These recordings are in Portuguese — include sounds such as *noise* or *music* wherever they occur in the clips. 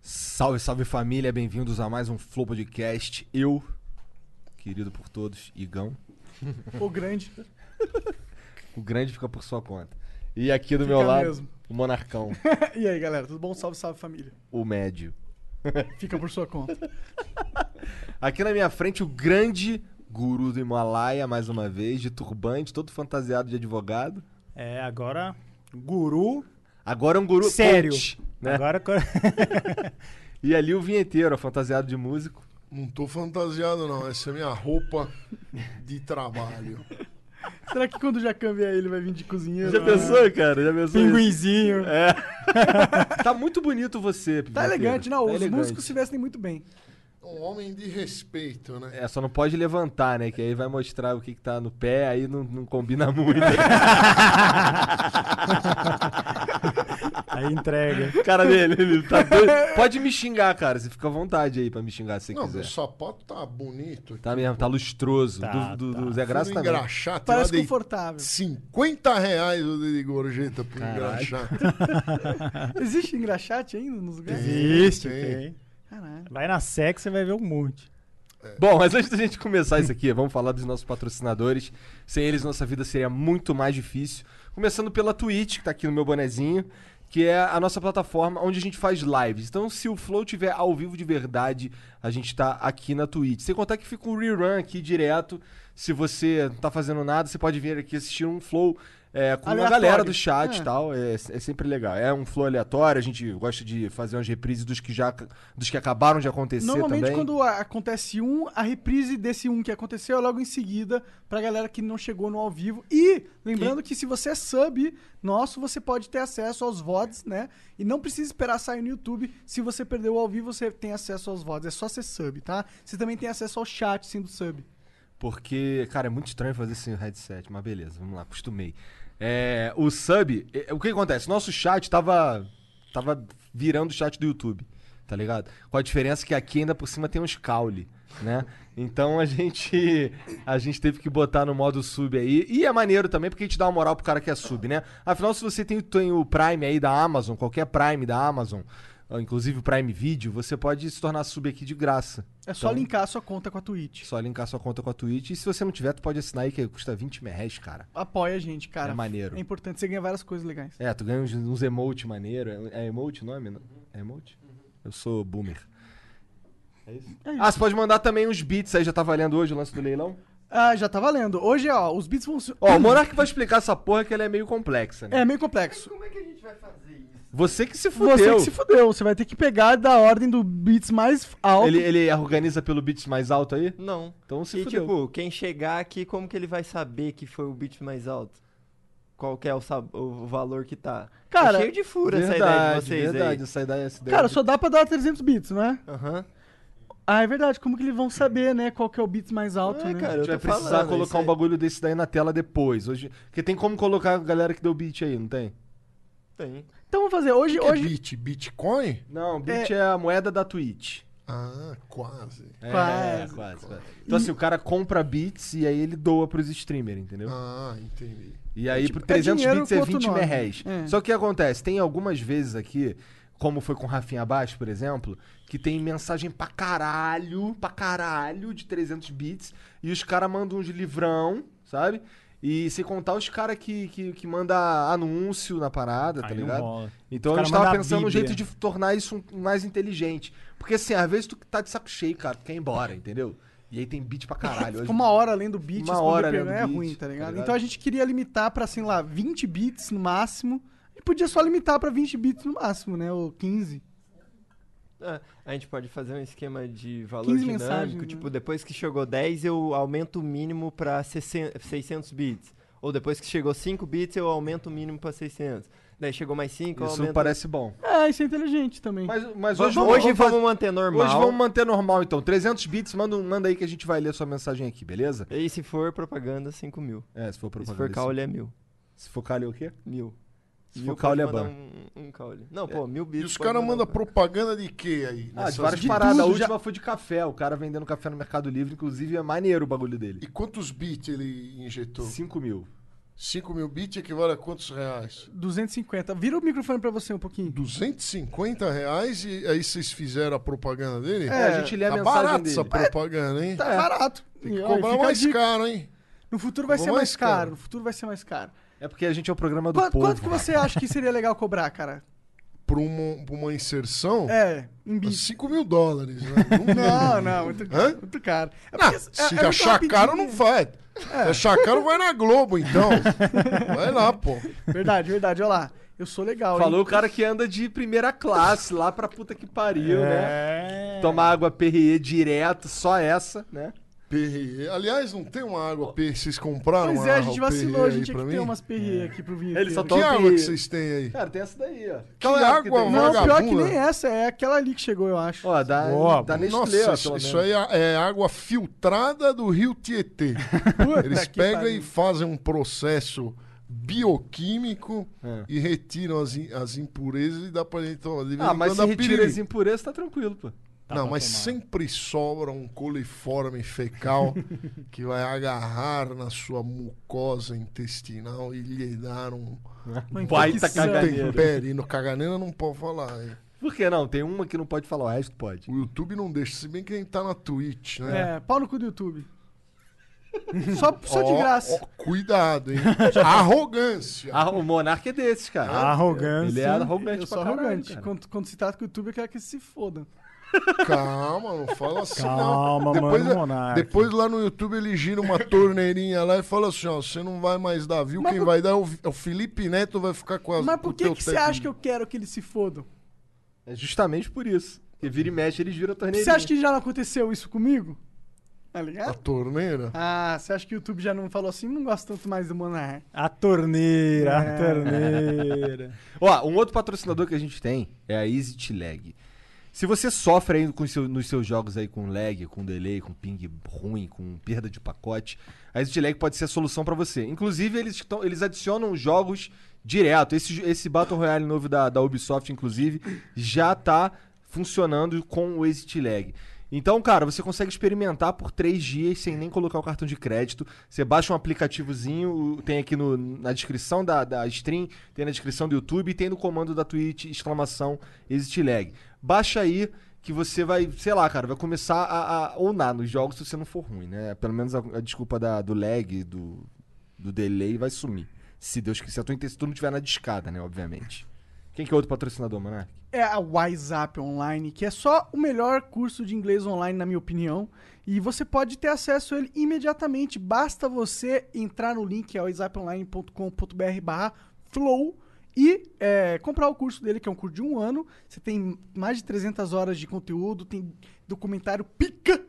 Salve, salve família, bem-vindos a mais um Flow Podcast. Eu, querido por todos, Igão, O grande. *laughs* o grande fica por sua conta. E aqui do Fica meu lado, mesmo. o monarcão, E aí, galera, tudo bom? Salve, salve família. o médio. Fica por sua conta. Aqui na minha frente, o grande guru do Himalaia, mais uma vez, de turbante, todo fantasiado de advogado. É, agora guru. Agora é um guru Sério. coach, né? Agora *laughs* E ali o vinheteiro, fantasiado de músico. Não tô fantasiado, não. Essa é minha roupa de trabalho. Será que quando já cambiar ele vai vir de cozinheiro? Já pensou, cara? Já pensou? isso? pinguinzinho. É. tá muito bonito você, Tá vinheteiro. elegante, não. os Tá elegante. músicos se vestem muito bem. Um homem de respeito, né? É, só não pode levantar, né? Que aí vai mostrar o que, que tá no pé, aí não, não combina muito. *laughs* Aí entrega. cara dele, ele tá doido. Pode me xingar, cara. Você fica à vontade aí pra me xingar se você não, quiser. meu sapato tá bonito. Tá mesmo, tá lustroso. Tá, do, do- tá. do Zé Graça Fui também. engraxate, Parece lá dei confortável. 50 reais o de gorjeta pro engraxate. Existe engraxate ainda nos lugares? Existe, tem. tem. Caralho. Vai na sex, você vai ver um monte. *laughs* Bom, mas antes da gente começar isso aqui, vamos falar dos nossos patrocinadores. Sem eles, nossa vida seria muito mais difícil. Começando pela Twitch, que tá aqui no meu bonezinho, que é a nossa plataforma onde a gente faz lives. Então, se o Flow tiver ao vivo de verdade, a gente tá aqui na Twitch. Sem contar que fica um rerun aqui direto. Se você não tá fazendo nada, você pode vir aqui assistir um Flow é, com a Aleatório. galera do chat e É. tal. É, é sempre legal. É um Flow aleatório, a gente gosta de fazer umas reprises dos que já dos que acabaram de acontecer Normalmente, também. quando a- acontece um, a reprise desse um que aconteceu é logo em seguida pra galera que não chegou no ao vivo. E, lembrando que se você é sub nosso, você pode ter acesso aos VODs, né? E não precisa esperar sair no YouTube. Se você perdeu o ao vivo, você tem acesso aos VODs. É só ser sub, tá? Você também tem acesso ao chat sendo sub. Porque, cara, é muito estranho fazer sem o headset, mas beleza, vamos lá, acostumei. É, o sub, é, o que acontece? Nosso chat tava, tava virando o chat do YouTube, tá ligado? Com a diferença que aqui ainda por cima tem uns caule, né? Então a gente a gente teve que botar no modo sub aí. E é maneiro também, porque a gente dá uma moral pro cara que é sub, né? Afinal, se você tem, tem o Prime aí da Amazon, qualquer Prime da Amazon, ah, inclusive o Prime Video, você pode se tornar sub aqui de graça. É só Então- linkar a sua conta com a Twitch. Só linkar sua conta com a Twitch. E se você não tiver, tu pode assinar aí, que custa 20 reais, cara. Apoia a gente, cara. É maneiro. É importante, você ganha várias coisas legais. É, tu ganha uns, uns emote maneiro. É, é emote o nome? não? É emote? Eu sou boomer. É isso? Ah, você pode mandar também uns bits aí, já tá valendo hoje o lance do leilão? Ah, já tá valendo. Hoje, ó, os beats vão... Ó, o Monark vai explicar essa porra que ela é meio complexa, né? Hum. É meio complexo. Você que se fudeu. Você que se fudeu, você vai ter que pegar da ordem do beats mais alto. Ele, ele organiza pelo bits mais alto aí? Não. Então se e fudeu. tipo, quem chegar aqui, como que ele vai saber que foi o beat mais alto? Qual que é o, sab- o valor que tá? Cara, é cheio de fura verdade, essa ideia de vocês verdade, essa ideia, essa ideia Cara, de- só dá pra dar 300 bits, não é? aí. Aham. Ah, é verdade, como que eles vão saber, né, qual que é o beats mais alto, É, né? A cara, eu gente vai tô precisar falando, isso colocar um aí. bagulho desse daí na tela depois. Hoje, porque tem como colocar a galera que deu beat aí, não tem? Tem. Então vamos fazer, hoje... Que *laughs* hoje... é bit? Bitcoin? Não, bit é... a moeda da Twitch. Ah, quase. É, Quase. quase, quase. Então assim, o cara compra bits e aí ele doa pros streamers, entendeu? Ah, entendi. E aí tipo, por 300 é dinheiro bits é quanto 20 nome. merréis. É. Só que o que acontece, tem algumas vezes aqui, como foi com o Rafinha Baixo, por exemplo, que tem mensagem pra caralho, pra caralho, de 300 bits, e os caras mandam uns livrão, sabe? E sem contar os caras que, que, que manda anúncio na parada, tá Aí não ligado? rola. Os Então eu cara estava manda a pensando um Bíblia. jeito de tornar isso um- mais inteligente. Porque assim, às vezes tu tá de saco cheio, cara, tu quer ir embora, entendeu? E aí tem beat pra caralho. Hoje- Fica uma hora além do beat, Uma responder hora pra- lendo é beat, ruim, tá tá ligado? ligado? Então a gente queria limitar pra, sei lá, 20 bits no máximo. E podia só limitar pra 20 bits no máximo, né? Ou 15. Ah, a gente pode fazer um esquema de valor 15 dinâmico, mensagens, né? tipo, depois que chegou 10, eu aumento o mínimo pra 60 600 bits. Ou depois é que chegou 5 bits, eu aumento o mínimo pra 600. Daí chegou mais 5, Isso aumenta. parece bom. É, isso é inteligente também. Mas, mas Hoje, hoje, vamos, vamos, fazer- manter normal. hoje vamos manter normal, então. 300 bits, manda, um- manda aí que a gente vai ler sua mensagem aqui, beleza? E se for propaganda, 5 mil. É, se for E Se propaganda. for caule, é mil. Se for caule, é o quê? Mil. Se Mil for caule, é pode ban. mandar Um, um caule. Não, pô, mil E bits. os pode caras mandar mandam um- propaganda de quê aí? Ah, Nessas- de várias de paradas. a tudo, última foi de café. O cara vendendo café no Mercado Livre, inclusive é maneiro o bagulho dele. E quantos bits ele injetou? 5 mil. 5 mil bits equivale a quantos reais? 250. Vira o microfone pra você um pouquinho. 250 reais e aí vocês fizeram a propaganda dele? É, a gente lê a tá mensagem barato dele. essa propaganda, hein? Tá barato. Tem que E, ó, cobrar fica a mais dica. caro, hein? No futuro vai Vou ser mais mais caro. caro. No futuro vai ser mais caro. É porque a gente é o programa do Quanto, povo. quanto que você acha que seria legal cobrar, cara? Pra uma, pra uma inserção, É, em bicho. 5 mil dólares, *laughs* né? No mínimo. Não, não, muito Hã? caro. Muito caro. É Ah, porque é- se é muito achar caro, não rapidinho. vai. É. Se achar caro, vai na Globo, *laughs* então. Vai lá, pô. Verdade, verdade. Olha lá. Eu sou legal, hein? Falou o cara que anda de primeira classe lá pra puta que pariu, É. né? Tomar água PRE direto, só essa, né? PRE. Aliás, não tem uma água PRE. Vocês compraram Pois uma é, a água gente vacilou, a PRE ah, aí gente tinha pra que mim? É. ter umas perre aqui pro vinho. Ele só Que Top- água que vocês têm aí? Cara, tem essa daí, ó. é Que água, tem? mano. Não, pior que vagabunda. nem essa, é aquela ali que chegou, eu acho. Ó, da, Boa, da Nestlé, Nossa, ó, isso, Tá pelo isso menos. aí é é água filtrada do rio *laughs* Tietê. Puta Eles que pegam pariu. e fazem um processo bioquímico É. e retiram as, im- as impurezas e dá pra gente tomar. De vez Ah, em mas é quando se dá retira piriri. as impurezas, tá tranquilo, pô. Tá Não, pra mas tomar. sempre sobra um coliforme *laughs* fecal que vai agarrar na sua mucosa intestinal e lhe dar um Uma Baita infecção. caganeiro. tempere. No caganeira não pode falar. hein? Por que não? Tem uma que não pode falar, o resto pode. O YouTube não deixa, se bem que a gente tá na Twitch, né? É, pau no cu do YouTube. Só, só de Ó, graça. ó, cuidado, *laughs* hein? Arrogância. Ah, o Monark é desses, cara. Ah, Arrogância. Ele é arrogante Eu pra sou caralho, arrogante. cara. Quando, quando se trata com o YouTube, eu quero que se foda. Calma, não fala assim, não. Calma, Depois, é- mano, Monark. depois lá no YouTube ele gira uma torneirinha lá e fala assim, ó, você não vai mais dar view, Mas quem por- vai dar é o, é o Felipe Neto vai ficar com as Mas com o por que, teu que você técnico. acha que eu quero que eles se fodam? É justamente por isso. Porque vira e mexe, eles viram a torneirinha. é Você acha que já não aconteceu isso comigo? Tá A ligado? torneira? Ah, você acha que o YouTube já não falou assim? Não gosto tanto mais do Monark. A torneira, É. a torneira. Ó, um outro patrocinador que a gente tem é a EasyT Lag. Se você sofre aí com seu- nos seus jogos aí com lag, com delay, com ping ruim, com perda de pacote, a EasyT Lag pode ser a solução pra você. Inclusive, eles, tão- eles adicionam jogos direto. Esse, esse Battle Royale novo da, da Ubisoft, inclusive, já tá funcionando com o EasyT Lag. Então, cara, você consegue experimentar por três dias sem nem colocar o cartão de crédito. Você baixa um aplicativozinho, tem aqui no- na descrição da, da stream, tem na descrição do YouTube e tem no comando da Twitch, exclamação, exit lag. Baixa aí que você vai, sei lá, cara, vai começar a, a onar nos jogos se você não for ruim, né? Pelo menos a, a desculpa da- do lag, do, do delay vai sumir. Se Deus quiser, tu, se tu não tiver na discada, né, obviamente. Quem que é outro patrocinador, Monark? é a WhatsApp Online, que é só o melhor curso de inglês online, na minha opinião. E você pode ter acesso a ele imediatamente. Basta você entrar no link, é whatsapponline.com.br barra flow e é, comprar o curso dele, que é um curso de um ano. Você tem mais de 300 horas de conteúdo, tem documentário pica.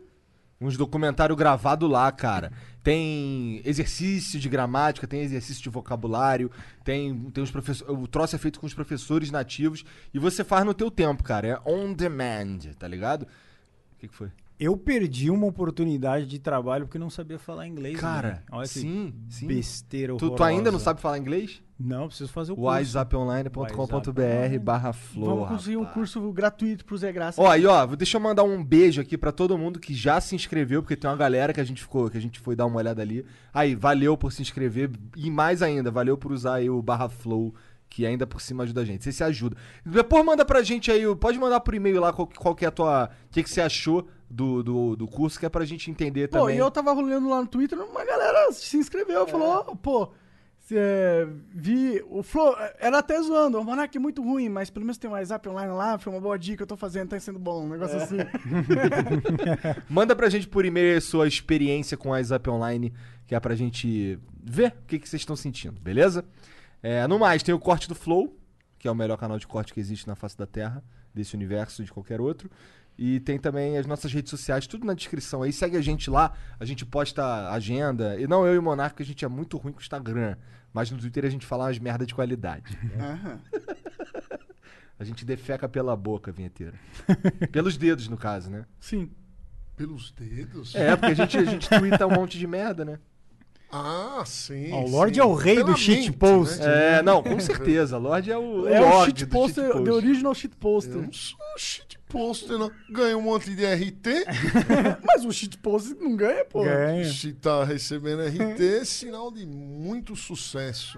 Uns documentário gravado lá, cara. Tem exercício de gramática, tem exercício de vocabulário, tem, tem os professores. O troço é feito com os professores nativos e você faz no teu tempo, cara. É on demand, tá ligado? O que, que foi? Eu perdi uma oportunidade de trabalho porque não sabia falar inglês. Cara, né? olha que sim, sim. besteira Tu, tu horrorosa. ainda não sabe falar inglês? Não, preciso fazer o curso. WhatsApponline.com.br barra flow. Vamos conseguir um rapaz. curso gratuito pro Zé Graça. Ó, e ó, vou- deixa eu mandar um beijo aqui pra todo mundo que já se inscreveu, porque tem uma galera que a gente ficou, que a gente foi dar uma olhada ali. Aí, valeu por se inscrever e mais ainda, valeu por usar aí o barra flow, que ainda por cima ajuda a gente. Você se ajuda. Depois manda pra gente aí, pode mandar por e-mail lá qual, qual que é a tua. O que, que você achou do, do, do curso, que é pra gente entender Pô, também. É. e eu tava rolando lá no Twitter, uma galera se inscreveu, falou, "Ó, pô, cê, é, vi, o Flo, é, era até zoando, o Monark é muito ruim, mas pelo menos tem um WhatsApp online lá, foi uma boa dica, eu tô fazendo, tá sendo bom, um negócio É. *laughs* assim. Manda pra gente por e-mail a sua experiência com a Zap Online, que é pra gente ver o que, que vocês estão sentindo, beleza? É, no mais, tem o corte do Flow, que é o melhor canal de corte que existe na face da Terra. desse universo, de qualquer outro. E tem também as nossas redes sociais, tudo na descrição aí. Segue a gente lá, a gente posta agenda. E não eu e o Monarca, a gente é muito ruim com o Instagram. Mas no Twitter a gente fala umas merda de qualidade. Aham. A gente defeca pela boca, vinheteiro. Pelos dedos, no caso, né? Sim. Pelos dedos? É, porque a gente, a gente twitta um monte de merda, né? Ah, sim. Ó, o sim. Lorde é o rei Pela do mente, shitpost. né? É, não, com certeza. Lorde é o, É o Lorde do shitposter, shitpost. the original shitposter. Eu não sou um shitposter, não. Ganha um monte de *laughs* RT. Mas o shitposter não ganha, pô. Ganha. Se tá recebendo *laughs* RT, sinal de muito sucesso.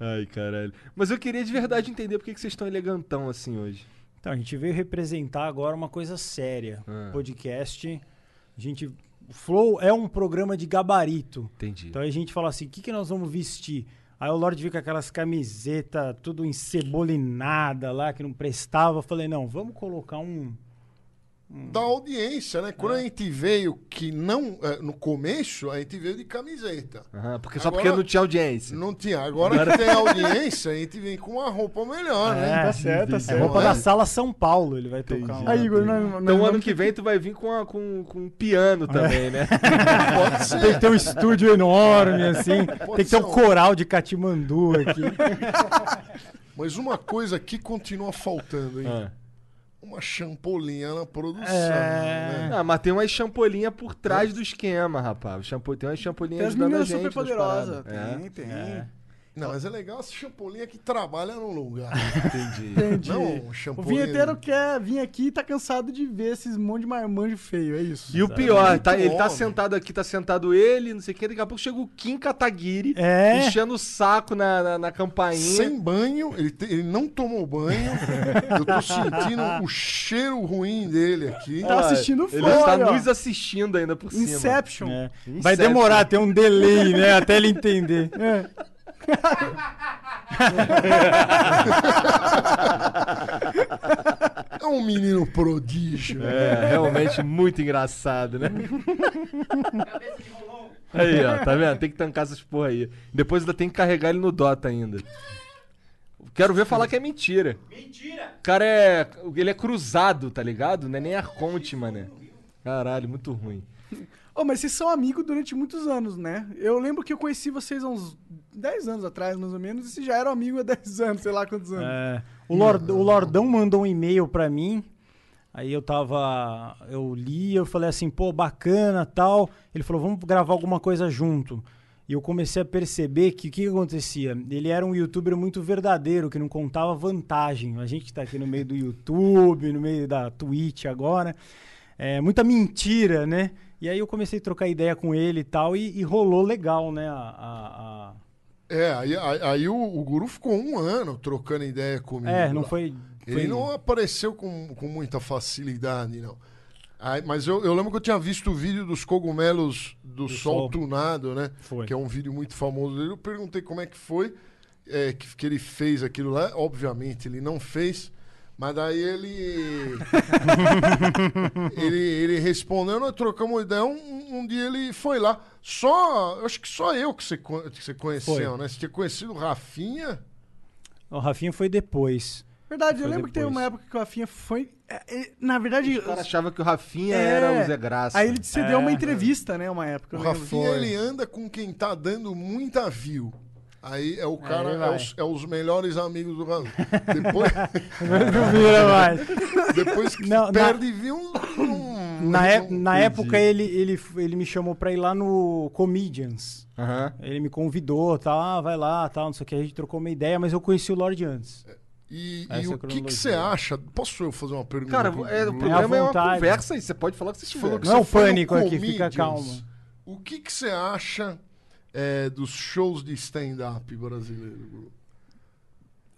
Ai, caralho. Mas eu queria de verdade entender por que que vocês estão elegantão assim hoje. Então, a gente veio representar agora uma coisa séria. Ah. Podcast. A gente. O Flow é um programa de gabarito. Entendi. Então a gente fala assim: o que, que nós vamos vestir? Aí o Lorde viu com aquelas camisetas tudo encebolinada lá, que não prestava. Eu Falei, não, vamos colocar um. Da audiência, né? Quando a gente veio que não. eh, No começo, a gente veio de camiseta. Aham, porque só Agora- porque não tinha audiência. Não tinha. Agora *laughs* que tem audiência, a gente vem com uma roupa melhor, né? é, certo, tá é certo. roupa É. da sala São Paulo, ele vai Entendi. tocar. lá. Aí, Igor, é- nós, nós Então vamos- ano que vem tu vai vir com, a- com, com um É. piano também, *laughs* né? Então, *laughs* Pode ser. Tem que ter um estúdio enorme, assim. Tem que ter ser um um- coral de Catimandu aqui. Mas uma coisa que continua faltando, hein? Ah. Uma champolinha na produção, É. né? Ah, mas tem umas champolinhas por trás do esquema, rapaz. O Champo... Tem umas champolinhas É. Tem as ajudando a meninas gente. É. super nas poderosas. paradas. Tem, tem. Não, mas é legal essa champolinha que trabalha no lugar. É, entendi. *laughs* Entendi. Não, um o champolinha... vinheteiro quer vir aqui e tá cansado de ver esses monte de marmanjo feio, é isso. E o pior, tá- ele tá homem. sentado aqui, tá sentado ele, não sei quem, daqui a pouco chega o Kim Kataguiri, É. enchendo o saco na, na, na campainha. Sem banho, ele, te- ele não tomou banho. Eu tô *laughs* sentindo o cheiro ruim dele aqui. Então, assim, Tá assistindo Ele fora, está ó. nos assistindo ainda por cima. Inception. É. Inception. Vai demorar, tem um delay, *laughs* né? Até ele entender. É um menino prodígio. É, realmente muito engraçado, né? Aí, ó, tá vendo? Tem que tancar essas porra aí. Depois ainda tem que carregar ele no Dota ainda. Quero ver falar que é mentira. Mentira! O cara é. Ele é cruzado, tá ligado? Não é nem Arconte, mané. Caralho, muito ruim. Ô, Oh, mas vocês são amigos durante muitos anos, né? Eu lembro que eu conheci vocês há uns 10 anos atrás, mais ou menos, e vocês já eram amigos há 10 *laughs* anos, sei lá quantos anos. É, o, Lord- o Lordão mandou um e-mail pra mim. Aí eu tava. Eu li, eu falei assim, pô, bacana tal. Ele falou, vamos gravar alguma coisa junto. E eu comecei a perceber que o que que acontecia? Ele era um youtuber muito verdadeiro, que não contava vantagem. A gente que tá aqui no meio do YouTube, no meio da Twitch agora. É, muita mentira, né? E aí eu comecei a trocar ideia com ele e tal, e, e rolou legal, né? a- a- a- É, aí, aí- aí o, o guru ficou um ano trocando ideia comigo. É, não lá. foi. Hum. Ele foi- não apareceu com, com muita facilidade, não. Aí, mas eu, eu lembro que eu tinha visto o vídeo dos cogumelos do, sol, sol. tunado, né? Foi. Que é um vídeo muito famoso dele. Eu perguntei como é que foi é, que, que ele fez aquilo lá. Obviamente, ele não fez. Mas daí ele. *laughs* ele, ele respondeu, nós trocamos ideia. Um, um dia ele foi lá. Só. eu Acho que só eu que você, co- que você conheceu, Foi. né? Você tinha conhecido o Rafinha. O Rafinha foi depois. Verdade, eu Foi lembro que teve depois. uma época que o Rafinha foi. é, é, Na verdade, O cara achava que o Rafinha É. era o Zé Graça. aí ele cedeu uma É. entrevista, né? Uma época. O eu lembro. Rafinha, ele anda com quem tá dando muita view. Aí é o cara, ele é vai. os, é os melhores amigos do Rafinha. Depois, *laughs* Não vira mais. depois que Não, na- perde um, view, não- Na, não- é- na época ele, ele, ele me chamou pra ir lá no Comedians. Aham. Ele me convidou, tá, ah, vai lá, tal, não sei o que. A gente trocou uma ideia, mas eu conheci o Lord antes. E, e Essa é a o que que cronologia. você acha? Posso eu fazer uma pergunta? Cara, pro é, o Bruno? programa é uma vontade. conversa aí. Você pode falar o que você Você falou tiver. que Não é você o foi no pânico aqui, fica Comedians. calmo. O que que você acha é, dos shows de stand-up brasileiro? Bruno?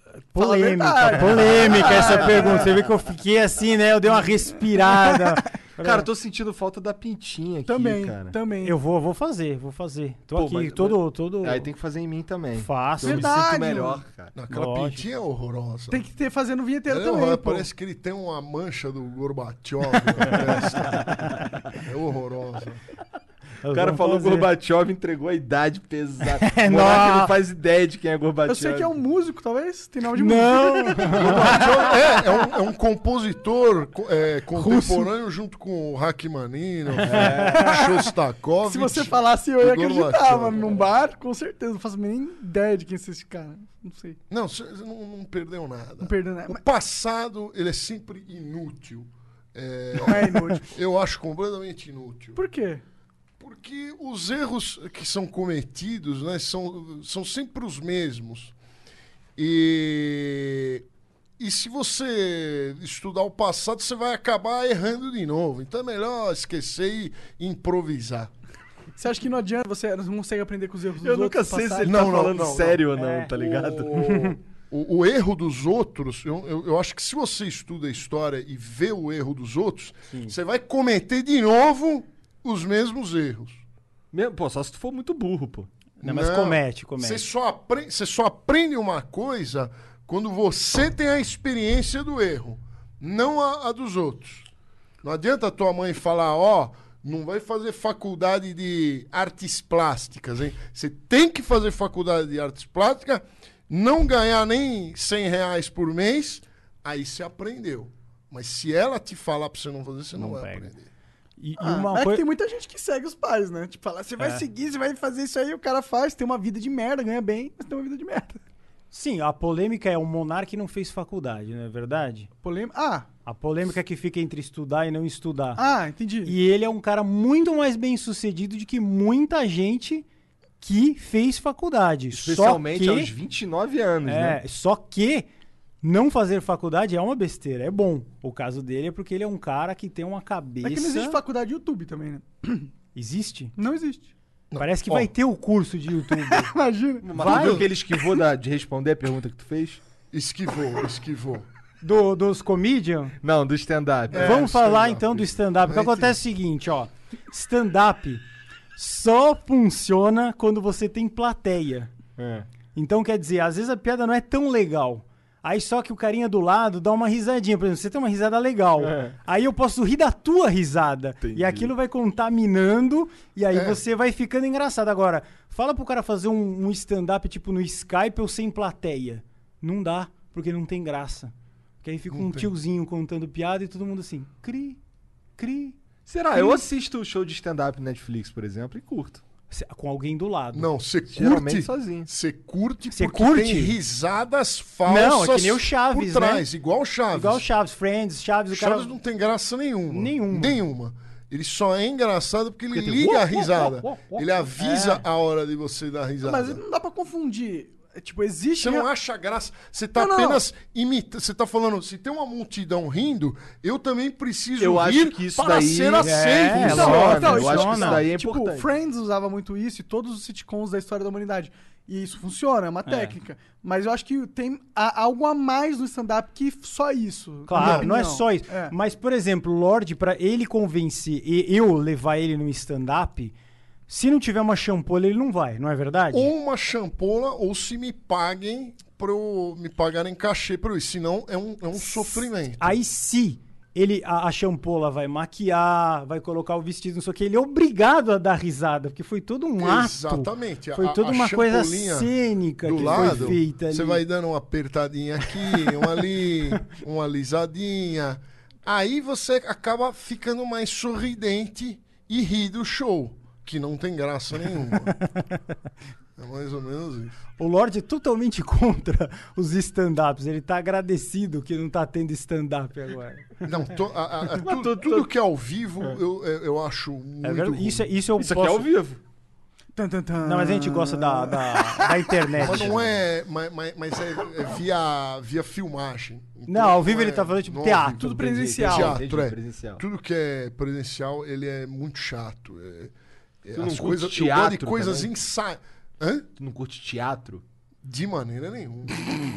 Fala a Polêmica, verdade. polêmica essa pergunta. Você vê que eu fiquei assim, né? Eu dei uma respirada. Cara, eu tô sentindo falta da pintinha aqui, Também, cara. também. Eu vou, vou fazer, vou fazer. Tô Pô, aqui mas- todo, todo Aí tem que fazer em mim também. fácil. Eu me Verdade, sinto melhor, cara. Não, Aquela Lógico. pintinha é horrorosa. Tem que ter fazendo vinheteiro Ela é também. horrorosa, pô. parece que ele tem uma *laughs* mancha do Gorbachev na testa. É horrorosa. O cara vamos falou fazer. Gorbachev, entregou a idade pesada. É, não. não faz ideia de quem é Gorbachev. Eu sei que é um músico, talvez. Tem nome de músico. Não! É, é um, é um compositor co- é, contemporâneo junto com o Rachmaninov, Shostakovich. É. é um *laughs* Se você falasse, eu ia Igor acreditar, Machado. mano. Num bar, com certeza. Não faço nem ideia de quem é esse cara. Não sei. Não, você não, não perdeu nada. Não perdeu nada. O Mas- passado, ele é sempre inútil. É, Não é inútil. eu acho completamente inútil. Por quê? Porque os erros que são cometidos né, são, são sempre os mesmos. E, e se você estudar o passado, você vai acabar errando de novo. Então é melhor esquecer e improvisar. Você acha que não adianta? Você não consegue aprender com os erros dos Eu nunca outros? sei se passados? ele Não, tá não, falando não, não. sério ou não, É. tá ligado? *laughs* O, o- o erro dos outros, eu, eu, eu acho que se você estuda a história e vê o erro dos outros, você vai cometer de novo os mesmos erros. Mesmo- Pô, só se tu for muito burro, pô. *laughs* Não, mas é? Não. comete, comete. Você só, apre- você só aprende uma coisa quando você tem a experiência do erro, não a, a dos outros. Não adianta a tua mãe falar, ó, não vai fazer faculdade de artes plásticas, hein? Você tem que fazer faculdade de artes plásticas, não ganhar nem 100 reais por mês, aí você aprendeu. Mas se ela te falar pra você não fazer, você não, Não vai pega. aprender. E, e Ah, mas uma é que coisa. tem muita gente que segue os pais, né? Tipo, fala, você vai É. seguir, você vai fazer isso aí, o cara faz, tem uma vida de merda, ganha bem, mas tem uma vida de merda. Sim, a polêmica é o monarca que não fez faculdade, não é verdade? Polêmica. Ah, A polêmica que fica entre estudar e não estudar. ah, entendi. E ele é um cara muito mais bem sucedido do que muita gente que fez faculdade. Especialmente só que, aos 29 anos, é, né? Só que não fazer faculdade é uma besteira, é bom. O caso dele é porque ele é um cara que tem uma cabeça. É que não existe faculdade de YouTube também, né? Existe? Não existe. *laughs* Parece que Ó. vai ter o curso de YouTube. *laughs* Imagina. Mas né? tu viu que ele esquivou da- de responder a pergunta que tu fez? Esquivou, esquivou. do, dos comedian. Não, do stand-up. É, Vamos falar stand-up. então do stand-up. O que Vai ter. acontece é o seguinte, ó. Stand-up só funciona quando você tem plateia. É. Então, quer dizer, às vezes a piada não é tão legal. Aí só que o carinha do lado dá uma risadinha. Por exemplo, você tem uma risada legal. É. Aí eu posso rir da tua risada. Entendi. E aquilo vai contaminando. E aí É. você vai ficando engraçado. Agora, fala pro cara fazer um, um stand-up tipo no Skype ou sem plateia. Não dá, porque não tem graça. Porque aí fica um tiozinho contando piada e todo mundo assim, cri, cri. Será? Eu assisto o show de stand-up no Netflix, por exemplo, e curto. Se- Com alguém do lado. Não, você Geralmente curte. sozinho. Você curte Você porque curte? tem risadas falsas Não, é que nem o Chaves, por trás, igual o Chaves. Igual Chaves, Friends, Chaves, o O cara. Chaves não tem graça nenhuma. Nenhuma. Nenhuma. Ele só é engraçado porque ele Porque tem- liga Uou, a uou, risada. uou, uou. Ele avisa a hora de você dar risada. Mas não dá pra confundir. É, tipo, existe. Você não né? acha graça. Você tá Não, não, não. apenas imitando. Você tá falando, se tem uma multidão rindo, eu também preciso Eu rir acho que isso para daí- ser É, aceito. É, Então, lógico, então, eu isso- acho que isso daí é tipo, importante. Friends usava muito isso e todos os sitcoms da história da humanidade. E isso funciona, é uma técnica. Mas eu acho que tem a- algo a mais no stand-up que só isso. na Claro, minha não é opinião. só isso. É. Mas, por exemplo, o Lorde, pra ele convencer e eu levar ele no stand-up, se não tiver uma champolha, ele não vai, não é verdade? Ou uma champola, ou se me paguem pra eu- me pagarem cachê pra eu ir. Senão é um, é um sofrimento. Aí se ele, a, a champola vai maquiar, vai colocar o vestido, não sei o que, ele é obrigado a dar risada, porque foi todo um ato. Exatamente. A- Foi toda a uma coisa champolinha cênica do que lado, foi feita ali. Você vai dando uma apertadinha aqui, uma *laughs* ali, uma alisadinha. Aí você acaba ficando mais sorridente e ri do show, que não tem graça *laughs* nenhuma. É mais ou menos isso. O Lorde é totalmente *laughs* contra os stand-ups. Ele tá agradecido que não tá tendo stand-up agora. Não, to- a- a- a- tu- tudo que é ao vivo eu, eu, eu acho muito. É verdade? ruim. Isso, é- isso eu Isso aqui posso... é ao vivo. Tan, tan, tan. Não, mas a gente gosta da, da, da internet. Mas não é. Mas, mas- mas é, é via, via filmagem. Então, Não, ao vivo é- ele tá falando, tipo, não ao teatro. vivo. Tudo Entendi, presencial. entendi, Teatro, entendi, é. presencial. Tudo que é presencial, ele é muito chato. É, é, Tu não as coisas, curte eu gosto de teatro coisas também? insa... Hã? Tu não curte teatro? De maneira nenhuma.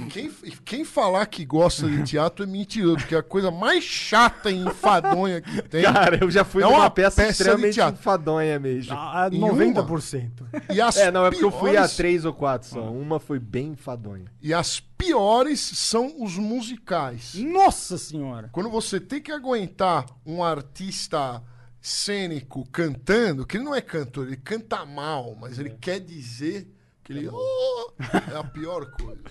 quem, quem falar que gosta de teatro é mentiroso, porque é a coisa mais chata e enfadonha que tem. Cara, eu já fui É numa uma peça, peça de extremamente teatro. enfadonha mesmo. A, a Em uma? 90%. E as é, não, é porque eu fui a piores- três ou quatro só. Uma foi bem enfadonha. E as piores são os musicais. Nossa senhora! Quando você tem que aguentar um artista cênico cantando, que ele não é cantor, ele canta mal, mas ele quer dizer que ele. "Oh", é a pior coisa.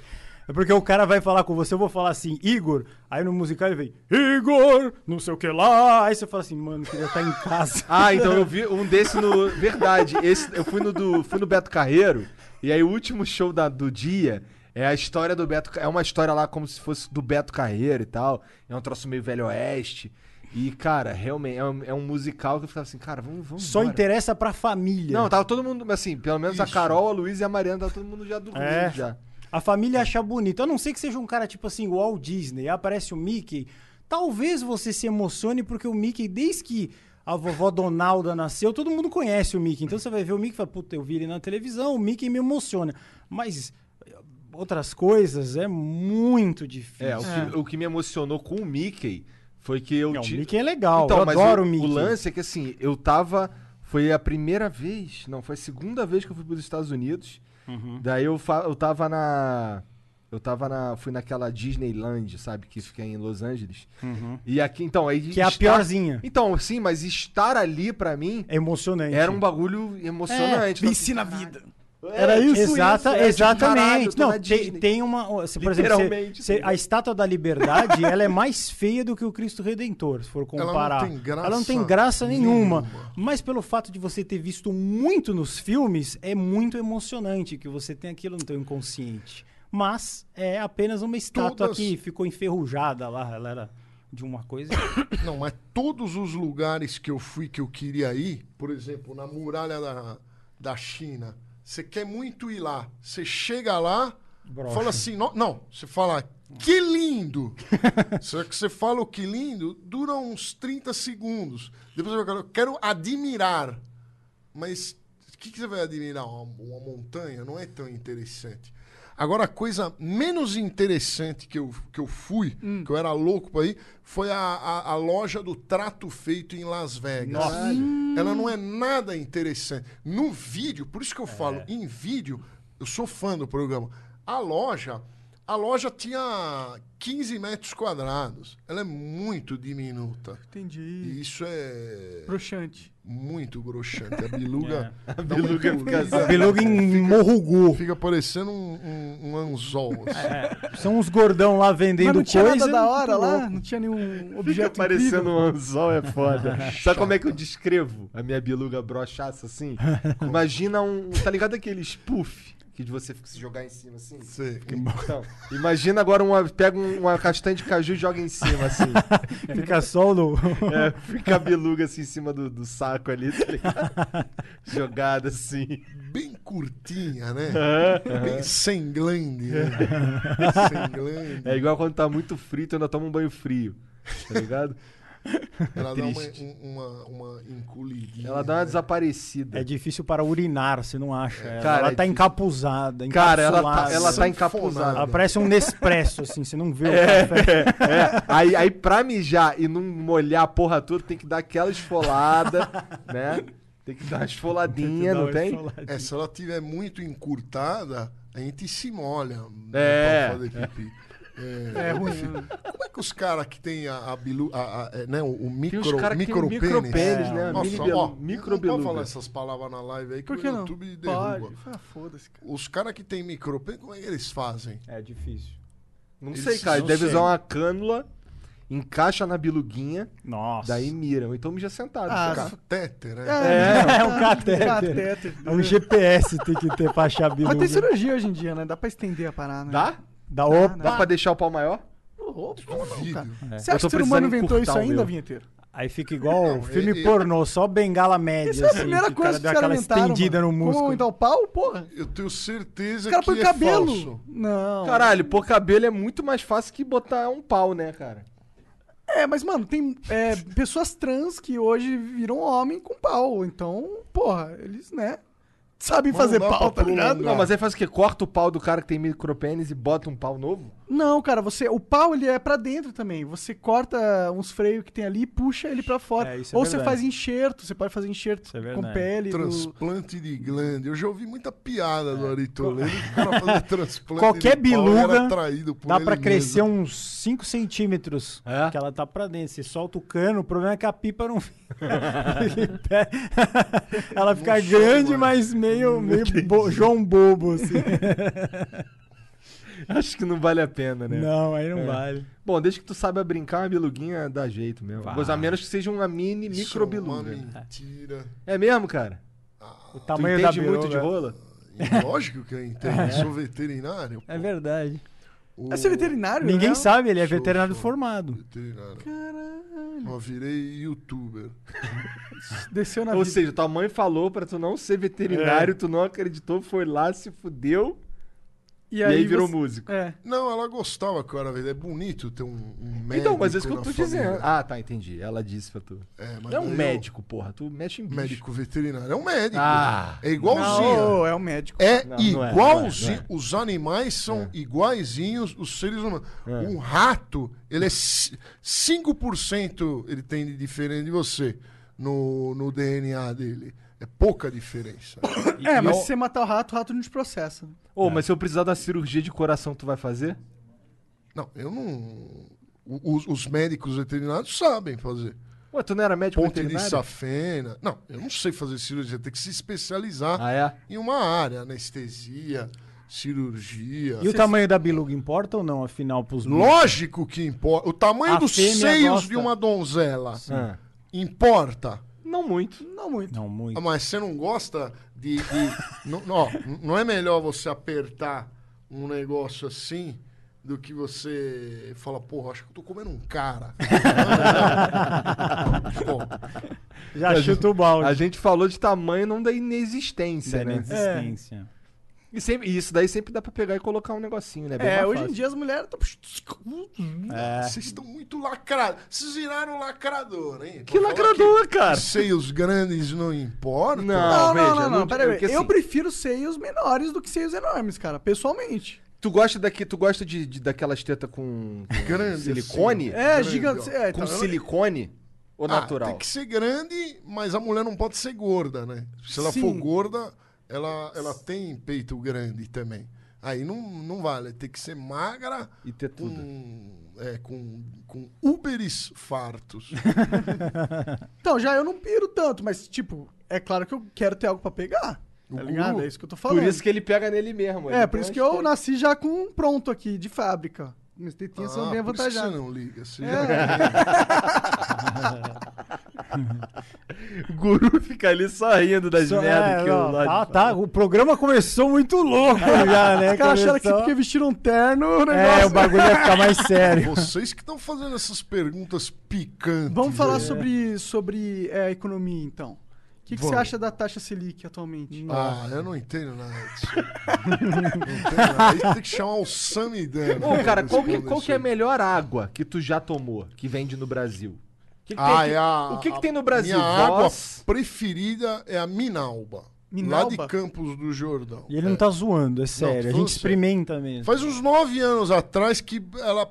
É porque o cara vai falar com você, eu vou falar assim, Igor. Aí no musical ele vem, Igor, não sei o que lá. Aí você fala assim, mano, queria estar em *laughs* casa. Ah, então eu vi um desse no. Verdade. Esse, eu fui no, do, fui no Beto Carreiro, e aí o último show da- do dia é a história do Beto. Ca- É uma história lá como se fosse do Beto Carreiro e tal. É um troço meio velho oeste. E, cara, realmente, é um, é um musical que eu ficava assim, cara, vamos. vamos Só embora. interessa pra família. Não, tava todo mundo, assim, pelo menos a Isso. Carol, a Luiz e a Mariana, tava todo mundo já dormindo É. já. A família acha bonito. A não ser que seja um cara tipo assim, o Walt Disney, aparece o Mickey. Talvez você se emocione, porque o Mickey, desde que a vovó Donalda nasceu, todo mundo conhece o Mickey. Então você vai ver o Mickey e fala, puta, eu vi ele na televisão, o Mickey me emociona. Mas eh, outras coisas é muito difícil. É, o, Que, o que me emocionou com o Mickey foi que eu Não, o ti- Mickey é legal, Então, eu mas adoro o, o Mickey. O lance é que assim, eu tava. Foi a primeira vez. Não, foi a segunda vez que eu fui pros Estados Unidos. Uhum. Daí eu, fa- eu tava na. Eu tava na. Fui naquela Disneyland, sabe? Que fica em Los Angeles. E aqui, então, aí. Uhum. Que é a estar- piorzinha. Então, sim, mas estar ali pra mim É emocionante. era um bagulho emocionante. Me É, Então, ensina a vida. Era isso, Exata, isso, é, tipo, caralho, eu exatamente. tô não, na tem, Disney. tem uma. Se, por exemplo, você- Literalmente, você- tá a estátua da liberdade ela é mais feia do que o Cristo Redentor, se for não comparar. tem graça Ela não tem graça nenhuma. nenhuma. Mas pelo fato de você ter visto muito nos filmes, é muito emocionante que você tem aquilo no teu inconsciente. Mas é apenas uma estátua Todas- que ficou enferrujada lá, ela era de uma coisa. *laughs* Não, mas todos os lugares que eu fui que eu queria ir, por exemplo, na muralha da, da China, você quer muito ir lá. Você chega lá, Broxa. fala assim, "No- não, você fala, que lindo! Só que você fala o que lindo, dura uns 30 segundos. Depois você fala, eu quero admirar. Mas o que, que você vai admirar? Uma, uma montanha? Não é tão interessante. Agora, a coisa menos interessante que eu, que eu fui, que eu era louco pra ir, foi a, a, a loja do trato feito em Las Vegas. Ela não é nada interessante. No vídeo, por isso que eu falo, em vídeo, eu sou fã do programa. A loja, a loja tinha 15 metros quadrados. Ela é muito diminuta. Entendi. E isso é Bruxante. muito broxante. A biluga. A biluga fica A beluga em Morrugu. Fica parecendo um, um- um anzol. assim. É. São uns gordão lá vendendo Mas não tinha coisa. nada da hora muito lá? Não tinha nenhum Fica objeto parecendo incrível? um anzol, *laughs* é foda. Sabe como é que eu descrevo a minha biluga *laughs* brochaça assim? Imagina um. Tá ligado aqueles puff que de você fica se jogar em cima assim? Sei. Então, imagina agora uma. Pega um- uma castanha de caju e joga em cima, *laughs* assim. Fica só no. É, fica a biluga assim em cima do, do saco ali, *laughs* tá ligado? Jogada assim. Bem curtinha, né? É, Bem sem glande, né? sem glande. É igual quando tá muito frio, tu ainda toma um banho frio. Tá ligado? Ela dá uma, É triste. um- uma, uma encolhidinha. né? Ela dá uma desaparecida. É difícil para urinar, você não acha? Ela, Cara, ela é tá difícil. encapuzada, Cara, ela tá, encapsulada. ela tá né? Sanfonada. encapuzada. Ela parece um Nespresso, assim, você não vê o café. É, aí, aí pra mijar e não molhar a porra toda, tem que dar aquela esfolada, né? Tem que dar uma esfoladinha, não tem? É, se ela tiver muito encurtada, a gente se molha. né, É. pra fazer pipi. É, enfim. né? Como é que os caras que tem a, a bilu, a- a- é, né, o, o micro, uns cara que tem micropênis? É. micropênis, né? Nossa, Mini ó, bilu- não microbiluga. pode falar essas palavras na live aí que Por o que não? YouTube derruba. Pode. Ah, foda-se, cara. Os caras que tem micropênis, como é que eles fazem? É difícil. Não Eles sei, cara. não Deve sei. usar uma cânula, encaixa na biluguinha, Nossa. daí mira. Ou então mija sentado. Ah, cara. Catete, né? É, é um Um catéter. catéter. É um GPS tem que ter pra achar a Mas tem biluga. cirurgia hoje em dia, né? Dá pra estender a parada. né? Dá? Da opa. É. Dá pra deixar o pau maior? Ô, como não, Vídeo. cara? Você Eu acha que tô o ser humano precisando inventou isso encurtar o ainda, meu. Vinheteiro? Aí fica igual Não, filme e- e- pornô, só bengala média, Essa é a assim, primeira o coisa que cara os dá caras aquela inventaram, estendida mano. no músculo. Como inventar o pau, porra. Eu tenho certeza O cara que põe é cabelo. falso. Não. Caralho, pôr cabelo é muito mais fácil que botar um pau, né, cara? É, mas, mano, tem é, pessoas trans que hoje viram homem com pau. Então, porra, eles, né? sabem Mas não fazer dá pra pau, tá prolongar. um- ligado? Não, mas aí faz o quê? Corta o pau do cara que tem micropênis e bota um pau novo? Não, cara, você o pau ele é pra dentro também. Você corta uns freios que tem ali e puxa ele pra fora. É, isso é Ou você verdade. faz enxerto, você pode fazer enxerto Isso é com verdade. pele. do- Transplante de glande. Eu já ouvi muita piada do Ari Toledo que o cara fazia transplante Qualquer de pau, era biluga traído por Dá ele pra crescer mesmo. uns 5 centímetros. É? Que ela tá pra dentro. Você solta o cano, o problema é que a pipa não *laughs* fica. *laughs* em pé. ela fica chega grande, mais. mas *laughs* meio, meio bo- João Bobo, assim. *laughs* Né? Acho que não vale a pena, né? não, aí não É. vale. Bom, desde que tu saiba brincar, uma biluguinha dá jeito mesmo. Vai. Mas a menos que seja uma mini Isso um microbiluga. É uma mentira. É mesmo, cara? O Tu tamanho da entende muito de biruga. rola? E Lógico que eu entendo. Eu sou veterinário. É verdade. O... É ser veterinário? Ninguém um né? sabe, ele é Show, veterinário show. formado. Veterinário. Caralho. Eu virei youtuber. Desceu na Ou vida. seja, tua mãe falou pra tu não ser veterinário, tu não acreditou, foi lá, se fudeu e aí, virou você- músico. É. Não, ela gostava que eu era veterinário. É bonito ter um, um médico. Então, mas é isso que eu na tô família. dizendo. Ah, tá, entendi. Ela disse pra tu. É, mas Não é um eu- médico, porra. Tu mexe em bicho. Médico veterinário. É um médico. Ah. é igualzinho. Não, ô, é o médico. É Não, não é, não é, igualzinho. não Os animais são iguaizinhos os seres humanos. É. Um rato, ele é ci- 5% ele tem de diferente de você no, no DNA dele. É pouca diferença. É, mas se você matar o rato, o rato não te processa. Ô, mas se eu precisar da cirurgia de coração, tu vai fazer? Não, eu não. o- Os, os médicos veterinários sabem fazer. Ué, tu não era médico Ponte de veterinário? safena. Não, eu não sei fazer cirurgia. Tem que se especializar Ah, é? em uma área. Anestesia, cirurgia. E o tamanho da biluga importa ou não, afinal, pros bichos? Lógico que importa. O tamanho A dos fêmea seios gosta. de uma donzela Ah. importa. Não muito. Não muito. Não, muito. Ah, Mas você não gosta de. de- *laughs* não, não, ó, não é melhor você apertar um negócio assim do que você fala, porra, acho que eu tô comendo um cara. *laughs* Pô, Já chuta o balde. é A gente falou de tamanho não da inexistência, Da né? inexistência. E, sempre- e isso daí sempre dá pra pegar e colocar um negocinho, né? Bem É, mais hoje em fácil. dia as mulheres estão. Vocês estão muito lacrados. Vocês viraram lacrador, hein? Que Pra falar lacrador, cara! que Seios grandes não importam. Não. Não, não, veja, não, não, não- pera aí. porque assim- Eu prefiro seios menores do que seios enormes, cara, pessoalmente. Tu gosta daqui, tu gosta de, de- daquelas tetas com, com Grande, silicone? assim. É, Grande, gigante. ó. É, Com tá vendo? silicone ou Ah, natural? tem que ser grande, mas a mulher não pode ser gorda, né? Se ela Sim. for gorda, ela, ela tem peito grande também. Aí não, não vale, tem que ser magra E ter tudo. com, é, com, com uberes *laughs* fartos. Então, já eu não piro tanto, mas, tipo, é claro que eu quero ter algo pra pegar. Tá ligado? É isso que eu tô falando. Por isso que Então, ele pega nele mesmo. é, por isso que eu nasci já com um pronto aqui, de fábrica. Minhas tetinhas são Ah, bem por isso que você avantajadas. não liga. É. Você *laughs* O guru fica ali só rindo das Só- merdas é, que não, eu lá tá, de *laughs* tá, o programa começou muito louco já, né? Os caras acharam que Começou- porque vestiram um terno, o negócio... É, o bagulho ia ficar mais já- sério. É Vocês que estão fazendo essas perguntas picantes. Vamos falar aí. sobre, sobre é, economia, então. O que, que você Vamos. acha da taxa Selic atualmente? Ah, eu não entendo nada disso. *laughs* não entendo nada. Aí tem que chamar o né? Samidana. Ô, pra cara, qual que, responder qual isso que é a aí. melhor água que tu já tomou, que vende no Brasil? O que, que Ah, tem, é a- o que, que a tem no Brasil? Minha água Ah, Voz? preferida é a Minalba, Minalba? Lá de Campos do Jordão. *laughs* E ele É. não tá zoando, é sério. a falando gente sério. experimenta mesmo. Faz uns nove anos atrás que ela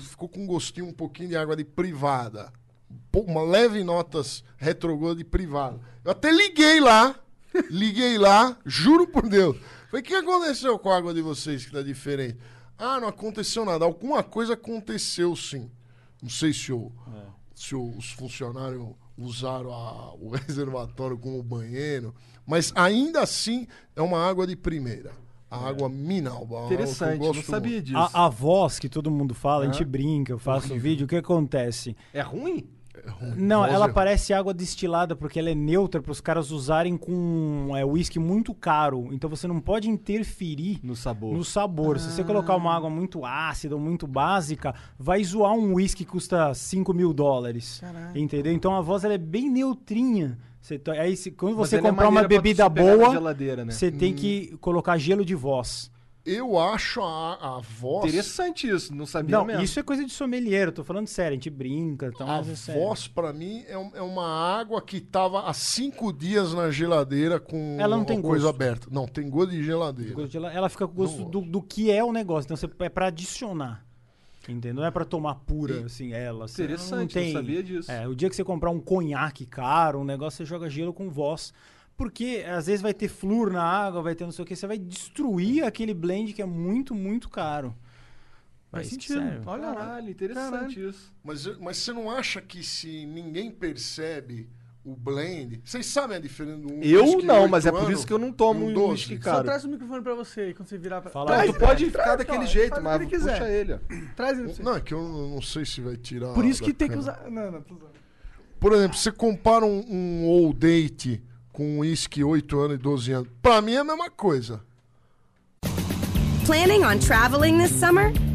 ficou com um gostinho um pouquinho de água de privada. Pô, Uma leve notas retrogol de privada. Eu até liguei lá. Liguei lá, juro por Deus. Falei, o que aconteceu com a água de vocês que tá diferente? Ah, não aconteceu nada. Alguma coisa aconteceu sim. Não sei se o, se os funcionários usaram a- o *laughs* reservatório como banheiro, mas ainda assim é uma água de primeira. A água Minalba. uma água que eu Interessante, não gosto sabia muito. disso. A, a voz que todo mundo fala, a gente brinca, eu faço vídeo, o que acontece? É ruim? Não, voz ela é- parece água destilada porque ela é neutra para os caras usarem com é, whisky muito caro. Então você não pode interferir No sabor. no sabor. Se você colocar uma água muito ácida ou muito básica, vai zoar um whisky que custa 5 mil dólares. Entendeu? Então a voz ela é bem neutrinha. Você to- aí, se- quando Mas você ela é comprar uma maneira pra tu bebida se pegar na boa, geladeira, né? você tem que colocar gelo de voz. Eu acho a, a voz. Interessante isso, não sabia Não, mesmo. isso é coisa de sommelier, eu tô falando sério, a gente brinca, então, A mas é sério. voz, pra mim, é, um- é uma água que tava há cinco dias na geladeira com Ela não tem a coisa gosto. aberta. Não, tem gosto de geladeira. Gosto de Ela, ela fica com gosto do, do que é o negócio, então você, é pra adicionar. Entendeu? Não é pra tomar pura, assim, ela. assim, ela não Interessante, não tem... sabia disso. É, o dia que você comprar um conhaque caro, um negócio, você joga gelo com voz. Porque às vezes vai ter flúor na água, vai ter não sei o que, você vai destruir aquele blend que é muito, muito caro. É Faz isso que sentido. serve. Olha lá. Caralho, interessante isso. Mas, mas você não acha que se ninguém percebe o blend. Vocês sabem a diferença do um Eu whisky não, oito mas é por anos isso que eu não e tomo um um doze? whisky Só caro. traz o microfone pra você quando você virar pra. Fala Ah, aí. traz, tu pode ficar traz, daquele fala, jeito, faz o mas que ele puxa quiser. ele. ó. Traz ele pra você. Não, é que eu não não sei se vai tirar. Por isso da que tem que câmera. usar. Não, não, tô usando. Por exemplo, você compara um, um old date com um uísque 8 anos e 12 anos. Pra mim é a mesma coisa. Planning on traveling this summer?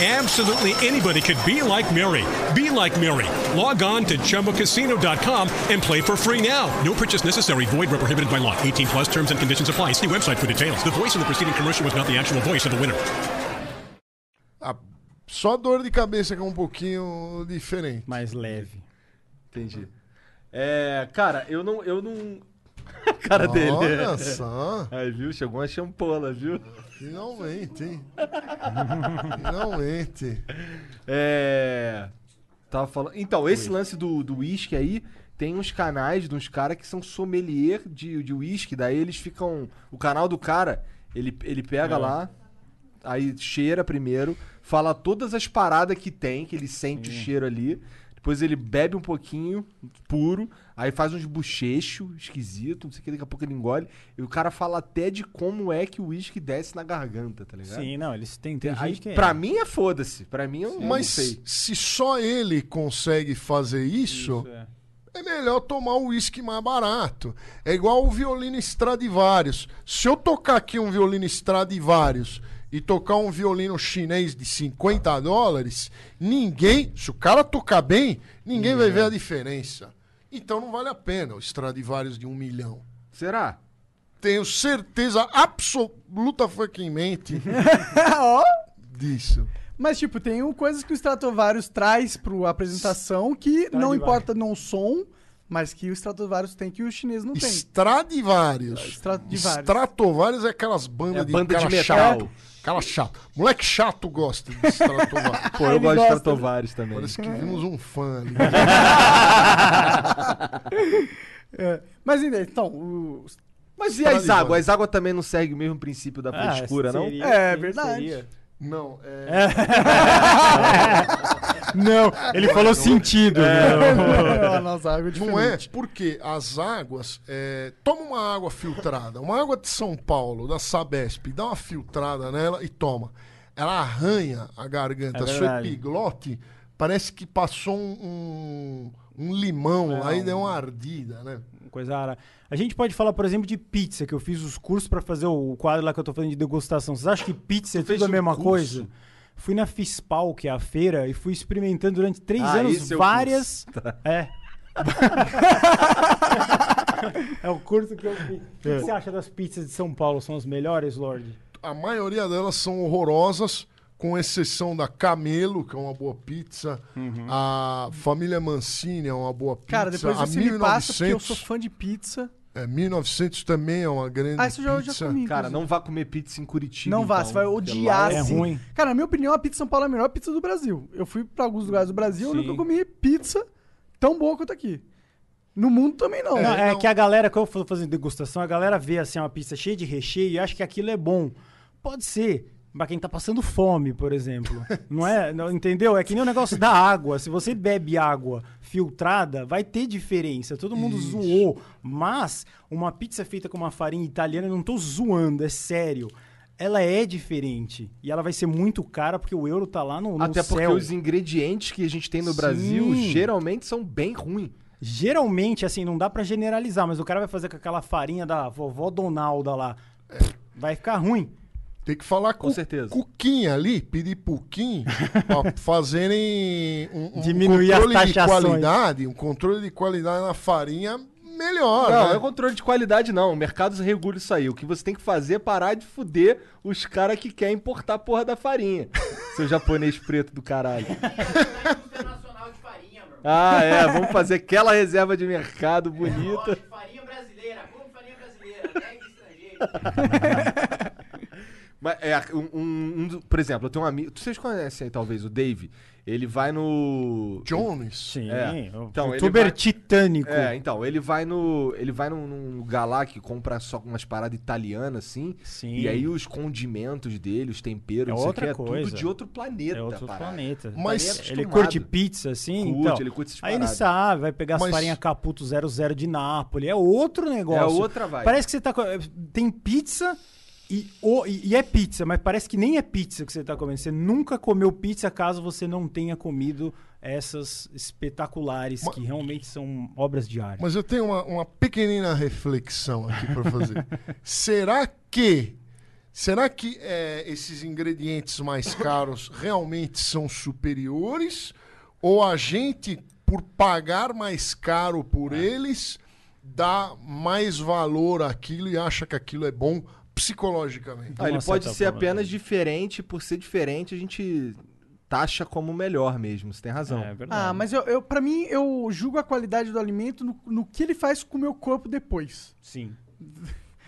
Absolutely anybody could be like Mary. Be like Mary. Log on to chumbacasino.com and play for free now. No purchase necessary. Void where prohibited by law. 18 plus terms and conditions apply. See website for details. The voice in the preceding commercial was not the actual voice of the winner. Ah, só dor de cabeça que é um pouquinho diferente. Mais leve. Entendi. É, cara, eu não. Eu não... *laughs* A cara dele. Olha só. Aí, viu? Chegou uma champola, viu? Finalmente, hein? Finalmente. É. Tava falando. Então, esse lance do do uísque aí, tem uns canais de uns caras que são sommelier de de uísque, daí eles ficam. O canal do cara, ele, ele pega Ah. lá, aí cheira primeiro, fala todas as paradas que tem, que ele sente o cheiro ali. Depois ele bebe um pouquinho, puro, aí faz uns bochechos esquisito, não sei o que, daqui a pouco ele engole. E o cara fala até de como é que o uísque desce na garganta, tá ligado? Sim, não, eles têm, tem Aí, gente que é. pra mim é foda-se. Pra mim é um eu não Mas sei. se só ele consegue fazer isso, é. é. melhor tomar o uísque mais barato. É igual o violino Stradivarius. Se eu tocar aqui um violino Stradivarius e tocar um violino chinês de 50 dólares, ninguém, se o cara tocar bem, ninguém vai ver a diferença. Então não vale a pena o Stradivarius de um milhão. Será? Tenho certeza absoluta fucking mente Ó. disso. Mas, tipo, tem um- coisas que o Stratovarius traz pro apresentação que não importa não o som, mas que o Stratovarius tem que o chinês não tem. Stradivarius. Stradivarius. Stratovarius é aquelas bandas É de, banda de cara metal. chato. Cara chato. Moleque chato gosta de Stratovarius. Pô, eu Ele gosto de gosta, Stratovarius também. Parece que vimos um fã ali. É. Mas ainda, então, o... Mas e as Stratovarius. águas? As águas também não seguem o mesmo princípio da Ah, frescura, não? seria- É, sim, verdade. seria. Não, é... Não, ele falou sentido. É. a nossa água é não diferente. é. Porque as águas. é, Toma uma água filtrada. Uma água de São Paulo, da Sabesp. Dá uma filtrada nela e toma. Ela arranha a garganta. É Seu verdade. epiglote parece que passou um, um, um limão lá e deu uma ardida, né? Coisa ara- A gente pode falar, por exemplo, de pizza, que eu fiz os cursos pra fazer o quadro lá que eu tô fazendo de degustação. Vocês acham que pizza é fez tudo a um mesma curso? coisa? Fui na FISPAL, que é a feira, e fui experimentando durante três Ah, anos esse é o Tá. várias. *laughs* *laughs* É. é o curso que eu fiz. O É. que, que você acha das pizzas de São Paulo? São as melhores, Lorde? a maioria delas são horrorosas, com exceção da Camelo, que é uma boa pizza, Uhum. a Família Mancini é uma boa pizza, Cara, depois a você me passa, porque eu 1900, sou fã de pizza. é, 1900 também é uma grande Ah, isso eu já, pizza. já comi. Cara, inclusive. não vá comer pizza em Curitiba. Não vá, então, você vai porque lá odiar. é sim. ruim. Cara, na minha opinião, a pizza de São Paulo é a melhor pizza do Brasil. Eu fui pra alguns lugares do Brasil, eu Sim. nunca comi pizza tão boa quanto aqui. No mundo também não. Não, é que a galera, quando eu for fazendo degustação, a galera vê assim uma pizza cheia de recheio e acha que aquilo é bom. Pode ser, Pra quem tá passando fome, por *laughs* exemplo. Não é? não- entendeu? É que nem o negócio da água. Se você bebe água filtrada, vai ter diferença. Todo mundo zoou. Mas uma pizza feita com uma farinha italiana, eu não tô zoando, é sério. Ela é diferente. E ela vai ser muito cara porque o euro tá lá no, no Até porque céu. os ingredientes que a gente tem no Brasil Sim. geralmente são bem ruins. Geralmente, assim, não dá pra generalizar, mas o cara vai fazer com aquela farinha da vovó Donalda lá. É. Vai ficar ruim. Tem que falar com, Com certeza. Cuquinha ali, pedir pro *laughs* Kim pra fazerem um, um Diminuir as controle de taxações. qualidade, um controle de qualidade na farinha melhor, Não, né? não é controle de qualidade, não. O mercado regula isso aí. O que você tem que fazer é parar de fuder os caras que querem importar a porra da farinha. *laughs* Seu japonês preto do caralho. Internacional de farinha, meu. Ah, é. Vamos fazer aquela reserva de mercado bonita. Farinha brasileira, como farinha brasileira, até estrangeiro. Mas, é, um, um- um do- por exemplo, eu tenho um amigo. Vocês conhecem aí, talvez, o Dave. Ele vai no. Jones. Sim. É. o Então, ele youtuber vai- titânico. É, então, ele vai no. Ele vai num, num lugar lá que compra só umas paradas italianas, assim. Sim. E aí os condimentos dele, os temperos, É não sei o outra que, é coisa. tudo de outro planeta, É outro parada. planeta. Mas- Tá ele nem curte acostumado. pizza, assim. Curte, então. ele curte essas Aí ele paradas. sabe, vai pegar as Mas- farinhas Caputo 00 de Nápoles. É outro negócio. É outra vibe. Parece que você tá. co- Tem pizza. E, o- e- e é pizza, mas parece que nem é pizza que você tá comendo. Você nunca comeu pizza caso você não tenha comido essas espetaculares Ma- que realmente são obras de arte. Mas eu tenho uma, uma pequenina reflexão aqui pra fazer. será que. Será que é, esses ingredientes mais caros realmente são superiores? Ou a gente, por pagar mais caro por eles, dá mais valor àquilo e acha que aquilo é bom psicologicamente? Ah, ele uma pode certa ser forma, apenas né? diferente, por ser diferente, a gente taxa como melhor mesmo, você tem razão. É verdade. Um, Ah, mas eu, eu para mim, eu julgo a qualidade do alimento no, no que ele faz com o meu corpo depois. Sim.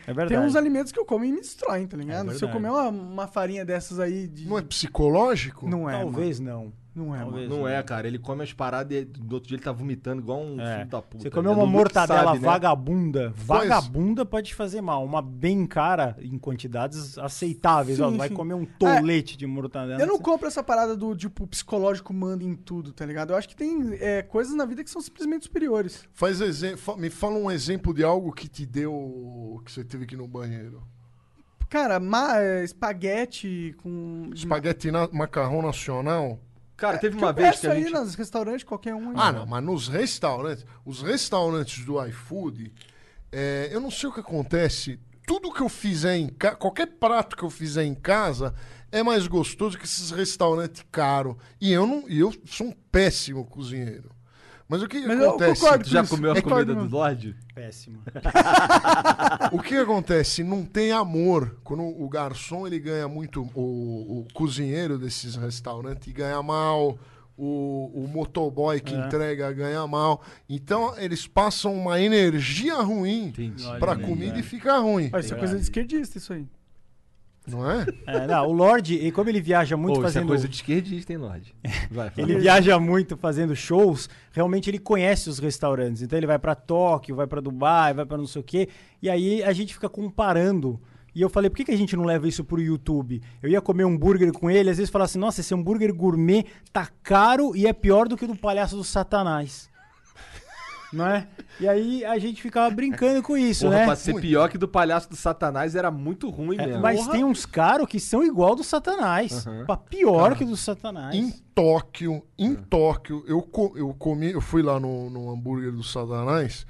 É verdade. Tem uns alimentos que eu como e me destroem, tá ligado? Se eu verdade. comer uma, uma farinha dessas aí de. Não é psicológico? Não é, Talvez não. mano. Não é, mano. Talvez Não é, cara. Ele come as paradas e do outro dia ele tá vomitando igual um É. filho da puta. Você comeu né? uma Lulu que mortadela sabe, né? vagabunda, vagabunda pode te fazer mal. Uma bem cara, em quantidades aceitáveis. Sim, ó, vai sim. É, comer um tolete de mortadela. Eu não você- compro essa parada do tipo psicológico manda em tudo, tá ligado? Eu acho que tem é, coisas na vida que são simplesmente superiores. Faz exe- fa- me fala um exemplo de algo que te deu. que você teve que ir no banheiro. Cara, ma- é, espaguete com. Espaguete na- macarrão nacional? Cara, teve Que uma eu vez peço que a aí gente... nos restaurantes, qualquer um. aí. Ah, não, mas nos restaurantes, os restaurantes do iFood, é, eu não sei o que acontece. Tudo que eu fizer em casa, qualquer prato que eu fizer em casa é mais gostoso que esses restaurantes caros. E eu não, e eu sou um péssimo cozinheiro. Mas o que Mas eu acontece? concordo Tu já Isso, comeu a é claro comida que não. do Lorde? é Péssima. O que acontece? Não tem amor. Quando o garçom ele ganha muito, o, o cozinheiro desses restaurantes ganha mal, o, o motoboy que entrega ganha mal. Então eles passam uma energia ruim pra comida e fica ruim, Ah, isso é coisa de esquerdista, isso aí. não é? É, não, o Lorde, e como ele viaja muito Pô, isso é fazendo. coisa de esquerdista, *laughs* hein, Lorde? É. Vai, fala. Ele viaja muito fazendo shows, realmente ele conhece os restaurantes. Então ele vai pra Tóquio, vai pra Dubai, vai pra não sei o quê. E aí a gente fica comparando. E eu falei, por que, que a gente não leva isso pro YouTube? Eu ia comer um hambúrguer com ele, às vezes falava assim, nossa, esse hambúrguer gourmet tá caro e é pior do que o do palhaço do satanás. *laughs* não é? E aí a gente ficava brincando com isso, Porra, né? pra ser pior que do palhaço do satanás era muito ruim É, mesmo. mas né? Porra. tem uns caros que são igual do satanás. Aham. Pra pior que do satanás. Em Tóquio, em Tóquio, eu, co- eu comi, eu fui lá no, no hambúrguer do Satanás.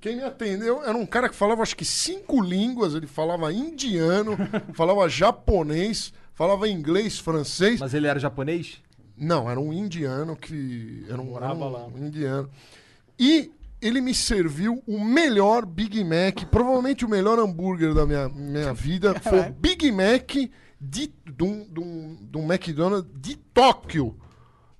Quem me atendeu era um cara que falava acho que cinco línguas, ele falava indiano, *laughs* falava japonês, falava inglês, francês. Mas ele era japonês? Não, era um indiano que. Era um, era um indiano. E ele me serviu o melhor Big Mac, provavelmente o melhor hambúrguer da minha, minha vida. Foi o Big Mac de, de, um, de, um, de um McDonald's de Tóquio.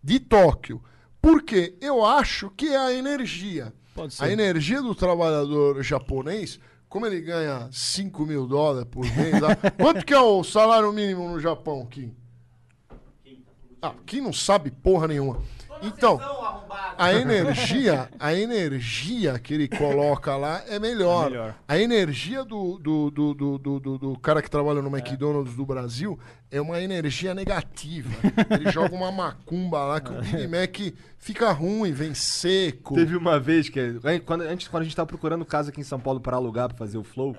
De Tóquio. Porque eu acho que é a energia. Pode A energia do trabalhador japonês, como ele ganha 5 mil dólares por mês. lá- quanto que é o salário mínimo no Japão, Kim? Ah, quem não sabe porra nenhuma. Então, a energia, a energia que ele coloca lá é melhor. melhor. A energia do, do, do, do, do- do- do cara que trabalha no McDonald's do Brasil é uma energia negativa. Ele joga uma macumba lá que o Big Mac fica ruim, vem seco. Teve uma vez que. aí, Quando, antes, quando a gente tava procurando casa aqui em São Paulo pra alugar, pra fazer o flow,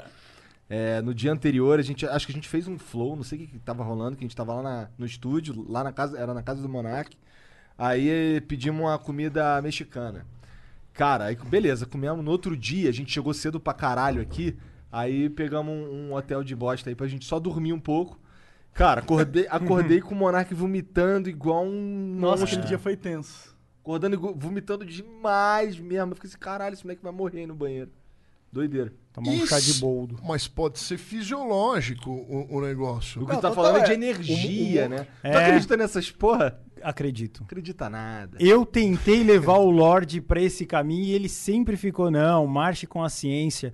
é, no dia anterior, a gente. Acho que a gente fez um flow, não sei o que, que tava rolando, que a gente tava lá na- no estúdio, lá na casa. Era na casa do Monark. Aí eh, pedimos uma comida mexicana. Cara, aí beleza, comemos no outro dia, a gente chegou cedo pra caralho aqui. Aí pegamos um, um hotel de bosta aí pra gente só dormir um pouco. Cara, acordei, acordei com o Monark vomitando igual um. Nossa, monstro. aquele dia foi tenso. Acordando e gu- vomitando demais mesmo. Eu fiquei assim, caralho, esse moleque vai morrer aí no banheiro. Doideira. Tomar um chá de Isso- boldo. Mas pode ser fisiológico o, o negócio. O que tu Não, tá total, falando é de é. energia, né? Tu É. acredita nessas porra? Acredito. Acredita nada. Eu tentei levar o Lorde pra esse caminho e ele sempre ficou, não, marche com a ciência.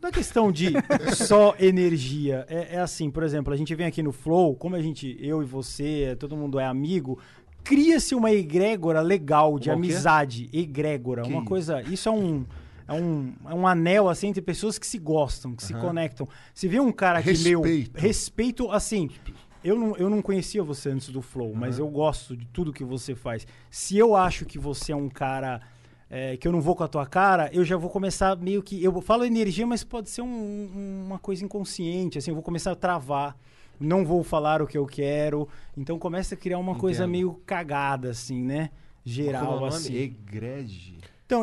Não é questão de *laughs* só energia. É, é assim, por exemplo, a gente vem aqui no Flow, como a gente, eu e você, todo mundo é amigo, cria-se uma egrégora legal de Uma o quê? amizade. Egrégora. uma isso? coisa. Isso é um. É um, é um anel, assim, entre pessoas que se gostam, que se conectam. Se vê um cara que meio... Respeito. Respeito, assim... Eu não, eu não conhecia você antes do Flow, mas eu gosto de tudo que você faz. Se eu acho que você é um cara é, que eu não vou com a tua cara, eu já vou começar meio que... Eu falo energia, mas pode ser um- um- uma coisa inconsciente, assim. Eu vou começar a travar. Não vou falar o que eu quero. Então começa a criar uma coisa Entendo. meio cagada, assim, né? Como é o Geral, nome? assim. Egrege. Então,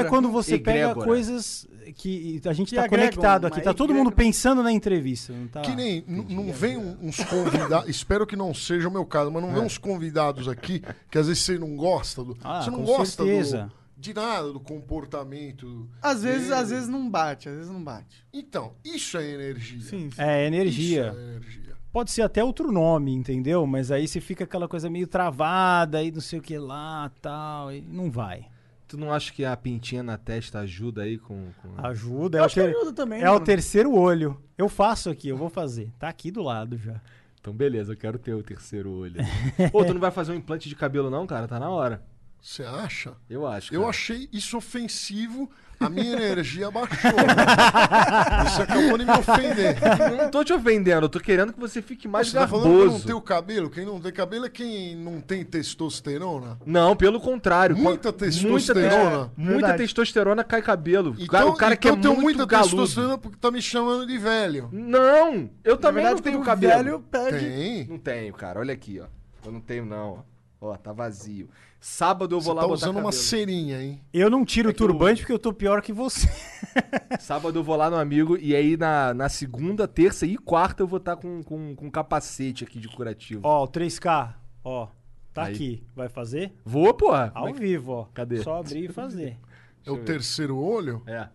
egrégora é quando você pega Egrégora. coisas que a gente Que está agregam, conectado mas aqui. Tá todo mundo egrégora- pensando na entrevista. Não tá... Que nem, n- não vem um- uns convidados, espero que não seja o meu caso, mas não vem uns convidados aqui que às vezes você não gosta do. Ah, você não com gosta do- certeza. de nada, do comportamento. Às vezes, dele. às vezes não bate, às vezes não bate. Então, isso é energia. Sim, sim. É, Isso energia. é energia. Pode ser até outro nome, entendeu? Mas aí você fica aquela coisa meio travada e não sei o que lá, tal, e não vai. Tu não acha que a pintinha na testa ajuda aí com. com- Ajuda, é, Eu o, acho que ter- ajuda também, é o mano. terceiro olho. Eu faço aqui, eu vou fazer. Tá aqui do lado já. Então, beleza, eu quero ter o terceiro olho. *laughs* Pô, tu não vai fazer um implante de cabelo, não, cara? Tá na hora. Você acha? Eu acho. Eu cara. achei isso ofensivo, a minha energia baixou. é Você acabou de me ofender. Não tô te ofendendo, eu tô querendo que você fique mais Você tá falando que eu não garboso. tenho cabelo? Quem não tem cabelo é quem não tem testosterona. Não, pelo contrário. Muita Quan- testosterona. É, Muita, é, muita testosterona cai cabelo. O cara- Então, o cara então quer tenho muito muita galudo. testosterona porque tá me chamando de velho. Não, eu Na também verdade, não tenho quando cabelo. velho perde. Tem. Não tenho, cara. Olha aqui, ó. Eu não tenho, não. Ó, Ó, tá vazio. Sábado eu Você vou lá tá botar usando uma cabelo. cerinha, hein? Eu não tiro o que eu- turbante porque É eu tô pior que você. *laughs* Sábado eu vou lá no amigo e aí na, na segunda, terça e quarta eu vou estar com, com, com capacete aqui de curativo. Ó, o 3K, ó, tá Aí. aqui. Vai fazer? Vou, porra. Como Ao é que- vivo, ó. Cadê? Só abrir e *laughs* fazer. É o terceiro olho? É.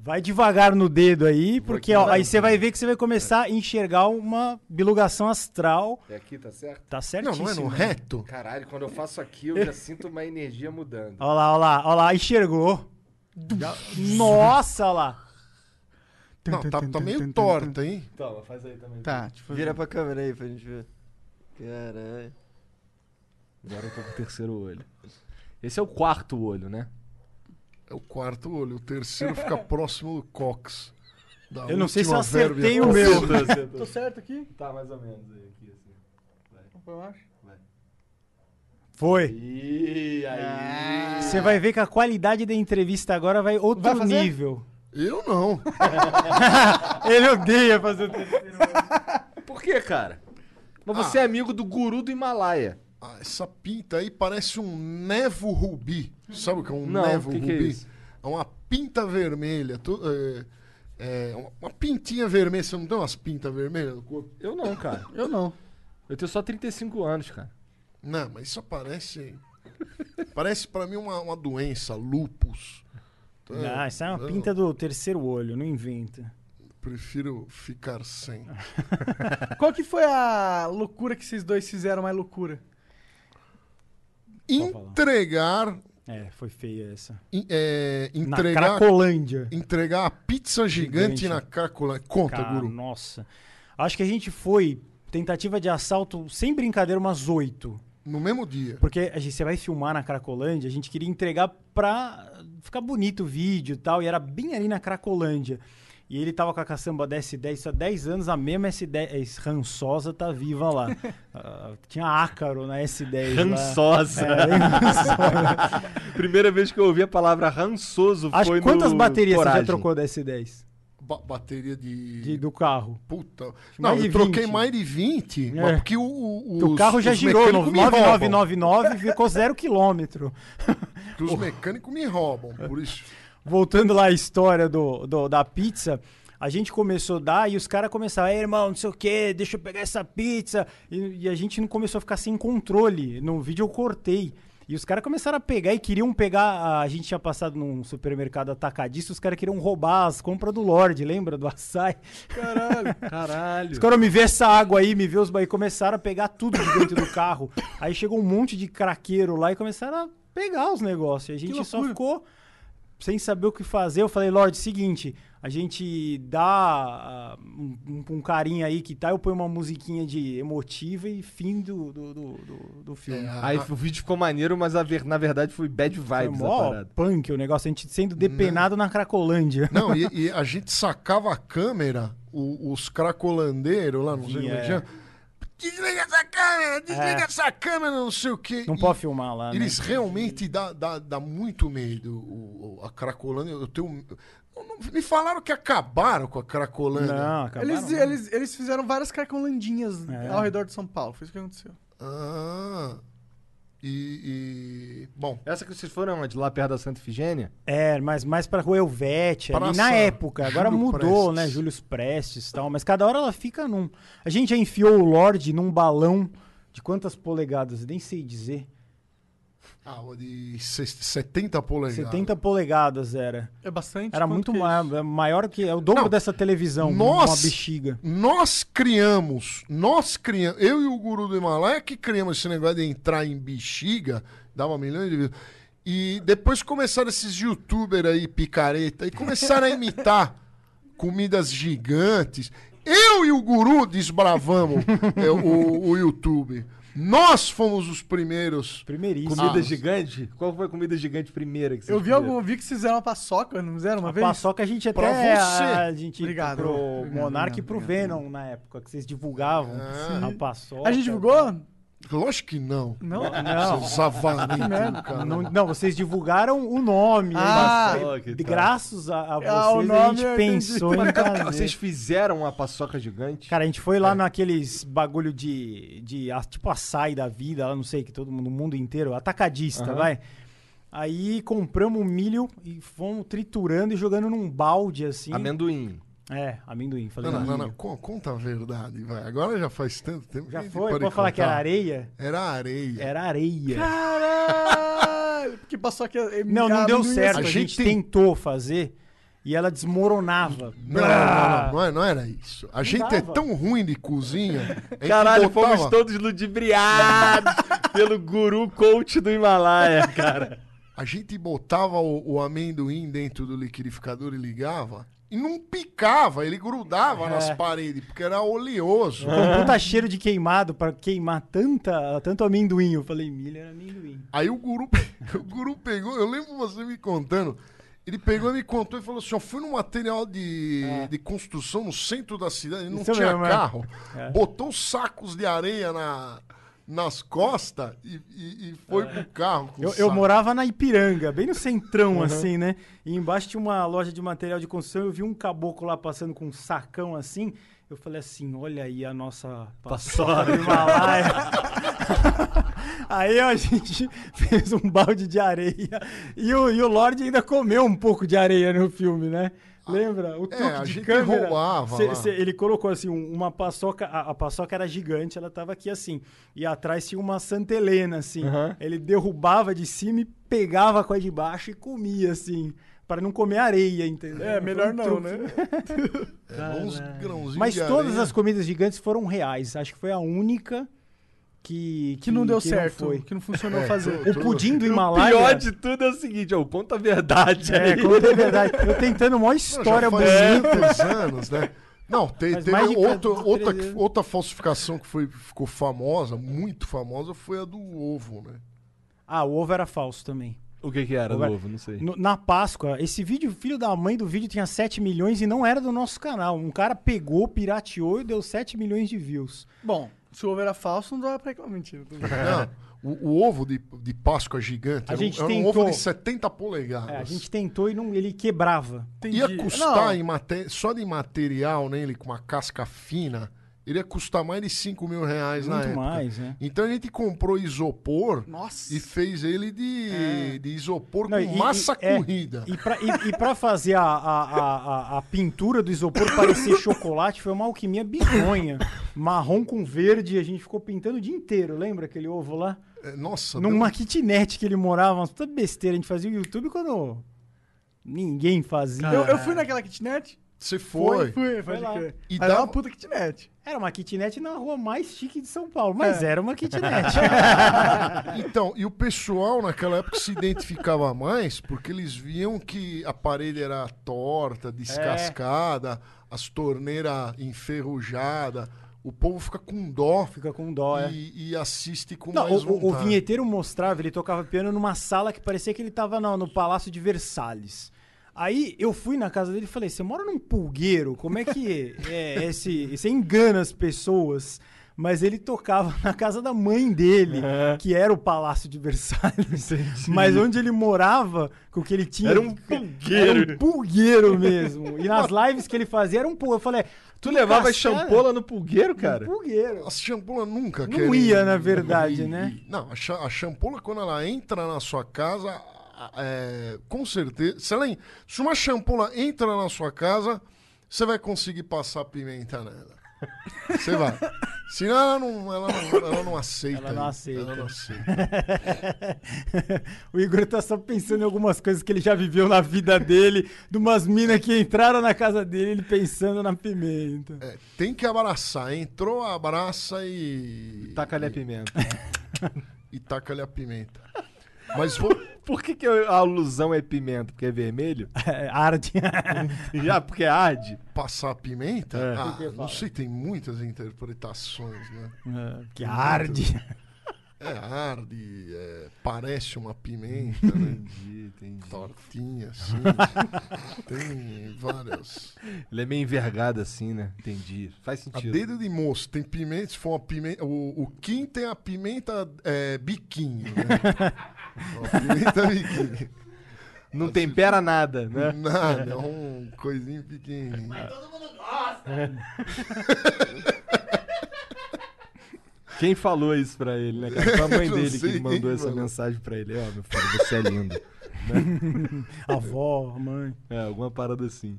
Vai devagar no dedo aí, porque aqui, ó, vai. aí você vai ver que você vai começar a enxergar uma bilugação astral. É aqui, tá certo? Tá Não, certíssimo. não é no reto? Caralho, quando eu faço aqui eu já sinto uma energia mudando. Olha lá, olha lá, olha lá, enxergou. Nossa, olha lá. Não, tá, tá meio torta, hein? Toma, faz aí também. Tá, tipo. Vira pra câmera aí pra gente ver. Caralho. Agora eu tô com o terceiro olho. Esse é o quarto olho, né? É o quarto olho. O terceiro *laughs* fica próximo do cox. Da Eu não sei se eu última acertei vértebra. o meu. Tô certo aqui? tá mais ou menos aí, aqui, assim. Eu acho. Foi. Ih, aí. Você vai ver que a qualidade da entrevista agora vai outro Vai fazer? nível. Eu não. Ele odeia fazer *laughs* o terceiro. Ah. Por que, cara? Mas Ah. você é amigo do guru do Himalaia. Ah, essa pinta aí parece um nevo rubi. Sabe o que é um Não, nevo o que que é rubi? isso? é, uma pinta vermelha. Tu- é, é, uma, uma pintinha vermelha. Você não tem umas pintas vermelhas no corpo? Eu não, cara. Eu não. Eu tenho só 35 anos, cara. Não, mas isso parece. parece pra mim uma, uma doença, lupus. Então, Ah, essa é uma pinta do terceiro olho, não inventa. Prefiro ficar sem. Qual que foi a loucura que vocês dois fizeram mais loucura? falar. Entregar. É, foi feia essa. in- é, Na entregar. Cracolândia. Entregar a pizza gigante, Gigante. na Cracolândia. Conta, Cara, guru. Nossa. Acho que a gente foi, tentativa de assalto, sem brincadeira, umas oito. No mesmo dia. Porque a gente, você vai filmar na Cracolândia, a gente queria entregar pra ficar bonito o vídeo e tal, e era bem ali na Cracolândia. E ele tava com a caçamba da S10, isso há 10 anos, a mesma S10, rançosa tá viva lá. Ah, tinha ácaro na S10 lá. Rançosa. É, bem rançosa. *laughs* Primeira vez que eu ouvi a palavra rançoso Acho foi que quantas no baterias você Coragem. já trocou da S10? Ba- bateria de. De- do carro? Puta. Não, Mais eu de troquei 20. mais de 20, É. mas porque o, o, o os- carro já os girou, no mecânicos me roubam. 9999 ficou zero quilômetro. Que os mecânicos me roubam, por *laughs* isso. voltando lá à história do, do- da pizza, a gente começou a dar e os caras começaram, "Ei, irmão, não sei o que, deixa eu pegar essa pizza. E, e a gente não começou a ficar sem controle. No vídeo eu cortei. E os caras começaram a pegar e queriam pegar. A gente tinha passado num supermercado atacadista, os caras queriam roubar as compras do Lorde, lembra? Do açaí. Caralho. Caralho. Os caras me vê essa água aí, me vê os ba- e começaram a pegar tudo de dentro do carro. Aí chegou um monte de craqueiro lá e começaram a pegar os negócios. E A gente só ficou sem saber o que fazer. Eu falei, Lorde, seguinte, a gente dá ah, um, um carinho aí que tá, eu ponho uma musiquinha de emotiva e fim do, do, do, do- do filme. É, Ah, Aí o vídeo ficou maneiro, mas a ver- na verdade foi bad Foi vibes a mó parada. punk o negócio, a gente sendo depenado na Cracolândia. Não, e, e a gente sacava a câmera, o- os cracolandeiros lá, não sei como é que Yeah. chama. Desliga essa câmera, desliga essa câmera, não sei o quê. *laughs* É. Não E pode filmar lá, né? Eles realmente dá, dá, dá muito medo, o- o- a Cracolândia. Eu tenho. um, não- não- me falaram que acabaram com a Cracolândia. Não, acabaram. né? É. Eles, não. eles, eles fizeram várias carcolandinhas ao redor de São Paulo. Foi isso que aconteceu. Ah, e, e- Bom, Essa que vocês foram onde? Lá perto da Santa Ifigênia? É, mas mais pra Rua Elvete, ali Praça na época. Agora Júlio mudou, Prestes. né? Júlio Prestes e tal. Mas cada hora ela fica num. A gente já enfiou o Lorde num balão de quantas polegadas? Nem sei dizer. ah, o de se- 70 polegadas. 70 polegadas era. É bastante. Era Quanto muito que é ma isso? maior que. É o dobro Não, dessa televisão. nós- Uma bexiga. Nós criamos, nós criamos, eu e o guru do Himalaia que criamos esse negócio de entrar em bexiga, dava milhões de vezes. E depois começaram esses youtubers aí, picareta, e começaram a imitar *laughs* comidas gigantes. Eu e o guru desbravamos *laughs* é, o, o YouTube. Nós fomos os primeiros. Primeiríssimo. Comida Ah. gigante? Qual foi a comida gigante primeira que vocês Eu vi, comeram? algum, eu vi que fizeram uma paçoca, não fizeram uma A vez? paçoca a gente até. Pra você. A gente Obrigado. pro Obrigado, Monark e obrigado, pro obrigado. Venom na época, que vocês divulgavam Ah. a paçoca. A gente divulgou? Lógico que não. Não. Não. né? Seus avarentos, cara. *laughs* Não, não, vocês divulgaram o nome. Ah, né? Paçoca e de tal. graças É, a, a vocês, Ah, o a nome gente eu pensou em fazer. Ah, Vocês fizeram uma paçoca gigante? Cara, a gente É. foi lá naqueles bagulho de, de a- tipo açaí da vida, lá não sei, que todo mundo, o mundo inteiro, atacadista, vai. Aí compramos milho e fomos triturando e jogando num balde, assim. Amendoim. É, amendoim. Falei, Não, não, não, milho. não. Con- Conta a verdade, vai. Agora já faz tanto tempo. Já que foi? pode Pode falar que contar. era areia? Era areia. Era areia. Caralho! Porque paçoca. é- Não, não ah, deu ia- certo. A assim. A gente, gente tentou fazer e ela desmoronava. Não, não, Ah! não, não, é- não era isso. A gente é dava. tão ruim de cozinha. Então a gente *laughs* Caralho, botava- fomos todos *laughs* ludibriados pelo guru coach do Himalaia, cara. A gente botava o, o amendoim dentro do liquidificador e ligava. E não picava, ele grudava É. nas paredes, porque era oleoso. Ah. Com um puta cheiro de queimado pra queimar tanta, tanto amendoim. Eu falei, milho era amendoim. Aí o guru, *laughs* o guru pegou, eu lembro você me contando. Ele pegou e me contou e falou assim: ó, fui num material de, de construção no centro da cidade, não É. Isso tinha mesmo, é. carro. Botou sacos de areia na, nas costas e, e- e foi pro carro. com Eu, eu saco. morava na Ipiranga, bem no centrão, assim, né? E embaixo tinha uma loja de material de construção. Eu vi um caboclo lá passando com um sacão assim. Eu falei assim: olha aí a nossa paçoca do *laughs* Himalaia. aí a gente *laughs* fez um balde de areia. E o, e o Lorde ainda comeu um pouco de areia no filme, né? Lembra? O truque É, a de gente câmera. roubava Cê- lá. cê- ele colocou assim um- uma paçoca, a, a paçoca era gigante, ela tava aqui assim, e atrás tinha uma Santa Helena assim. Ele derrubava de cima e pegava com a de baixo e comia assim, para não comer areia, entendeu? É, melhor Foi um não, truque. né? É, uns grãozinhos Ah, Mas de todas areia. as comidas gigantes foram reais, acho que foi a única que Que não deu que certo, foi. É. que não funcionou fazer. O pudim do Himalaia. Pior de tudo é o seguinte, ó, conta a verdade *laughs* É, aí. conta a verdade. Eu tentando uma Não, É. história já faz bonita. muitos anos, né? Não, te- Mas teve mais de outra, quase outra, 13 anos. outra falsificação que foi, ficou famosa, muito famosa, foi a do ovo, né? Ah, o ovo era falso também. O que que era Agora- novo? Não sei. No- na Páscoa, esse vídeo, o filho da mãe do vídeo tinha 7 milhões e não era do nosso canal. Um cara pegou, pirateou e deu 7 milhões de views. Bom, se o ovo era falso, não dava pra reclamar. Mentira. tô brincando. Não, o, o ovo de, de Páscoa gigante A era, um- gente era um tentou. ovo de 70 polegadas. É, a gente tentou e não, ele quebrava. Ia Entendi. custar Não. em mate- só de material nele, com uma casca fina, ele ia custar mais de 5 mil reais na Muito época. mais, né? Então a gente comprou isopor Nossa. e fez ele de, de isopor É. Não, com e- massa e- é, corrida. e, pra, e- e pra fazer a, a, a, a- a pintura do isopor parecer chocolate, foi uma alquimia bizonha. Marrom com verde, a gente ficou pintando o dia inteiro. Lembra aquele ovo lá? É, Nossa, deu- Numa kitnet que ele morava, uma puta besteira. A gente fazia o YouTube quando ninguém fazia. Eu, eu fui naquela kitnet? você foi. Fui, Foi é pode lá. crer. E E dava- dava uma puta kitnet. Era uma kitnet na rua mais chique de São Paulo, mas era uma kitnet. Então, e o pessoal naquela época se identificava mais porque eles viam que a parede era torta, descascada, É. as torneiras enferrujadas. O povo fica com dó Fica com dó, é. e, e assiste com Não, mais o, o- o vontade. vinheteiro mostrava, ele tocava piano numa sala que parecia que ele tava no, no Palácio de Versalhes. Aí eu fui na casa dele e falei: você mora num pulgueiro? Como é *laughs* que é esse. Você engana as pessoas. Mas ele tocava *laughs* na casa da mãe dele, É. que era o Palácio de Versalhes. Mas onde ele morava, com o que ele tinha. Era um pulgueiro. Era um pulgueiro mesmo. *laughs* E nas lives que ele fazia era um pulgueiro. Eu falei: Tu levava castelo- shampoo lá no pulgueiro, cara? Pulgueiro. A champola nunca Não quer- ia, na verdade, e- né? e- Não, a, cha- a champola, quando ela entra na sua casa, a- é, com certeza. Se, ela en- se uma champola entra na sua casa, você vai conseguir passar pimenta nela. Você vai. Senão ela não, ela não, ela não aceita. Ela não isso. Ela não aceita. *laughs* o Igor tá só pensando em algumas coisas que ele já viveu na vida dele, de umas minas que entraram na casa dele, ele pensando na pimenta. *laughs* É, tem que abraçar. Entrou, abraça e. Taca-lhe a pimenta. E taca-lhe a pimenta. Mas vou. Por que, que a alusão é pimenta? Porque é vermelho? É, Arde. *laughs* Já, porque arde. passar pimenta? É. Ah, não sei, tem muitas interpretações, né? É, que arde. É arde, é, parece uma pimenta, *laughs* né? Entendi, entendi. Tortinha, assim. tem várias. Ele é meio envergado assim, né? Entendi. Faz A sentido. dedo de moço, tem pimenta, se for uma pimenta. O, o Kim tem a pimenta é, biquinho, *laughs* né? Uma pimenta biquinho. Não tempera nada, né? Nada, é um coisinho pequenininho. Todo mundo gosta. Quem falou isso pra ele, né, cara? Foi a mãe Eu não dele sei que quem mandou essa falou. mensagem pra ele. Ó, meu filho, você é lindo. Avó, mãe. É, alguma parada assim.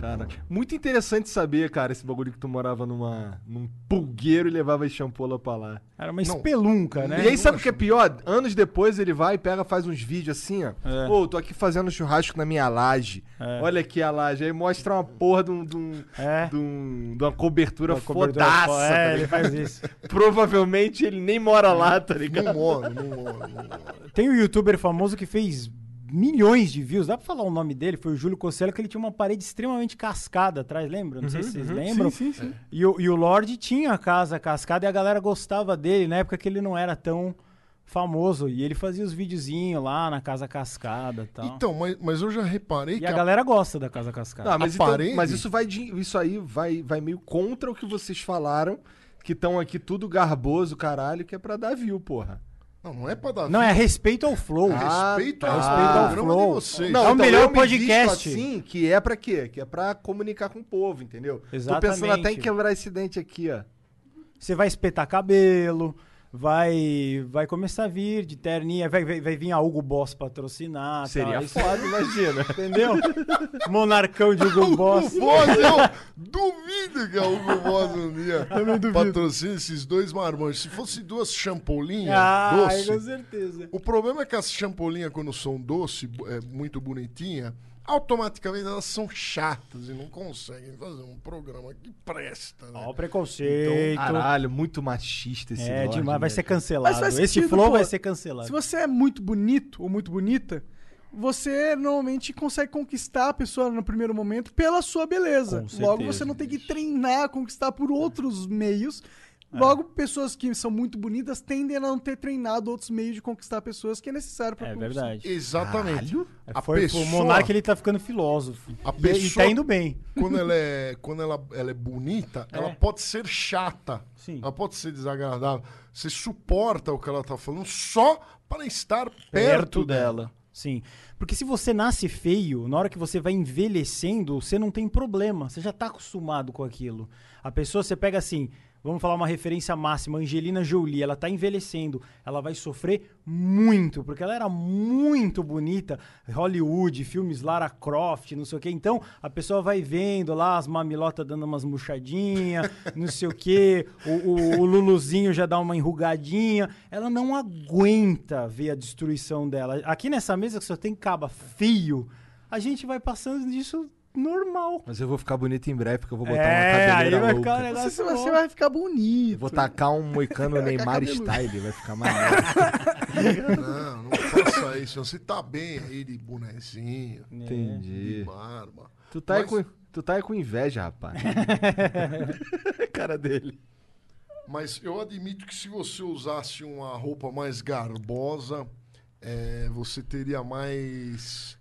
Cara, muito interessante saber, cara, esse bagulho que tu morava numa, num pulgueiro e levava as champola pra lá. Era uma espelunca, né? E aí, sabe o que é pior? Anos depois ele vai e pega, faz uns vídeos assim, ó. É. Pô, tô aqui fazendo churrasco na minha laje. É. Olha aqui a laje. Aí mostra uma porra de, um, de, um- É. de um- de uma cobertura, Uma cobertura fodaça. fo- tá É, ele ligado? faz isso. Provavelmente ele nem mora lá, tá Não ligado? moro, não moro, não moro. Tem um youtuber famoso que fez milhões de views, dá pra falar o nome dele? Foi o Júlio Cosselo, que ele tinha uma parede extremamente cascada atrás, lembra? Não sei se vocês lembram. Uhum, Sim, sim, sim. E o, e o Lorde tinha a casa cascada e a galera gostava dele na época que ele não era tão famoso. E ele fazia os videozinhos lá na casa cascada e tal. Então, mas, mas eu já reparei que e a a galera gosta da casa cascada. Ah, mas, então- parede- mas isso vai de- isso aí vai, vai meio contra o que vocês falaram, que estão aqui tudo garboso, caralho, que é pra dar view, porra. Não, não é pra dar não, é respeito ao flow. Ah, Respeito, tá. ao Respeito ao programa flow. de vocês. Não, É o então, melhor eu me podcast. visto assim, que é pra quê? Que é pra comunicar com o povo, entendeu? Tô pensando Exatamente. até em quebrar esse dente aqui, ó. Você vai espetar cabelo, vai vai começar a vir de terninha, vai, vai, vai vir a Hugo Boss patrocinar. Seria tal. Isso- foda, imagina. *laughs* Entendeu? Monarcão de Hugo Boss. O Boss, eu duvido que a Hugo Boss um *laughs* dia patrocine esses dois marmanjos. Se fosse duas champolinhas Ah, com doce, certeza. o problema é que as champolinhas, quando são doce, bo- é, muito bonitinha, automaticamente elas são chatas e não conseguem fazer um programa que presta. Né? Ó, o preconceito. Então, Caralho, muito machista esse é Lorde, demais, vai né, ser cara? cancelado. Mas faz Esse sentido, flow pô. vai ser cancelado. Se você é muito bonito ou muito bonita, você normalmente consegue conquistar a pessoa no primeiro momento pela sua beleza. Com Logo, certeza, É. você não tem que treinar, conquistar por outros meios. Logo, pessoas que são muito bonitas tendem a não ter treinado outros meios de conquistar pessoas que é necessário para É verdade. Exatamente. A É, Foi, pessoa, O Monark ele tá ficando filósofo. A E- E, pessoa- tá indo bem. quando ela é, quando ela, ela é bonita, ela pode ser chata. Sim. Ela pode ser desagradável. Você suporta o que ela tá falando só para estar perto, perto dela. dela. Sim. Porque se você nasce feio, na hora que você vai envelhecendo, você não tem problema. Você já tá acostumado com aquilo. A pessoa, você pega assim, vamos falar uma referência máxima, Angelina Jolie, ela tá envelhecendo, ela vai sofrer muito, porque ela era muito bonita, Hollywood, filmes Lara Croft, não sei o quê. Então, a pessoa vai vendo lá as mamilotas dando umas *laughs* murchadinhas, não sei o quê, o, o- o Luluzinho já dá uma enrugadinha. Ela não aguenta ver a destruição dela. Aqui nessa mesa que só tem caba fio, a gente vai passando disso normal. Mas eu vou ficar bonito em breve, porque eu vou é, botar uma aí cabeleira vai louca. ficar um negócio Você, você bom. vai ficar bonito. Eu Vou tacar um *laughs* moicano Neymar cabeludo. style, vai ficar É. maneiro. Não, não faça isso. Você tá bem aí de bonezinho, de É. Entendi. barba. Tu tá, aí Mas- com, tu tá aí com inveja, *laughs* rapaz. Cara dele. Mas eu admito que se você usasse uma roupa mais garbosa, eh, você teria mais.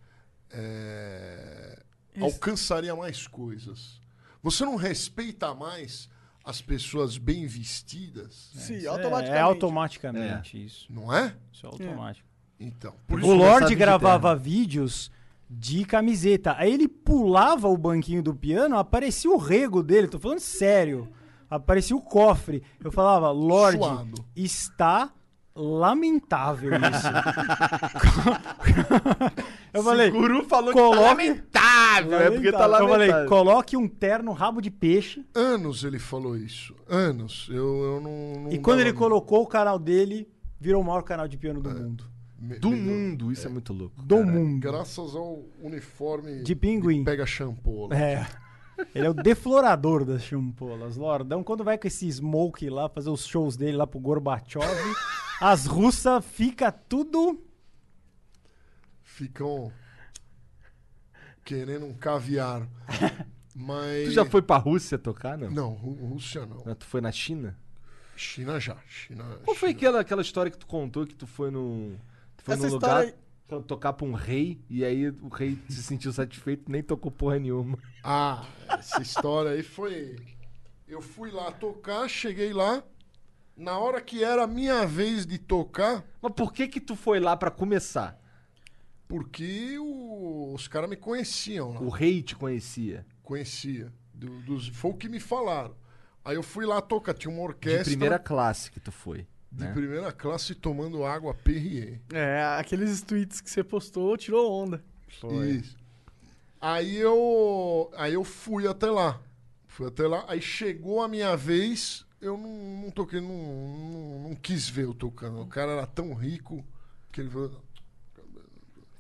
eh, alcançaria mais coisas. Você não respeita mais as pessoas bem vestidas, Sim, É, assim, automaticamente. É automaticamente isso. não é? Isso é automático. Então. O Lorde sabe de gravava vídeos de camiseta. Aí ele pulava o banquinho do piano, aparecia o rego dele, tô falando sério. Aparecia o cofre. Eu falava, Lorde, Suado. está lamentável isso. *laughs* Eu falei, Guru falou tá coloque... lamentável, é porque tá Eu lamentável. falei, coloque um terno rabo de peixe. Anos ele falou isso. Anos. Eu, eu não, Um não e quando dava- ele colocou o canal dele, virou o maior canal de piano do É. mundo. me- Do me- mundo, isso é, muito louco. Do mundo. Graças ao uniforme De pinguim. pega shampoo. lá. É. Ele é o deflorador das chumpolas. Lordão, quando vai com esse Smoke lá fazer os shows dele lá pro Gorbachev, as russas fica tudo. ficam querendo um *laughs* caviar. Mas. Tu já foi pra Rússia tocar, É. não? Não, Rú- Rússia não. Mas Tu foi na China? China já. China. Qual foi China. aquela, aquela história que tu contou que tu foi num. Tu foi Essa num lugar história pra tocar pra um rei e aí o rei se sentiu satisfeito nem tocou porra nenhuma. Ah, essa história aí foi. Eu fui lá tocar, cheguei lá. Na hora que era a minha vez de tocar, Mas por que que tu foi lá pra começar? porque o- os caras me conheciam lá. O rei te conhecia. Conhecia. do- dos, foi o que me falaram. Aí eu fui lá tocar, tinha uma é De orquestra primeira classe que tu foi. de né? primeira classe tomando água Perrier. É, aqueles tweets que você postou tirou onda. Isso. Aí eu, aí eu fui até lá. Fui até lá, aí chegou a minha vez, eu não, não toquei, não, não, não quis ver eu tocando. O cara era tão rico que ele falou.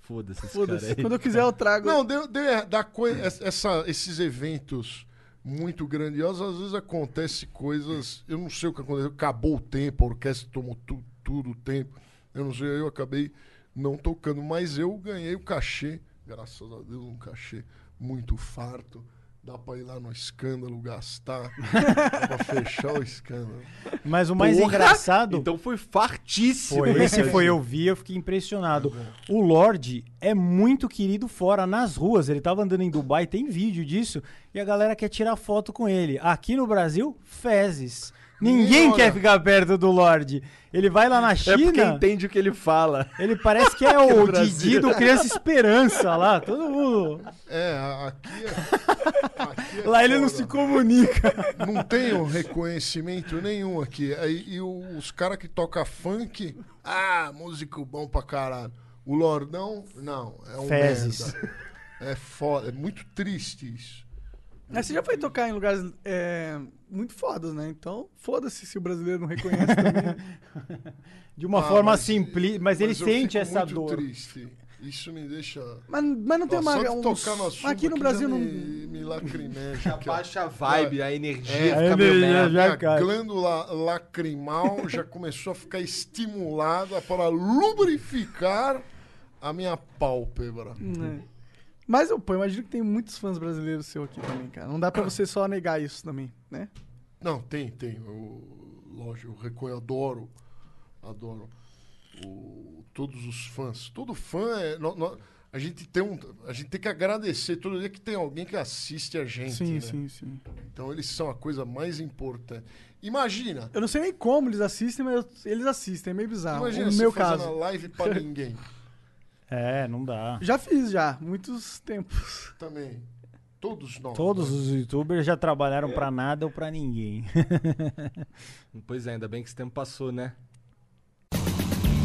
Foda-se esse cara Foda-se. aí. Quando eu quiser, eu trago. Não, deu, deu er- da coi- es- essa, esses eventos muito grandiosos, às vezes acontece coisas, eu não sei o que aconteceu, acabou o tempo, a orquestra tomou tu- tudo o tempo, eu não sei, eu acabei não tocando, mas eu ganhei o cachê, graças a Deus, um cachê muito farto, dá pra ir lá no escândalo, gastar, *laughs* dá pra fechar o escândalo. Mas o mais Porra! engraçado. Então foi fartíssimo. Foi, esse foi eu vi, eu fiquei Tá impressionado. O Lorde é muito querido fora, nas ruas. Ele tava andando em Dubai, tem vídeo disso, e a galera quer tirar foto com ele. Aqui no Brasil, fezes. Ninguém olha. quer ficar perto do Lorde. Ele vai lá na É porque China. entende o que ele fala. Ele parece *laughs* que é o Brasil. Didi do Criança Esperança lá, todo mundo. É, a- aqui é, aqui é Lá ele não foda. se comunica. não tenho reconhecimento nenhum aqui. Aí, E, o- os caras que tocam funk, ah, músico bom pra caralho. O Lordão, não, é um Fezes. merda. É foda, é muito triste isso. Mas você já foi tocar em lugares é, muito fodas, né? Então, foda-se se o brasileiro *laughs* não reconhece também. De uma Ah, forma mas- simples, mas, ele eu sente fico essa muito dor. triste. Isso me deixa. Mas, mas não tem Ó, uma. um só de uns- tocar no assunto aqui no já Brasil não. me, me lacrimeja. aqui, ó. Abaixa É a vibe, a energia É, fica meio energia merda. já Minha cai. glândula lacrimal já começou a ficar estimulada para lubrificar a minha pálpebra. né? Mas eu, pô, imagino que tem muitos fãs brasileiros seu aqui também, cara. Não dá pra você só negar isso também, né? Não, tem, tem. Eu, lógico, eu reconheço, adoro. Adoro. o- todos os fãs. Todo fã é. nó- nó- a, gente tem um, a gente tem que agradecer todo dia que tem alguém que assiste a gente. Sim, né? sim, sim. Então eles são a coisa mais importante. Imagina. Eu não sei nem como eles assistem, mas eu- eles assistem, é meio bizarro. imagina no você meu fazendo caso. a live *laughs* pra ninguém É, não dá. Já fiz, já, muitos tempos. *laughs* também. Todos nós. Todos os youtubers já trabalharam pra nada ou pra ninguém. Pois é, ainda bem que esse tempo passou, né?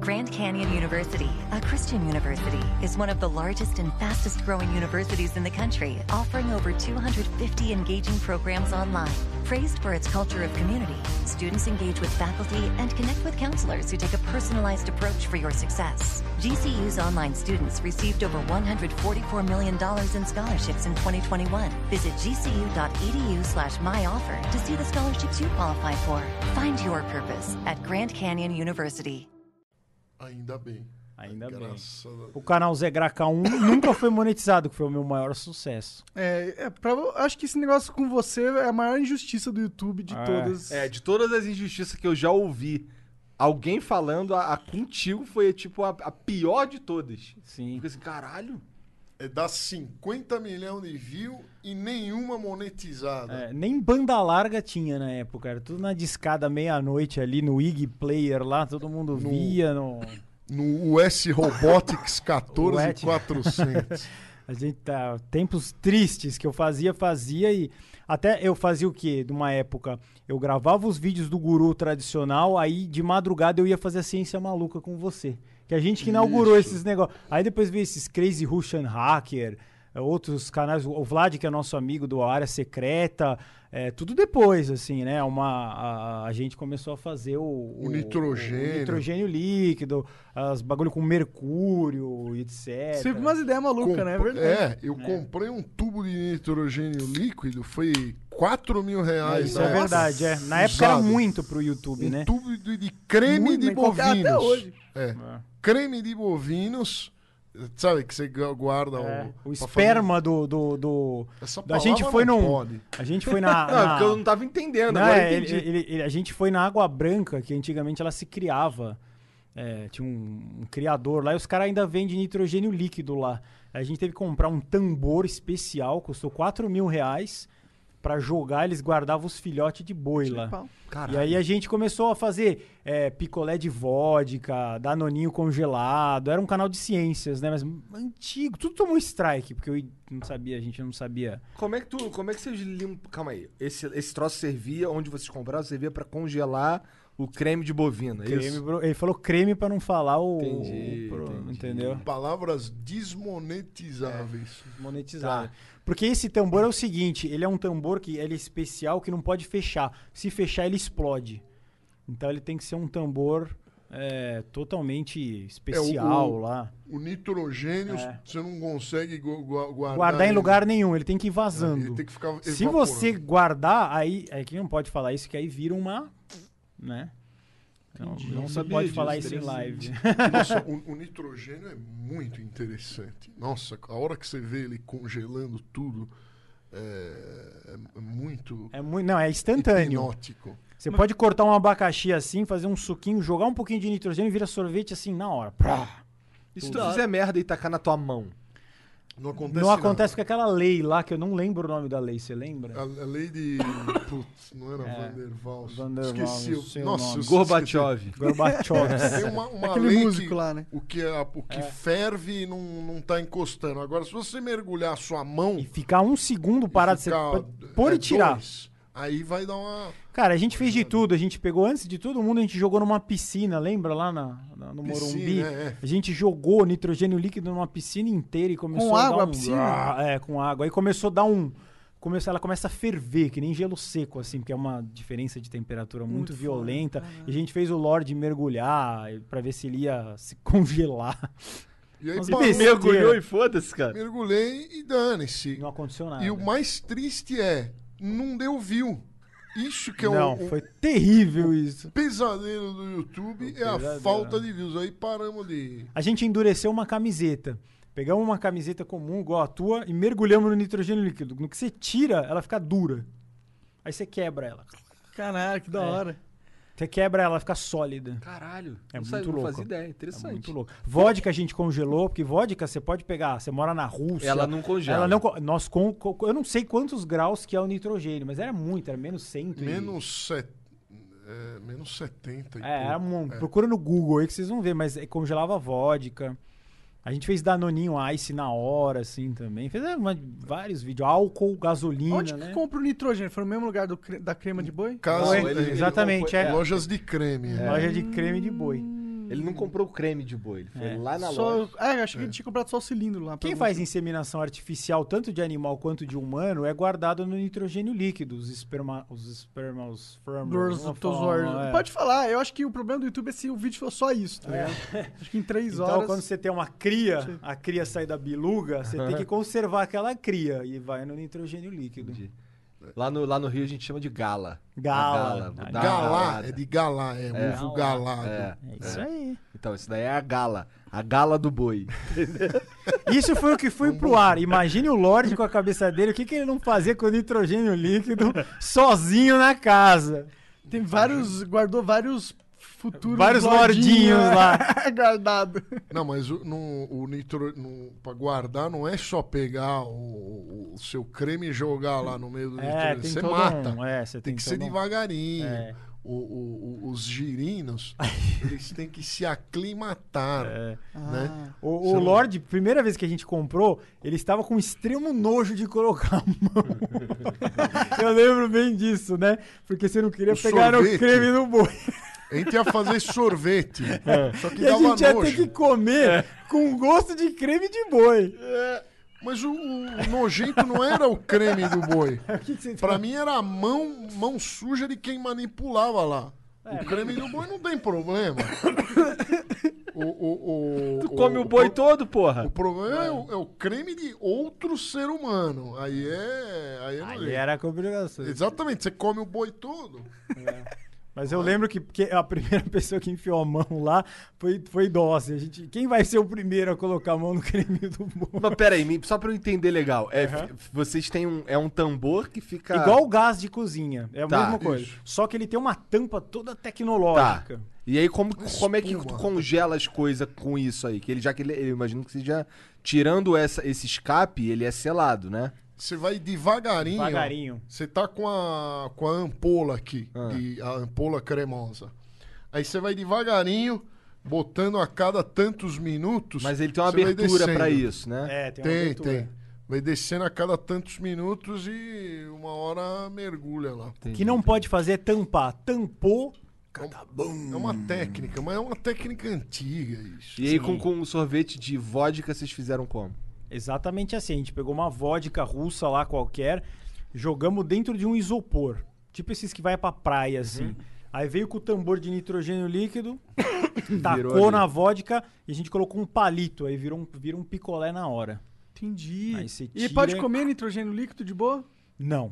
Grand Canyon University, a Christian university, is one of the largest and fastest growing universities in the country, offering over 250 engaging programs online. Praised for its culture of community, students engage with faculty and connect with counselors who take a personalized approach for your success. GCU's online students received over $144 million in scholarships in 2021. Visit gcu.edu slash myoffer to see the scholarships you qualify for. Find your purpose at Grand Canyon University. Ainda bem. Ainda bem. Graças a O canal Zé Graca 1 nunca foi monetizado, que foi o meu maior sucesso. É, é pra- eu acho que esse negócio com você é a maior injustiça do YouTube de É. todas. É, de todas as injustiças que eu já ouvi, alguém falando, a, a contigo foi tipo a, a pior de todas. Sim. Fica assim, caralho. É dar 50 milhões de views e nenhuma monetizada. É, nem banda larga tinha na época, era tudo na discada meia-noite ali no IG Player lá, todo mundo via. No... No US *laughs* Robotics 14400. A gente tá. Tempos tristes que eu fazia, fazia e. Até eu fazia o quê? De uma época, eu gravava os vídeos do guru tradicional, aí de madrugada eu ia fazer a ciência maluca com você. Que a gente que inaugurou esses negócios. Aí depois veio esses Crazy Russian Hacker, eh, outros canais, o Vlad, que é nosso amigo do Área Secreta, eh, tudo depois, assim, né? Uma, a, a gente começou a fazer o, O nitrogênio. o nitrogênio líquido, as bagulho com mercúrio e etc. Sempre umas ideias malucas, né? É Compre- verdade. É, eu comprei um tubo de nitrogênio líquido, foi 4 mil reais. Isso na é época. verdade, é. Na época era Usado. muito pro YouTube, Um né? tubo de, de creme Muito de bem colocado, bovinos. até hoje. É. Creme de bovinos. Sabe que você gu- guarda É, o. pra O esperma do. do, do- fazer- Essa A gente palavra foi não num. pode. A gente foi *laughs* na. Não, é na- porque eu não tava entendendo, Ah. Não, agora é, eu entendi. ele- ele- ele- a gente foi na Água Branca, que antigamente ela se criava. É, tinha um, um criador lá e os caras ainda vendem nitrogênio líquido lá. A gente teve que comprar um tambor especial, custou 4 mil reais, pra jogar. Eles guardavam os filhotes de boi é. lá. Pau. E aí a gente começou a fazer é, picolé de vodka, danoninho congelado. Era um canal de ciências, né? Mas antigo, tudo tomou strike, porque eu não sabia, a gente não sabia. Como é que tu, como é que vocês limpam... Calma aí. Esse, esse troço servia, onde vocês compraram, servia pra congelar o creme de bovina, é Creme, isso? bro- ele falou creme pra não falar o. Entendi, o pro- entendi. Entendeu? É. Palavras desmonetizáveis. Monetizado. Tá. Porque esse tambor é o seguinte: ele é um tambor que ele é especial que não pode fechar. Se fechar, ele explode. Então ele tem que ser um tambor é, totalmente especial lá. O nitrogênio É. você não consegue gu- gu- guardar. Guardar em ele. É, lugar nenhum, ele tem que ir vazando. Ele tem que ficar Se evaporando. você guardar, aí. É que não pode falar isso, que aí vira uma. Né? Não, não se sabia pode disso, falar isso em interessante. live. Nossa, o, o nitrogênio é muito interessante. Nossa, a hora que você vê ele congelando tudo, é, é muito É muito, não, é instantâneo. hipnótico. Você pode cortar um abacaxi assim, fazer um suquinho, jogar um pouquinho de nitrogênio e vira sorvete assim na hora. Prá. E se tu fizer merda e tacar na tua mão? Não acontece Não acontece com nada. aquela lei lá, que eu não lembro o nome da lei, você lembra? A, a lei de... Putz, não era Van der Waals. É, Van der Waals, Esqueci. não sei o- o Nossa, nome. eu Gorbachev. *laughs* Gorbachev. esqueci. Tem *laughs* uma, uma Aquele lei músico que, lá, né? o que, é- o que ferve não, não tá encostando. Agora, se você mergulhar a sua mão... e ficar um segundo parado, você ficar, pode pôr é, e tirar. dois, Aí vai dar uma. Cara, a gente fez de tudo. A gente pegou, antes de todo mundo, a gente jogou numa piscina, lembra? Lá na, na- no Piscina, Morumbi. é. A gente jogou nitrogênio líquido numa piscina inteira e começou Com a água, dar a um... piscina? Ah, É, com água. Aí começou a dar um... Começa, ela começa a ferver, que nem gelo seco, assim, porque é uma diferença de temperatura muito, Muito né? foda, violenta. E a gente fez o Lorde mergulhar e- pra ver se ele ia se *laughs* congelar. E aí, Nossa, pá, e pensei- Mergulhou e foda-se, cara. mergulhei e dane-se. Não aconteceu nada. E o mais triste é, não deu view. Isso que é Não, o, o foi terrível isso. pesadelo do YouTube, é a pesadelo. né? falta de views. Aí paramos de... A gente endureceu uma camiseta. Pegamos uma camiseta comum, igual a tua, e mergulhamos no nitrogênio líquido. No que você tira, ela fica dura. Aí você quebra ela. É. Caralho, que da hora. Você quebra ela, ela fica sólida. Caralho. É não muito sabia, não louco. fazia ideia. É Interessante. muito louco. Vodka a gente congelou, porque vodka você pode pegar. Você mora na Rússia. Ela não congela. Ela não, co- nós com, co- eu não sei quantos graus que é o nitrogênio, mas era muito, era menos 100. e- Menos, set... é, menos 70 e É, era pouco. um, procura no Google aí que vocês vão ver, mas eh, congelava vodka. A gente fez Danoninho Ice na hora, assim, também. Fez eh, uma- vários vídeos. Álcool, gasolina, Onde né? que compra o nitrogênio? Foi no mesmo lugar do cre- da crema de boi? Caso, Não, ele- é, Exatamente, ele- é. Lojas de creme. né? Loja de creme de boi. Hum. Ele não comprou o creme de boi. Ele foi É. lá na Só, loja. é, eu achei que ele tinha comprado só o cilindro lá. pra Quem algum- faz inseminação artificial, tanto de animal quanto de humano, é guardado no nitrogênio líquido. Os esperma... Os esperma... Os sperma- Doors, vamos dos falar, olhos. é. Pode falar, eu acho que o problema do YouTube é se o vídeo for só isso, tá ligado? Acho que em três Então, horas. quando você tem uma cria, a cria sai da biluga, você tem que conservar aquela cria e vai no nitrogênio líquido. Entendi. Lá no, lá no Rio a gente chama de gala. Gala. A Vou Ah, dar uma Galá, galada. é de galá, é, ovo galado. É. É isso aí. Então, isso daí é a gala. A gala do boi. Isso foi o que foi pro ar. Imagine o Lorde com a cabeça dele, o que, que ele não fazia com o nitrogênio líquido sozinho na casa. Tem vários. Guardou vários futuros. Vários lordinhos *laughs* lá. guardado. Não, mas o, no, o nitro, no, pra guardar não é só pegar o, o seu creme e jogar lá no meio do É, nitrogênio. tem Você todo mata. um- é, você tem tem que ser todo um- devagarinho. É. O- o- o- os *laughs* girinos, eles têm que se aclimatar. É. Né? O, o Lorde, primeira vez que a gente comprou, ele estava com extremo nojo de colocar a *laughs* mão. Eu lembro bem disso, né? Porque você não queria O pegar sorvete. o creme do boi. A gente ia fazer *laughs* sorvete. Só que É. E a dava gente ia ter nojo. É. que comer com gosto de creme de boi. Mas o, o nojento não era o creme do *laughs* boi. que que você Pra mim era a mão, mão suja de quem manipulava lá. É. O creme do boi não tem problema. O, o, o, Tu come o boi todo, porra. O problema é, o, é o creme de outro ser humano. Aí é. Aí, é Aí nojento. era com obrigação. Exatamente, você come o boi todo. Mas eu lembro que, que a *laughs* primeira pessoa que enfiou a mão lá foi, foi idosa. A gente, quem vai ser o primeiro a colocar a mão no *laughs* creme do boi? Mas pera aí, me- só pra eu entender legal. É, f- Vocês têm um. É um tambor que fica. Igual o gás de cozinha. É a Tá, mesma coisa. isso. Só que ele tem uma tampa toda Tá. tecnológica. E aí, como, como é que tu Espuma. congela as coisas com isso aí? Que ele já que ele, eu imagino que seja. Tirando essa, esse escape, ele é selado, né? Você vai devagarinho. Devagarinho. Ah. Você tá com a, com a ampola aqui, de- a ampola cremosa. Aí você vai devagarinho, botando a cada tantos minutos. Mas ele tem uma você vai abertura pra é descendo. isso, né? É, tem uma Tem, abertura. tem. Vai descendo a cada tantos minutos e uma hora mergulha lá. O que não pode fazer é tampar. Tampou. É uma técnica, mas é uma técnica antiga isso. E aí, com, com um sorvete de vodka, vocês fizeram como? Exatamente assim. A gente pegou uma vodka russa lá qualquer, jogamos dentro de um isopor. Tipo esses que vai pra praia, assim. Uhum. Aí veio com o tambor de nitrogênio *coughs* líquido, tacou ali. na vodka e a gente colocou um palito. Aí virou um, vira um picolé na hora. Entendi. Aí você E tira- pode comer nitrogênio líquido de boa? Não.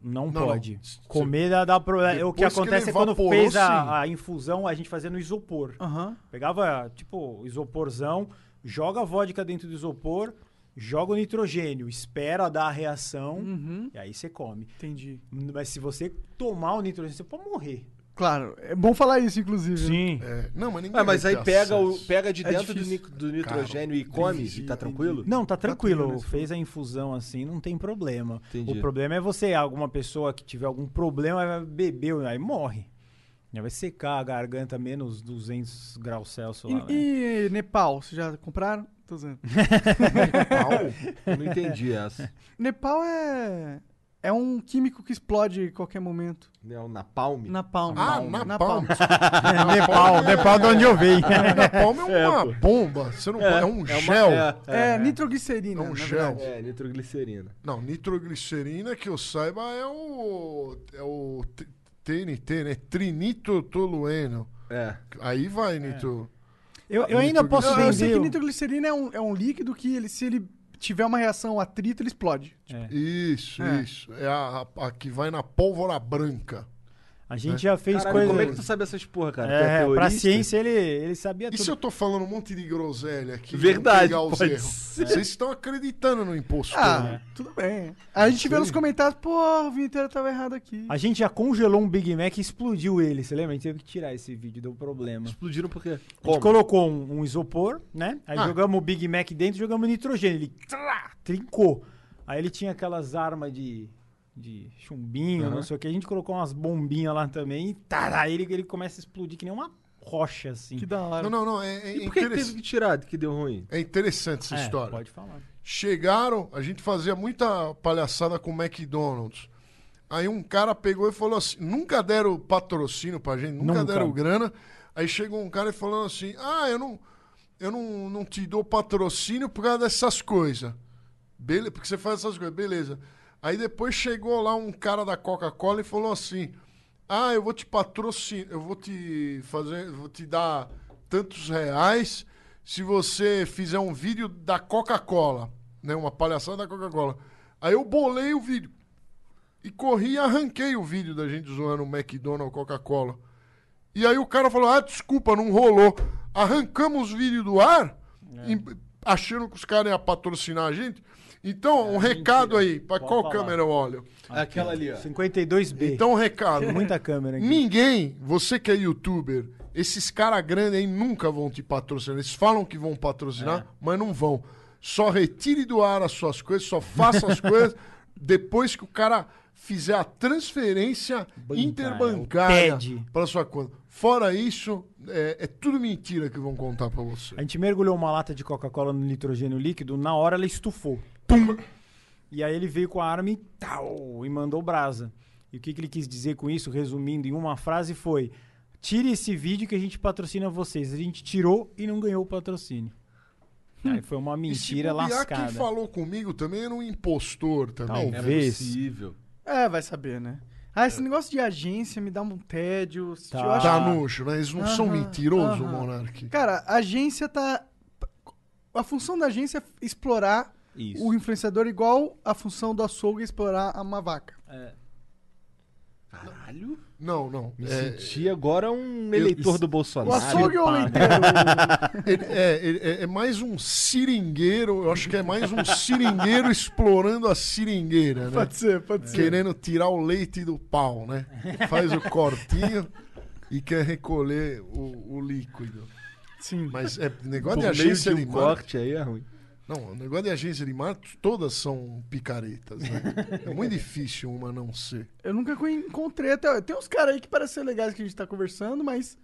Não, Não, pode. não. Se- Comer dá, dá problema. O que Depois que acontece ele é quando evaporou, fez sim. a, a infusão, a gente fazia no isopor. Aham. Pegava, tipo, isoporzão, joga a vodka dentro do isopor, joga o nitrogênio, espera dar a reação Uhum. e aí você come. Entendi. Mas se você tomar o nitrogênio, você pode morrer. Claro, é bom falar isso, inclusive. né? Sim. É, não, mas ninguém Ah, mas vai aí ter pega, o, acesso. pega de É dentro do, difícil. nic- do nitrogênio e come e tá tranquilo? Não, tá tranquilo, tranquilo. né, se for. Fez a infusão assim, não tem problema. Entendi. O problema é você, alguma pessoa que tiver algum problema, vai beber, aí morre. Já vai secar a garganta menos 200 graus Celsius lá. né? E, e Nepal, vocês já compraram? *laughs* Tô dizendo. Eu não entendi essa. Nepal é. É um químico que explode em qualquer momento. Né, o né? Napalm. Napalm. Ah, Napalm. napalm. *laughs* É, Nepal, Nepal de onde eu *laughs* venho. *laughs* Napalm é uma bomba. Você não é, um uma- gel. é, É, é. nitroglicerina. É um na gel. verdade. É, nitroglicerina. Não, nitroglicerina, que eu saiba, é o. É o T- TNT, né? Trinitrotolueno. É. Aí vai, nitro. Eu, eu ainda posso Eu, eu sei que vender. o- nitroglicerina é um, é um líquido que ele, se ele tiver uma reação atrito, ele explode. é. Isso, isso. É a, a- a que vai na pólvora branca. A gente já fez Caralho, coisas. como é que tu sabe essas porra, cara? Tu É, pra teorista? ciência ele, ele sabia E se tudo. eu tô falando um monte de groselha aqui? É Verdade, vamos pegar os pode erros? ser. Vocês estão acreditando no impostor. Ah, tudo bem. Aí a gente vê Sim. nos comentários, pô, o vinheteiro tava errado aqui. A gente já congelou um Big Mac e explodiu ele, você lembra? A gente teve que tirar esse vídeo, deu um problema. Explodiram por quê? A gente colocou um, um isopor, né? Aí Ah. jogamos o Big Mac dentro, jogamos nitrogênio. Ele trá, trincou. Aí ele tinha aquelas armas de, de chumbinho, não sei o que. A gente colocou umas bombinhas lá também e tará, ele, ele começa a explodir que nem uma rocha, assim. Que da hora. Não, não, não. É, é E por que, que interess- teve que tirar que deu ruim? é interessante essa É, história. Pode falar. Chegaram, a gente fazia muita palhaçada com o McDonald's. Aí um cara pegou e falou assim: nunca deram patrocínio pra gente, nunca, Nunca. deram grana. Aí chegou um cara e falou assim: ah, eu não, eu não, não te dou patrocínio por causa dessas coisas. Beleza, porque você faz essas coisas, beleza. Aí depois chegou lá um cara da Coca-Cola e falou assim: Ah, eu vou te patrocinar, eu vou te fazer, vou te dar tantos reais se você fizer um vídeo da Coca-Cola, né? Uma palhaçada da Coca-Cola. Aí eu bolei o vídeo e corri e arranquei o vídeo da gente zoando o McDonald's Coca-Cola. E aí o cara falou: Ah, desculpa, não rolou. Arrancamos o vídeo do ar, em- achando que os caras iam patrocinar a gente. Então, um recado aí, pra qual falar. câmera eu olho? Aquela ali, ó. 52B. Então, um recado. Muita câmera aqui. Ninguém, você que é youtuber, esses caras grandes aí nunca vão te patrocinar. Eles falam que vão patrocinar, É. mas não vão. Só retire do ar as suas coisas, só faça as *laughs* coisas depois que o cara fizer a transferência Bancária, o interbancária TED. para sua conta. Fora isso, é, é tudo mentira que vão contar para você. A gente mergulhou uma lata de Coca-Cola no nitrogênio líquido, na hora ela estufou. E aí ele veio com a arma e tal, e mandou brasa. E o que, que ele quis dizer com isso, resumindo em uma frase, foi: tire esse vídeo que a gente patrocina vocês. A gente tirou e não ganhou o patrocínio. Hum. Aí foi uma E se mentira bobear, lascada. quem falou comigo também era um impostor também. né? É Vez. possível. É, vai saber, né? Ah, esse negócio de agência me dá um tédio. Tá. Eu acho Tá nojo, né? Eles não são Aham, mentirosos, aham. Monark. Cara, a agência tá. A função da agência é explorar Isso. o influenciador igual a função do açougue é explorar uma vaca. Caralho. Não, não. Me É, senti agora um eleitor do O Bolsonaro. açougue ou o pá. leiteiro? Ele- é, ele- é, é mais um seringueiro, eu acho que é mais um seringueiro explorando a seringueira, né? pode ser, pode ser. Querendo tirar o leite do pau, né? Faz o cortinho e quer recolher o, o líquido. Sim. Mas é Por negócio de meio de agência um de marketing. corte aí é ruim. Não, o negócio de agência de marketing, todas são picaretas, né? É muito difícil uma não ser. Eu nunca co- encontrei até. Tem uns caras aí que parecem ser legais que a gente tá conversando, mas.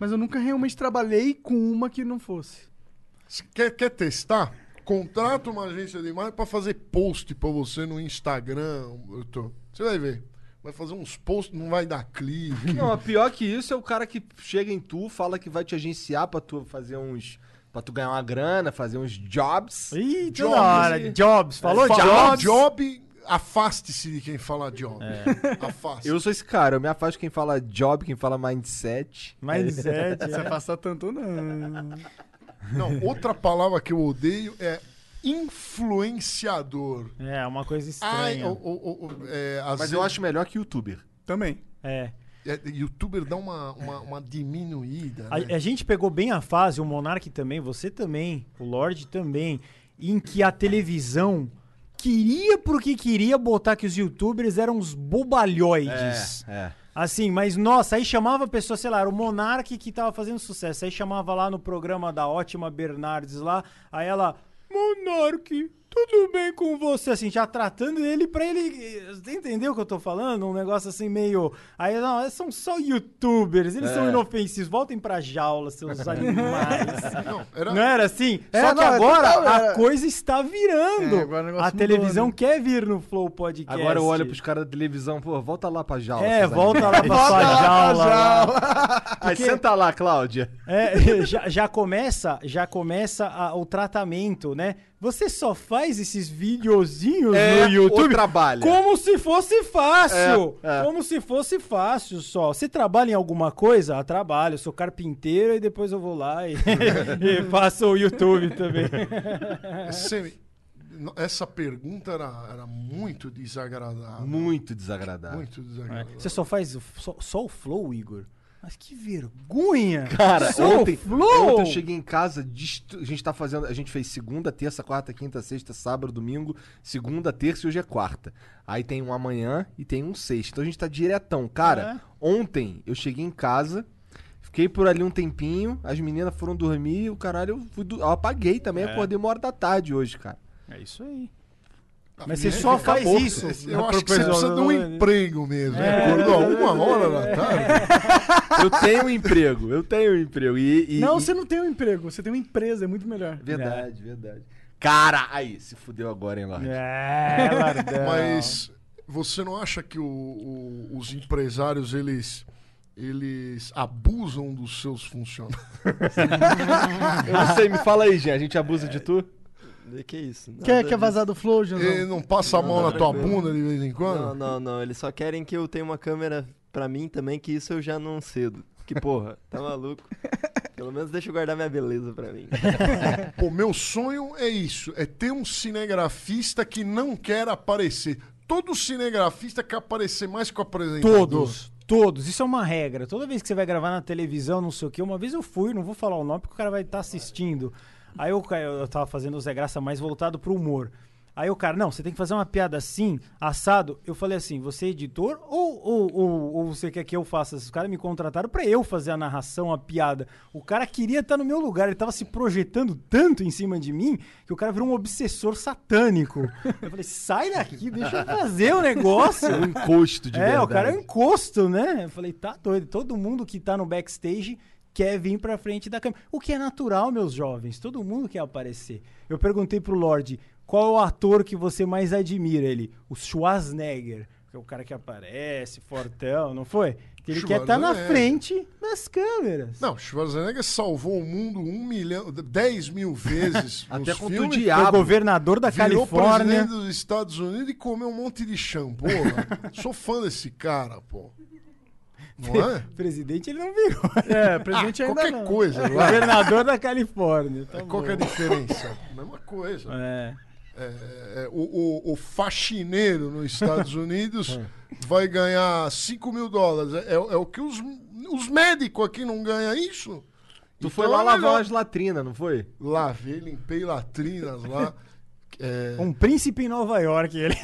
Mas eu nunca realmente trabalhei com uma que não fosse. Se quer, quer testar? Contrata uma agência de marketing para fazer post para você no Instagram. eu tô. Você vai ver. Vai fazer uns posts, não vai dar clique. Não, a pior que isso é o cara que chega em tu, fala que vai te agenciar pra tu fazer uns. pra tu ganhar uma grana, fazer uns jobs. Ih, toda Jobs hora. e- Jobs, falou Falar Jobs. job, afaste-se de quem fala job. *laughs* Afaste. É. Eu sou esse cara, eu me afasto quem fala job, quem fala mindset. Mindset. Se é. afastar tanto, não. Não, outra palavra que eu odeio é influenciador. É, uma coisa Ai, estranha. o- o- o- é, às Mas vezes- eu acho melhor que youtuber. Também. É. é, youtuber dá uma, uma, uma diminuída. né? A, a gente pegou bem a fase, o Monark também, você também, o Lorde também, em que a televisão queria porque queria botar que os youtubers eram uns bobalhoides. É. Assim, mas nossa, aí chamava a pessoa, sei lá, era o Monark que tava fazendo sucesso. Aí chamava lá no programa da ótima Bernardes lá, aí ela, Monark, tudo bem com você, assim, já tratando ele pra ele. Você entendeu o que eu tô falando? Um negócio assim meio. Aí, não, eles são só youtubers, eles são É. inofensivos, voltem pra jaula, *laughs* seus animais. é. Não, era... Não era assim? É, Só que não, é agora total, a era- coisa está virando. É, agora o negócio a mudou, televisão né? quer vir no Flow Podcast. Agora eu olho pros caras da televisão, pô, volta lá pra jaula. É, seus volta lá animais. pra *laughs* sua jaula. lá. Aí senta lá, Cláudia. É, *laughs* já, já começa, já começa a- o tratamento, né? Você só faz esses videozinhos É, no YouTube ou trabalha. como se fosse fácil. É, é. Como se fosse fácil só. Você trabalha em alguma coisa? Ah, trabalho, eu sou carpinteiro e depois eu vou lá e, *laughs* e faço o YouTube *laughs* também. é? Você- no- Essa pergunta era, era muito desagradável. Muito desagradável. É. Muito desagradável. Você só faz o- só, só o flow, Igor? Mas que vergonha! Cara, só ontem, o flow! ontem eu cheguei em casa, destru- a gente tá fazendo, a gente fez segunda, terça, quarta, quinta, sexta, sábado, domingo, segunda, terça e hoje é quarta. Aí tem um amanhã e tem um sexta. Então a gente tá diretão. Cara, ontem eu cheguei em casa, fiquei por ali um tempinho, as meninas foram dormir, o caralho, eu, fui do- eu apaguei também, acordei uma hora da tarde hoje, cara. É isso aí. Mas você só faz acabou. isso. Eu acho que você precisa de um emprego mesmo. né? É. Acordou a uma hora *laughs* da tarde. Eu tenho um emprego, eu tenho um emprego. E, e- Não, e- você não tem um emprego, você tem uma empresa, é muito melhor. Verdade, verdade. Cara, aí, se fudeu agora, hein, Lorde? É, Lardão. Mas você não acha que o- o- os empresários, eles... Eles abusam dos seus funcionários. Eu não sei, me fala aí, gente, a gente abusa de tu? Que é isso? é, Nada Quer, quer disso. vazar do flow, Ele Janzão? não passa a mão na tua tranquilo. bunda de vez em quando? Não, não, não. Eles só querem que eu tenha uma câmera pra mim também, que isso eu já não cedo. Que porra, *laughs* tá maluco? Pelo menos deixa eu guardar minha beleza pra mim. Pô, meu sonho é isso, é ter um cinegrafista que não quer aparecer. Todo cinegrafista quer aparecer mais que o apresentador. Todos. Todos, isso é uma regra. Toda vez que você vai gravar na televisão, não sei o quê, uma vez eu fui, não vou falar o nome porque o cara vai estar assistindo. Aí eu, eu tava fazendo o Zé Graça mais voltado pro humor. Aí o cara, não, você tem que fazer uma piada assim, assado. Eu falei assim, você é editor ou, ou, ou, ou você quer que eu faça? Os caras me contrataram pra eu fazer a narração, a piada. O cara queria estar no meu lugar, ele tava se projetando tanto em cima de mim que o cara virou um obsessor satânico. Eu falei, sai daqui, deixa eu fazer o negócio. Um encosto de é, verdade. o cara é um encosto, né? Eu falei, tá doido. Todo mundo que tá no backstage quer vir pra frente da câmera. O que é natural, meus jovens. Todo mundo quer aparecer. Eu perguntei pro Lorde, qual é o ator que você mais admira? Ele, o Schwarzenegger. Que é o cara que aparece, fortão, não foi? Que ele quer estar na Schwarzenegger. frente das câmeras. Não, Schwarzenegger salvou o mundo um milhão, dez mil vezes *laughs* Até nos com o filmes. Foi o diabo. é governador da Virou Califórnia. presidente dos Estados Unidos e comeu um monte de shampoo. *laughs* né? Sou fã desse cara, pô. Não é? Presidente ele não virou. É, presidente ainda Qualquer não. coisa, lá. *laughs* governador da Califórnia. Tá bom. Qual que é a *laughs* diferença? Mesma coisa. É. É, o, o- o faxineiro nos Estados *laughs* Unidos É. vai ganhar 5 mil dólares. É, é o que os, os médicos aqui não ganham é isso? Tu Então foi lá é lavar melhor. as latrinas, não foi? Lavei, limpei latrinas lá. É, Um príncipe em Nova York, ele.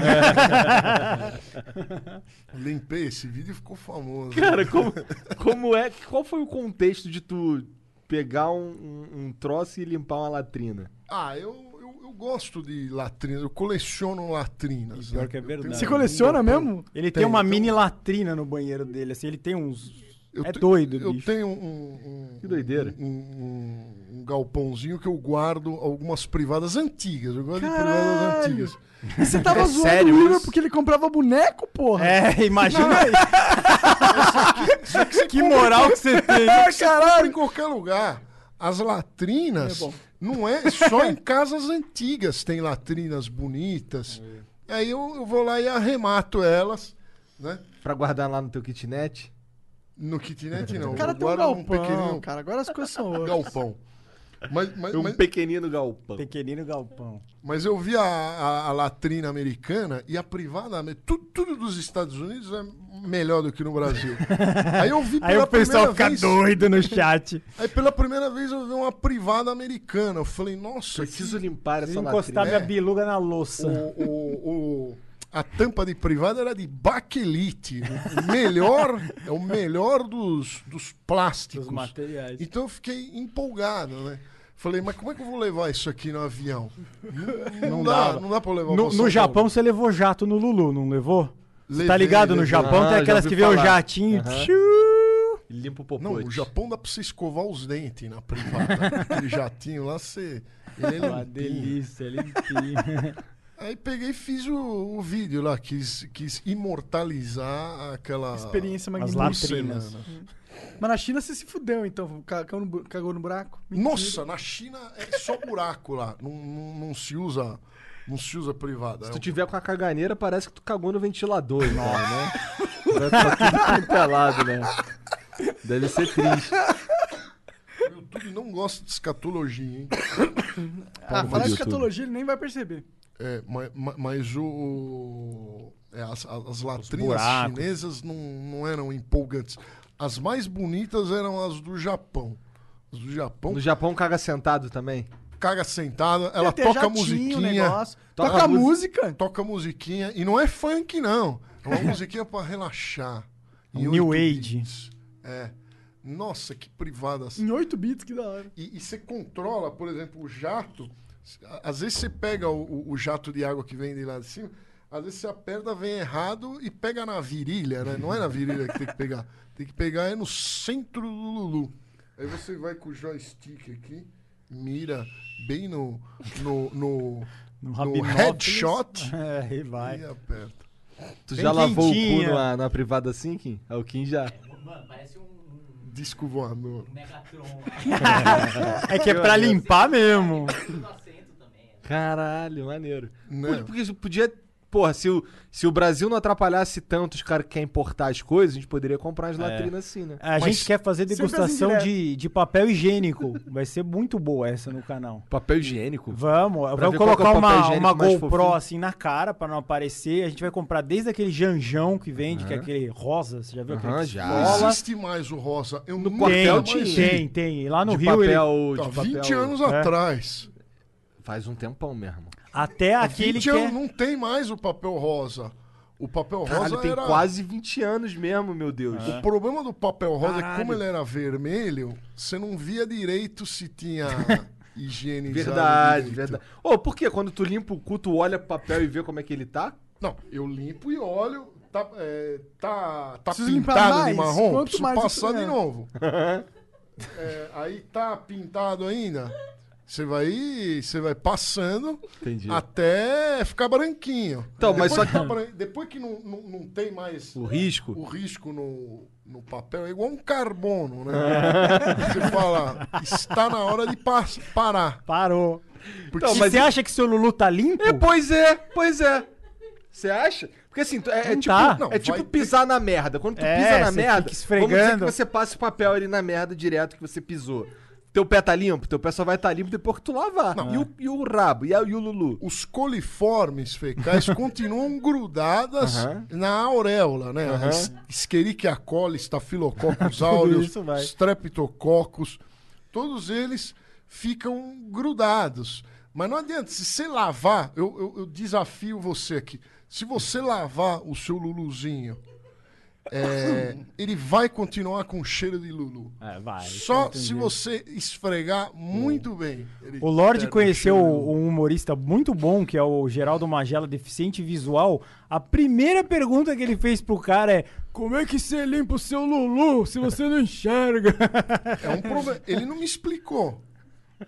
limpei esse vídeo ficou famoso. Cara, como, como é. Qual foi o contexto de tu pegar um, um, um troço e limpar uma latrina? Ah, eu, eu, eu gosto de latrinas, eu coleciono latrinas. pior né? que é Eu tenho verdade. Você coleciona mesmo? Ele tem, Tem, uma tem mini latrina no banheiro dele, assim, ele tem uns. um- Eu é te- doido, Eu bicho. tenho um, um- Que doideira. Um, um- um galpãozinho que eu guardo algumas privadas antigas. Eu gosto de privadas Caralho! antigas. E você tava É zoando sério o Igor isso? porque ele comprava boneco, *laughs* porra? É, imagina aí. que moral que você tem. Caralho! Em qualquer lugar. As latrinas não é só em casas antigas tem latrinas bonitas. É. Aí eu, eu vou lá e arremato elas, né? Pra guardar lá no teu kitnet? No kitnet não. O cara eu tem um guardo num galpão, pequenino cara. Agora as coisas são outras. um galpão. Mas, mas, Um mas- pequenino galpão. Pequenino galpão. Mas eu vi a, a- a latrina americana e a privada. ame- tu- Tudo, dos Estados Unidos é melhor do que no Brasil. Aí eu vi Aí pela o pessoal primeira fica vez. doido no chat. Aí pela primeira vez eu vi uma privada americana. Eu falei, nossa, Preciso que- limpar Se essa encostar latrina. minha biluga na louça. o- o- o- a tampa de privada era de baquelite. O melhor, é o melhor dos, dos plásticos. Dos materiais. Então eu fiquei empolgado, né? Falei, mas como é que eu vou levar isso aqui no avião? Não, Não dá, dava. não dá pra eu levar pra No, São no Paulo. Japão você levou jato no Lulu, não levou? Você tá Levei, ligado? No levei. Japão Ah, tem já aquelas ouvi que vê o falar. jatinho. Aham. tchiu. Limpa o Não, popote. no Japão dá pra você escovar os dentes na *laughs* privada. Aquele jatinho lá, você. Ele é Uma limpinho. delícia, limpinho. Aí peguei e fiz o, o vídeo lá, quis, quis imortalizar aquela. Experiência As magnífica. latrinas. porcelana. Mas na China você se fudeu, então. ca- Cagou no, bu- cagou no buraco. Mentira. Nossa, na China é só buraco lá. Não, não, não se usa. Não se usa privada. Se É tu um- tiver com a caganeira, parece que tu cagou no ventilador, então, né? Tá, tá tudo pelado, né? Deve ser triste. O YouTube tipo não gosta de escatologia, hein? Ah, no falar de YouTube. escatologia ele nem vai perceber. É, ma- ma- mas o- o. é, as, as- as latrinas buracos. chinesas não, não eram empolgantes. As mais bonitas eram as do Japão. As do Japão, No Japão caga sentado também. caga sentada, ela Tem até toca jatinho, musiquinha. negócio. Toca, toca mu- música. Toca musiquinha. E não é funk, não. É uma musiquinha pra relaxar. Em New oito Age. bits. É. Nossa, que privada. assim. Em 8 bits, que da hora. E, e você controla, por exemplo, o jato. A- Às vezes você pega o- o, o jato de água que vem de lá de cima, às vezes você aperta, vem errado e pega na virilha, né? Não é na virilha que tem que pegar. Tem que pegar é no centro do Lulu. Aí você vai com o joystick aqui, mira bem no, no, no, No no Rabinópolis. headshot Um *laughs* É, aí vai. e aperta. Tu Bem já lavou o quentinha. cu na, na privada assim, Kim? Ah, o Kim já. Mano, parece um, um Disco voador. Megatron. É que é pra limpar assim. mesmo. No assento também. Caralho, maneiro. Né? Pô, Porque isso podia. Porra, se o, se o Brasil não atrapalhasse tanto os caras que querem importar as coisas, a gente poderia comprar as latrinas assim, né? A Mas gente quer fazer sempre assim degustação direto. de, de papel higiênico. Vai ser muito boa essa no canal. Papel higiênico. Vamos, ver vamos qual que é colocar o papel uma, higiênico uma mais GoPro fofinho. assim na cara pra não aparecer. A gente vai comprar desde aquele janjão que vende, que é aquele rosa, você já viu Aham, aquele? já. Não Bola. existe mais o rosa. Eu nunca quartel Tem, mais tinha. vi. tem, tem. Lá no de Rio ele- papel. Tá, de 20 papel- anos É. atrás. Faz um tempão mesmo. até aquele 20 que anos é- não tem mais o papel rosa. O papel rosa Caralho, tem era... quase 20 anos mesmo, meu Deus. É. O problema do papel rosa é que como Caralho. ele era vermelho, você não via direito se *laughs* tinha higienizado. Verdade, direito. verdade. Ô, por quê? Quando tu limpa o cu, tu olha pro papel e vê como é que ele tá? Não, eu limpo e olho, tá, é, tá, tá Preciso limpar pintado de mais? marrom, Quanto preciso mais passar isso- de é. *laughs* novo. É, aí tá pintado ainda, você vai, você vai passando Entendi. até ficar branquinho. Então, mas Depois só que que- tá bran- Depois que não, não, não tem mais O risco. o risco no, no papel é igual um carbono, né? Você fala, está na hora de pas- parar. parou. Porque Então, E mas você e- acha que seu Lulu tá limpo? É, pois é, pois é. Você acha? Porque assim, tu- é, é Não tipo, tá. é Não, tipo vai- pisar na merda. Quando tu É, pisa na você merda, fica vamos dizer esfregando. que você passa o papel ali na merda direto que você pisou. Teu pé tá limpo? Teu pé só vai estar tá limpo depois que tu lavar. E, o, e o rabo? E, a, e o Lulu? os coliformes *laughs* fecais continuam grudadas Aham. na auréola, né? As Escherichia coli, Staphylococcus aureus, isso vai. Streptococcus, todos eles ficam grudados. Mas não adianta, se você lavar, eu, eu- eu desafio você aqui, se você lavar o seu luluzinho, *coughs* é, ele vai continuar com cheiro de lulu. É, vai. Só se você esfregar muito bem. ele O Lorde perde conheceu cheiro de lulu. um humorista muito bom, que é o Geraldo Magela, deficiente visual. A primeira pergunta que ele fez pro cara é: Como é que você limpa o seu Lulu se você não enxerga? É um problema. Ele não me explicou.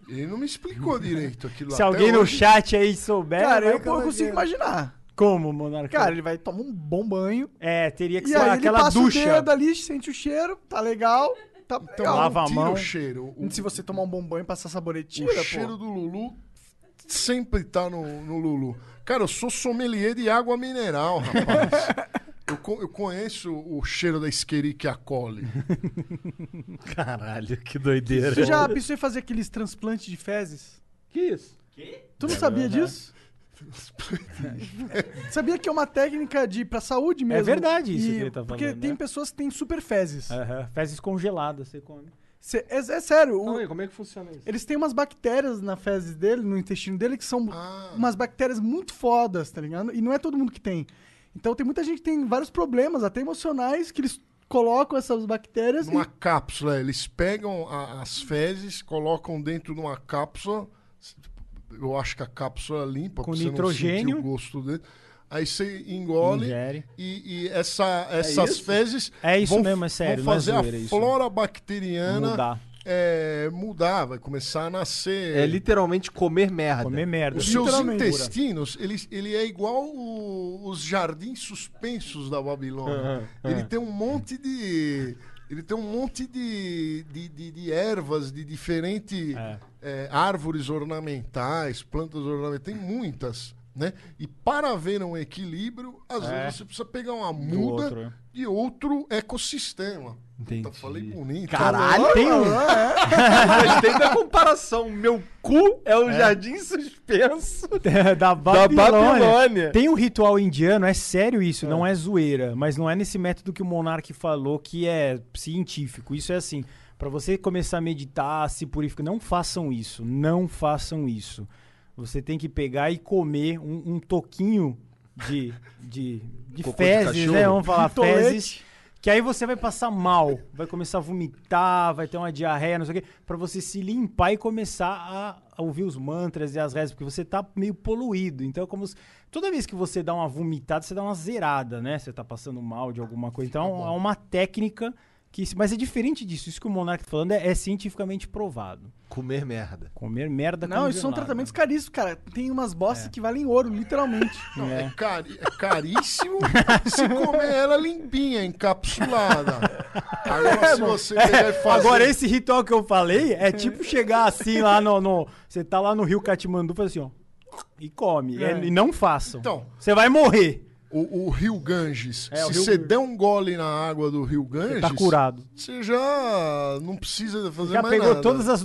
Ele não me explicou direito aquilo lá. se alguém Até no hoje- chat aí souber. É, né, Cara, vai eu, eu consigo colocar. imaginar. Como, Monarca? Cara, ele vai tomar um bom banho. é, teria que E ser aí ele aquela passa o ducha. dedo ali, sente o cheiro, tá legal. Tá Então legal. lava a tira mão. o é um cheiro. O, Se você tomar um bom banho e passar sabonetinho, o cheiro do Lulu sempre tá no, no Lulu. Cara, eu sou sommelier de água mineral, rapaz. *laughs* Eu, co- eu conheço o cheiro da Escherichia coli. Caralho, que doideira. Você já pensou em fazer aqueles transplantes de fezes? Que isso? Tu não sabia disso? sabia que é uma técnica de pra saúde mesmo. verdade isso E- que ele tá Porque falando, tem né? pessoas que têm super fezes. Aham, fezes congeladas, você come. Cê- É, é sério, o- Não, e como é que funciona isso? eles têm umas bactérias na fezes dele, no intestino dele, que são Ah. umas bactérias muito fodas, tá ligado? E não é todo mundo que tem. Então tem muita gente que tem vários problemas, até emocionais, que eles colocam essas bactérias Numa e cápsula, eles pegam a- as fezes, colocam dentro de uma cápsula. tipo, Eu acho que a cápsula é limpa, Com porque você não sentir nitrogênio. o gosto dele. Aí você engole Ingere. e, e essa, essas isso? fezes É isso vão, mesmo, é sério, não vão é fazer zoeira a isso. flora bacteriana Mudar. é, mudar, vai começar a nascer. É literalmente comer merda. Comer merda. Os seus Literalmente. intestinos, ele, ele é igual o- os jardins suspensos da Babilônia. Ele tem um monte de. Ele tem um monte de, de, de- de ervas de diferentes árvores ornamentais, plantas ornamentais, tem muitas. Né? E para haver um equilíbrio, às vezes você precisa pegar uma muda outro, é. de outro ecossistema. Entendi. Puta, falei bonito. Caralho, tem um. Gostei da comparação. Meu cu é o jardim suspenso. da Babilônia. Babilônia. Tem um ritual indiano, é sério isso, não é zoeira, mas não é nesse método que o Monark falou que é científico. Isso é assim, pra você começar a meditar, se purificar, não façam isso, não façam isso. Você tem que pegar e comer um, um toquinho de, de, de Cocô de fezes, né? cachorro. Vamos falar Tolete. fezes. Que aí você vai passar mal, vai começar a vomitar, vai ter uma diarreia, não sei o quê, pra você se limpar e começar a- a ouvir os mantras e as rezas, porque você tá meio poluído. Então é como se, toda vez que você dá uma vomitada, você dá uma zerada, né? Você tá passando mal de alguma coisa. Então é uma técnica que, se- mas é diferente disso. Isso que o Monark tá falando é, é cientificamente provado. Comer merda. Comer merda *laughs* Não, isso são congelada. tratamentos caríssimos, cara. Tem umas É. bostas que valem ouro, literalmente. Não, é. cari- é caríssimo *laughs* se comer ela limpinha, encapsulada. Agora, se você pegar e fazer... é. Agora, esse ritual que eu falei é tipo chegar assim lá no. no- você tá lá no Rio Catimandu, faz assim, ó. E come. É, E não façam. Então. Você vai morrer. O, o Rio Ganges. É, o se Rio- você der um gole na água do Rio Ganges... Tá curado. Você já é não precisa fazer Já mais pegou nada. É, todas as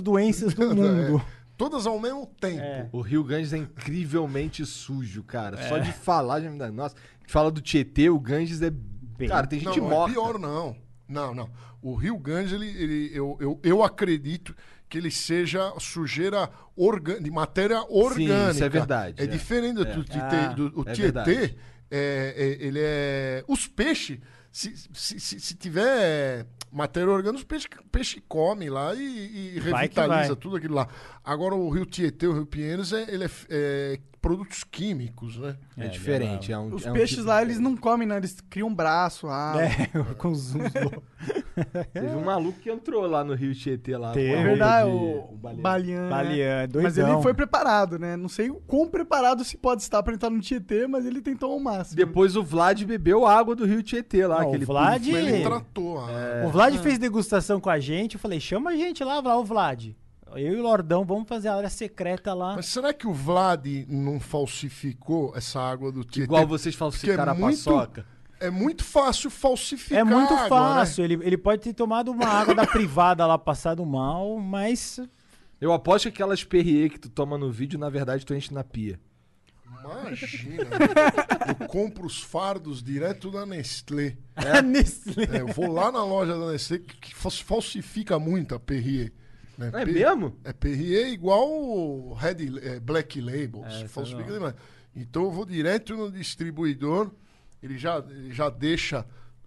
*laughs* doenças do mundo. Todas ao mesmo tempo. O Rio Ganges é incrivelmente sujo, cara. Só de falar já me dá. Nossa, a gente fala do Tietê, o Ganges é. Cara, tem Não, gente não é morta. pior, não. Não, não. O Rio Ganges, ele, ele- eu, eu, eu acredito que ele seja sujeira orga- de matéria orgânica. isso é verdade, É, é. diferente do, do, Ah, do- do é Tietê. verdade. é- é- ele é... Os peixes, se, se, se, se tiver matéria orgânica, os peixes peixe come lá e, e Vai que revitaliza vai. tudo aquilo lá. Agora, o Rio Tietê, o Rio Pinheiros, é, ele é, f- é produtos químicos, né? É diferente. É um, Os é um peixes tipo- Né? lá, eles não comem, né? Eles criam um braço, ah, É, com os uns loucos. Teve um maluco que entrou lá no Rio Tietê lá. Teve. com a É roupa verdade, de- o, baleia. Balian. né? Balian, é doidão. Mas ele foi preparado, né? Não sei o quão preparado se pode estar pra entrar no Tietê, mas ele tentou ao máximo. Depois o Vlad bebeu água do Rio Tietê lá. Não, aquele o Vlad- pulso. Ele É. tratou a... O Vlad Ah. fez degustação com a gente. Eu falei, chama a gente lá, Vlad. Ô, Vlad. Eu e o Lordão vamos fazer a área secreta lá. Mas será que o Vlad não falsificou essa água do Tietê? Igual vocês Porque falsificaram a é muito- paçoca. É muito fácil falsificar É muito água, né? fácil. Ele, ele pode ter tomado uma água da privada lá, passado mal, mas Eu aposto que aquelas Perrier que tu toma no vídeo, na verdade, tu enche na pia. Né? Imagina. eu compro os fardos direto da Nestlé. *laughs* É. Nestlé. É, eu vou lá na loja da Nestlé, que que fals- falsifica muito a Perrier. né? É Pe- mesmo? É Perrier igual o Red, é, Black Label. se falsifica demais. Então eu vou direto no distribuidor, ele já, ele já deixa.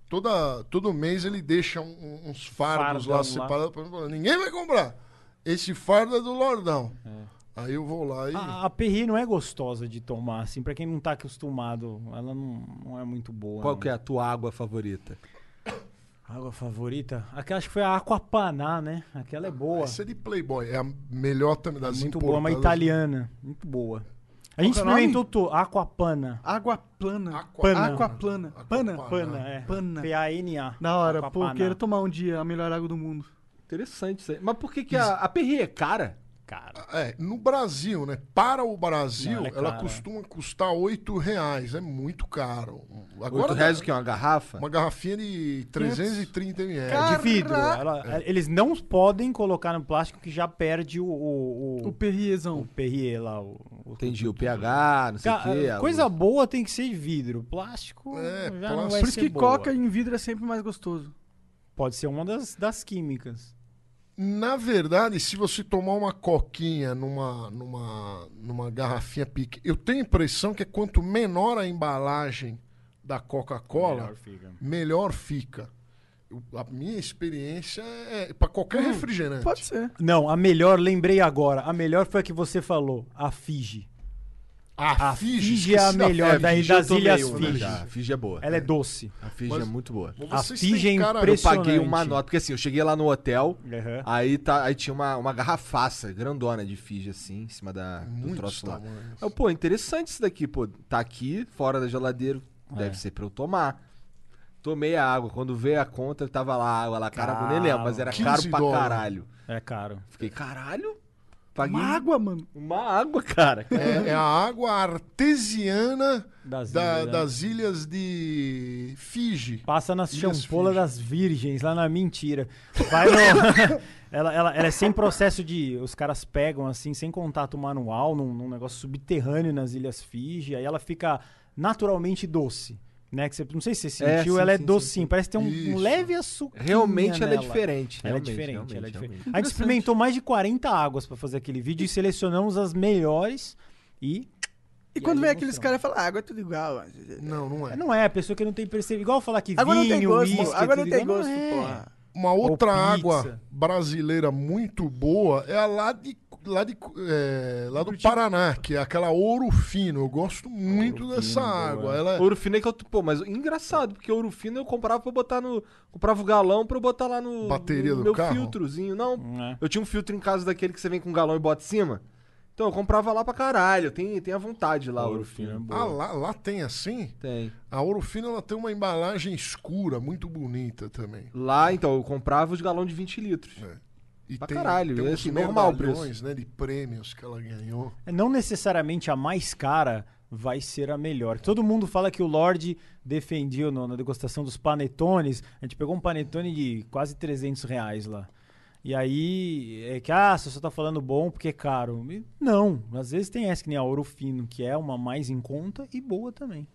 Toda, todo mês ele deixa um- um- uns fardos Fardão lá lá. separados. pra mim, falando, Ninguém vai comprar. Esse fardo é do Lordão. É. Aí eu vou lá e. A, a Perrier não é gostosa de tomar, assim, pra quem não tá acostumado, ela não, não é muito boa. Qual né? que é a tua água favorita? Água favorita? Aquela acho que foi a Aquapaná, né? Aquela é Ah, boa. Essa é de Playboy. É a melhor também das muito boa, uma importadas. italiana. Muito boa. A gente que é o nome? experimentou to- Aquapana. Água plana. Aquapana. Água plana. Pana? Aquapana. Pana, é. Pana. P-A-N-A. Da hora, pô, Aquapaná. quero tomar um dia a melhor água do mundo. Interessante isso aí. Mas por que, que a, a Perrier é cara? Cara, É, no Brasil, né? Para o Brasil, Não, ela ela, é cara. costuma custar 8 reais. É muito caro. Agora Agora, tu reza o que é uma garrafa? Uma garrafinha de 330 ml. de vidro. Ela- Eles não podem colocar no plástico que já perde o... O, O o, o perriezão. Perrier lá. O, o- Entendi, o pH, não sei o Ca- quê. a coisa luz. boa tem que ser de vidro. Plástico É, já não vai plástico. Por isso ser que boa. coca em vidro é sempre mais gostoso. Pode ser uma das, das químicas. Na verdade, se você tomar uma coquinha numa, numa, numa garrafinha pique, eu tenho a impressão que é quanto menor a embalagem da Coca-Cola, melhor fica. o- a minha experiência é para qualquer refrigerante. Hum, Pode ser. Não, a melhor, lembrei agora. A melhor foi a que você falou, a Fiji. A, A Fiji, Fiji é a esqueci da melhor Fiji. da- Fiji das eu tomei Ilhas uma Fiji. já. A Fiji é boa. Ela é doce. A Fiji Mas- é muito boa. Mas A vocês Fiji têm é cara- Eu paguei impressionante. uma nota, porque assim, eu cheguei lá no hotel, Aham. aí, tá, aí tinha uma, uma garrafaça grandona de Fiji, assim, em cima da, do Muitos troço lá. tamanhos. Eu, pô, interessante isso daqui, pô. Tá aqui, fora da geladeira, É. deve ser pra eu tomar. Tomei a água, quando veio a conta, tava lá a água lá, caramba, eu nem lembro, mas era 15 caro pra dólares. caralho. É caro. Fiquei, caralho, paguei Uma água, mano. uma água, cara. É, é a água artesiana Das da- ilhas, né? das ilhas de Fiji. Passa nas Ilhas champolas Fiji. das virgens, lá na mentira. Vai no... *laughs* ela, ela, ela é sem processo de. Os caras pegam assim, sem contato manual, num, num negócio subterrâneo nas Ilhas Fiji, aí ela fica naturalmente doce. Né? Que você, não sei se você É, sentiu, sim, ela é sim, doce sim, sim. Parece ter um, um Isso. leve açúcar. Realmente ela é nela. diferente. Ela é realmente, diferente, ela é realmente, diferente. realmente. A gente experimentou mais de 40 águas pra fazer aquele vídeo e selecionamos as melhores e E, quando aí vem eu aqueles mostrava. caras e falam, ah, água é tudo igual. mano." Não, não é. É, Não é, a pessoa que não tem percebido. Igual falar que Água não vinho, tem gosto, uísque, água não tudo tem igual, gosto, é. porra. Uma outra pizza. água brasileira muito boa é a lá de lá, de, é, lá do Paraná, que é aquela ouro fino. Eu gosto muito dessa água. Ela é- Ouro fino é que eu. Pô, mas engraçado, porque ouro fino eu comprava pra eu botar no. Comprava o galão pra eu botar lá no. Bateria no do meu carro? filtrozinho. Não. É. Eu tinha um filtro em casa daquele que você vem com um galão e bota em cima. Então eu comprava lá pra caralho. Tem, tem a vontade lá, ouro é fino. Ah, lá, lá tem assim? Tem. A ouro fino ela tem uma embalagem escura, muito bonita também. Lá, então, eu comprava os galão de 20 litros. E Pra tem, caralho, tem é uns assim, normal o preço. medalhões, né, de prêmios que ela ganhou. É, Não necessariamente a mais cara vai ser a melhor. Todo mundo fala que o Lorde defendia no- na degustação dos panetones. A gente pegou um panetone de quase 300 reais lá. E aí, é que, ah, você só tá falando bom porque é caro. E não, às vezes tem essa que nem a Ouro Fino, que é uma mais em conta e boa também.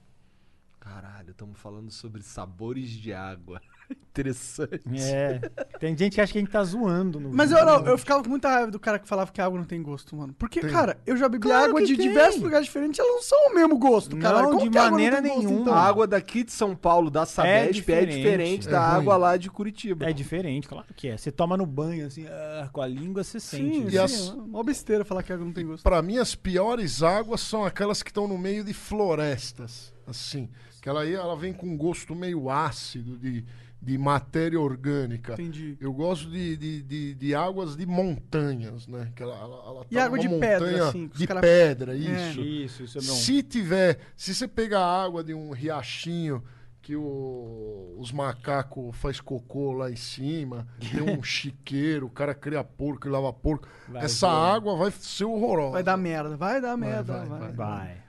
Caralho, estamos falando sobre sabores de água. *laughs* Interessante. É, tem gente que acha que a gente tá zoando. No Mas eu, vídeo. não, eu ficava com muita raiva do cara que falava que a água não tem gosto, mano. Porque, cara, eu já bebi Claro água que de tem. diversos lugares diferentes, elas não são o mesmo gosto, Não, cara. Como de que a água maneira não tem nenhuma. Gosto, então? A água daqui de São Paulo, da Sabesp, é diferente, diferente. É da ruim. água lá de Curitiba. É diferente, claro que é. Você toma no banho, assim, ah, com a língua, você sente. né? Sim, E sim, as- é uma besteira falar que a água não tem gosto. Pra mim, as piores águas são aquelas que estão no meio de florestas, assim. Que ela, aí- ela vem com um gosto meio ácido de, de matéria orgânica. Entendi. Eu gosto de, de, de, de águas de montanhas, né? Que ela, ela, ela E tá água numa de pedra, montanha assim, que os De cara- pedra, É. isso. Isso, isso é bom. Se tiver, se você pegar a água de um riachinho que o- os macacos faz cocô lá em cima, tem *laughs* um chiqueiro, o cara cria porco e lava porco, Vai essa ver. água vai ser horrorosa. Vai dar merda, vai dar merda, vai. vai, vai. Vai.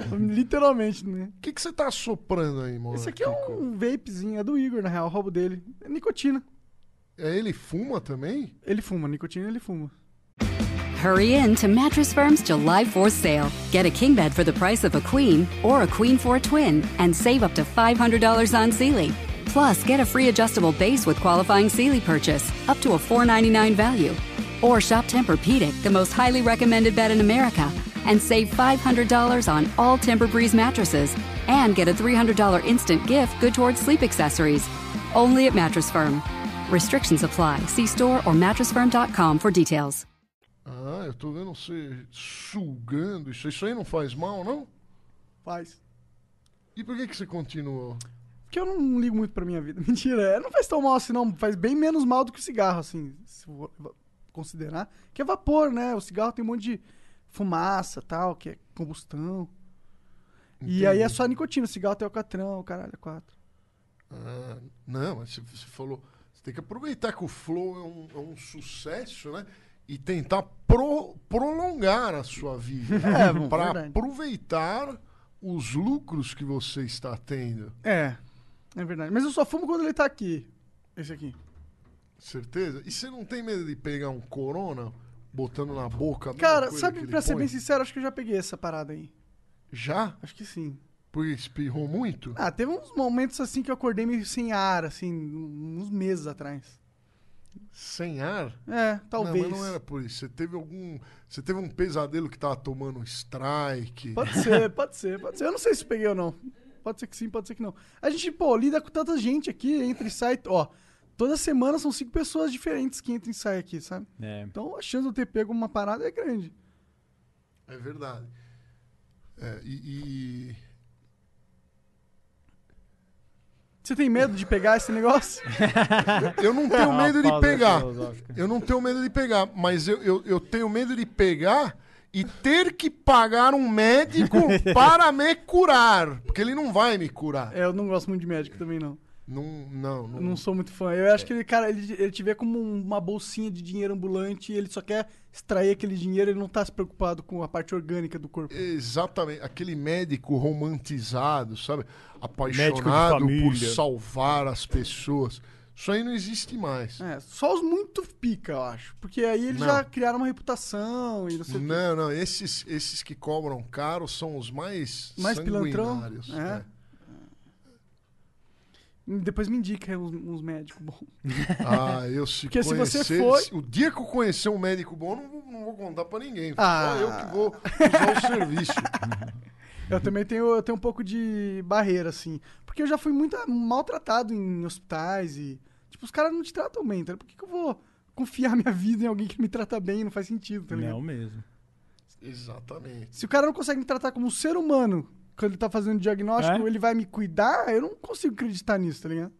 *laughs* Literalmente, né? O que que você tá soprando aí, mano? Esse aqui é um vapezinho, é do Igor, na real, o roubo dele. É nicotina. É, ele fuma também? Ele fuma, nicotina ele fuma. Hurry in to Mattress Firm's July 4th sale. Get a king bed for the price of a queen or a queen for a twin and save up to $500 on Sealy. Plus, get a free adjustable base with qualifying Sealy purchase up to a $499 value. Or shop Tempur-Pedic, the most highly recommended bed in America, and save $500 on all Tempur-Breeze mattresses and get a $300 instant gift good towards sleep accessories. Only at Mattress Firm. Restrictions apply. See store or mattressfirm.com for details. Ah, eu tô vendo você sugando isso. Isso aí não faz mal, não? Faz. E por que que você continuou? Porque eu não ligo muito pra minha vida. *laughs* Mentira, é, não faz tão mal assim, não. Faz bem menos mal do que o cigarro, assim, se for considerar. Que é vapor, né? O cigarro tem um monte de fumaça tal, que é combustão. E aí é só nicotina. O cigarro tem alcatrão, caralho, é quatro. Ah, não, mas você, você falou... Você tem que aproveitar que o Flow é um, é um sucesso, né? E tentar pro- prolongar a sua vida. *laughs* É, bom, Pra verdade. aproveitar os lucros que você está tendo. É, é verdade. Mas eu só fumo quando ele tá aqui. Esse aqui. Certeza? E você não tem medo de pegar um corona botando na boca? a mesma Cara, coisa que sabe, ele pra ser põe? bem sincero, acho que eu já peguei essa parada aí. Já? Acho que sim. Porque espirrou muito? Ah, teve uns momentos assim que eu acordei meio sem ar, assim, uns meses atrás. Sem ar? É, talvez. Não, mas não era por isso. Você teve algum. Você teve um pesadelo que tava tomando um strike. Pode ser, pode ser, pode ser. Eu não sei se peguei ou não. Pode ser que sim, pode ser que não. A gente, pô, lida com tanta gente aqui, entra e sai. Ó, toda semana são cinco pessoas diferentes que entram e saem aqui, sabe? É. Então a chance de eu ter pego uma parada é grande. É verdade. É, e, e- Você tem medo de pegar *laughs* esse negócio? Eu não *laughs* tenho Uma medo de pausa pegar. filosófica. Eu não tenho medo de pegar, mas eu, eu, eu tenho medo de pegar e ter que pagar um *laughs* médico para me curar. Porque ele não vai me curar. é, eu não gosto muito de médico também, não. Não, não, não. Eu não sou muito fã. É. Eu acho que ele, cara, ele, ele te vê como um- uma bolsinha de dinheiro ambulante e ele só quer extrair aquele dinheiro, ele não tá se preocupado com a parte orgânica do corpo. Exatamente. Aquele médico romantizado, sabe? de Apaixonado por família. salvar as pessoas. Isso aí não existe mais. É, só os muito pica, eu acho. Porque aí eles Não. já criaram uma reputação e não sei o quê. Não, não. Esses, esses que cobram caro são os mais, Mais pilantrão? sanguinários. É. né? Depois me indica uns, uns médicos bons. Ah, eu se Porque se você conhecer... foi- O dia que eu conhecer um médico bom, não, vou- não vou contar pra ninguém. Ah. Só eu que vou usar o serviço. Uhum. Eu também tenho, eu tenho um pouco de barreira, assim. Porque eu já fui muito maltratado em hospitais e. Tipo, os caras não te tratam bem, tá? Por que, que eu vou confiar minha vida em alguém que me trata bem? Não faz sentido, tá ligado? Não mesmo. Exatamente. Se o cara não consegue me tratar como um ser humano quando ele tá fazendo diagnóstico, É? ele vai me cuidar, eu não consigo acreditar nisso, tá ligado?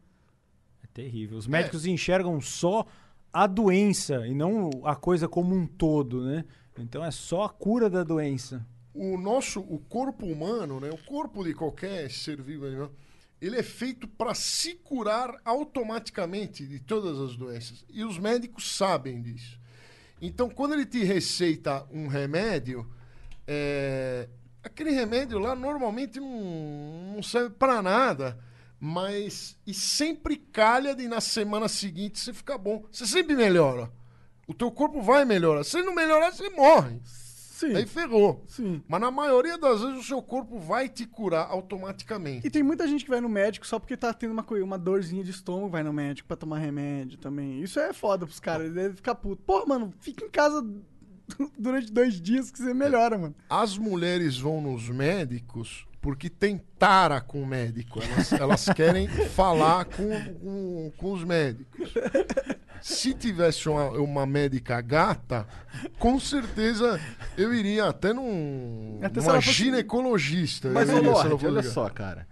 É terrível. Os médicos enxergam só a doença e não a coisa como um todo, né? Então é só a cura da doença. O nosso, o corpo humano, né? O corpo de qualquer ser vivo, né, ele é feito para se curar automaticamente de todas as doenças. E os médicos sabem disso. Então, quando ele te receita um remédio, é, aquele remédio lá normalmente não, não serve para nada, mas e sempre calha de na semana seguinte você ficar bom. Você sempre melhora. O teu corpo vai melhorar. Se não melhorar, você morre. Sim. Aí ferrou. Sim. Mas na maioria das vezes o seu corpo vai te curar automaticamente. E tem muita gente que vai no médico só porque tá tendo uma, coi- uma dorzinha de estômago, vai no médico pra tomar remédio também. Isso é foda pros caras, ele deve ficar puto. Pô, mano, fica em casa *laughs* durante dois dias que você melhora, mano. As mulheres vão nos médicos porque tem tara com o médico. Elas, elas querem falar com, com, com os médicos. Se tivesse uma, uma médica gata, com certeza eu iria até num Até se numa ela fosse- ginecologista. eu Mas, ô iria, se ela Lorde, fosse olha gata. só, cara.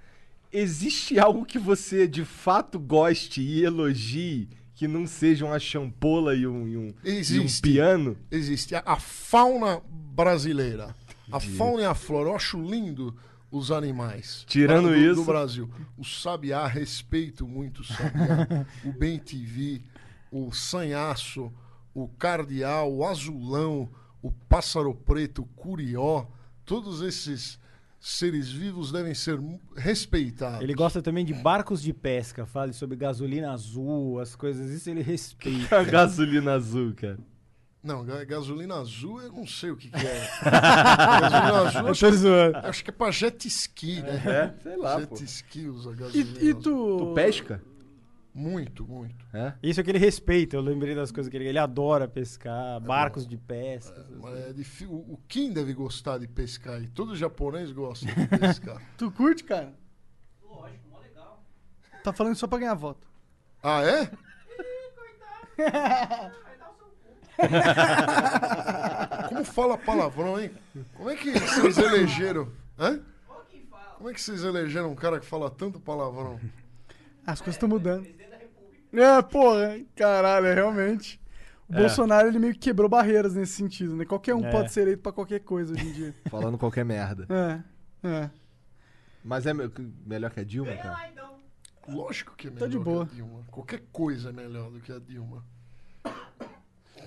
Existe algo que você de fato goste e elogie que não seja uma champola *laughs* e um, e um, e um Existe. piano? existe a, a fauna brasileira. A fauna e a flora. Eu acho lindo os animais. Tirando do, isso- Do Brasil. O sabiá, respeito muito o sabiá. o bem TV, o sanhaço, o cardeal, o azulão, o pássaro preto, o curió. Todos esses seres vivos devem ser mu- respeitados. Ele gosta também de barcos de pesca, fala sobre gasolina azul, as coisas, isso ele respeita. A gasolina azul, cara. Não, ga- gasolina azul, eu não sei o que, que é. gasolina azul, eu acho, que- zoando. acho que é pra jet ski, né? É, sei lá, pô. Jet ski usa gasolina. E, e tu. Tu pesca? Muito, muito. É? Isso é que ele respeita, eu lembrei das coisas que ele... Ele adora pescar, barcos de pesca. Mas é difí- O, o Kim deve gostar de pescar e todo japonês gosta de *laughs* pescar. Tu curte, cara? Lógico, mó legal. Tá falando só pra ganhar voto. ah, *laughs* é? Vai dar o seu cu. Como fala palavrão, hein? Como é que vocês elegeram? Hã? Olha quem fala. Como é que vocês elegeram um cara que fala tanto palavrão? As coisas estão mudando. Presidente da República. É, porra, hein? caralho, é, realmente. O Bolsonaro, ele meio que quebrou barreiras nesse sentido, né? Qualquer um É. pode ser eleito pra qualquer coisa hoje *laughs* em dia. Falando qualquer merda. É, é. Mas é me- melhor que a Dilma, Vem cara? lá então. Lógico que é melhor Tá de boa. que a Dilma. Qualquer coisa é melhor do que a Dilma.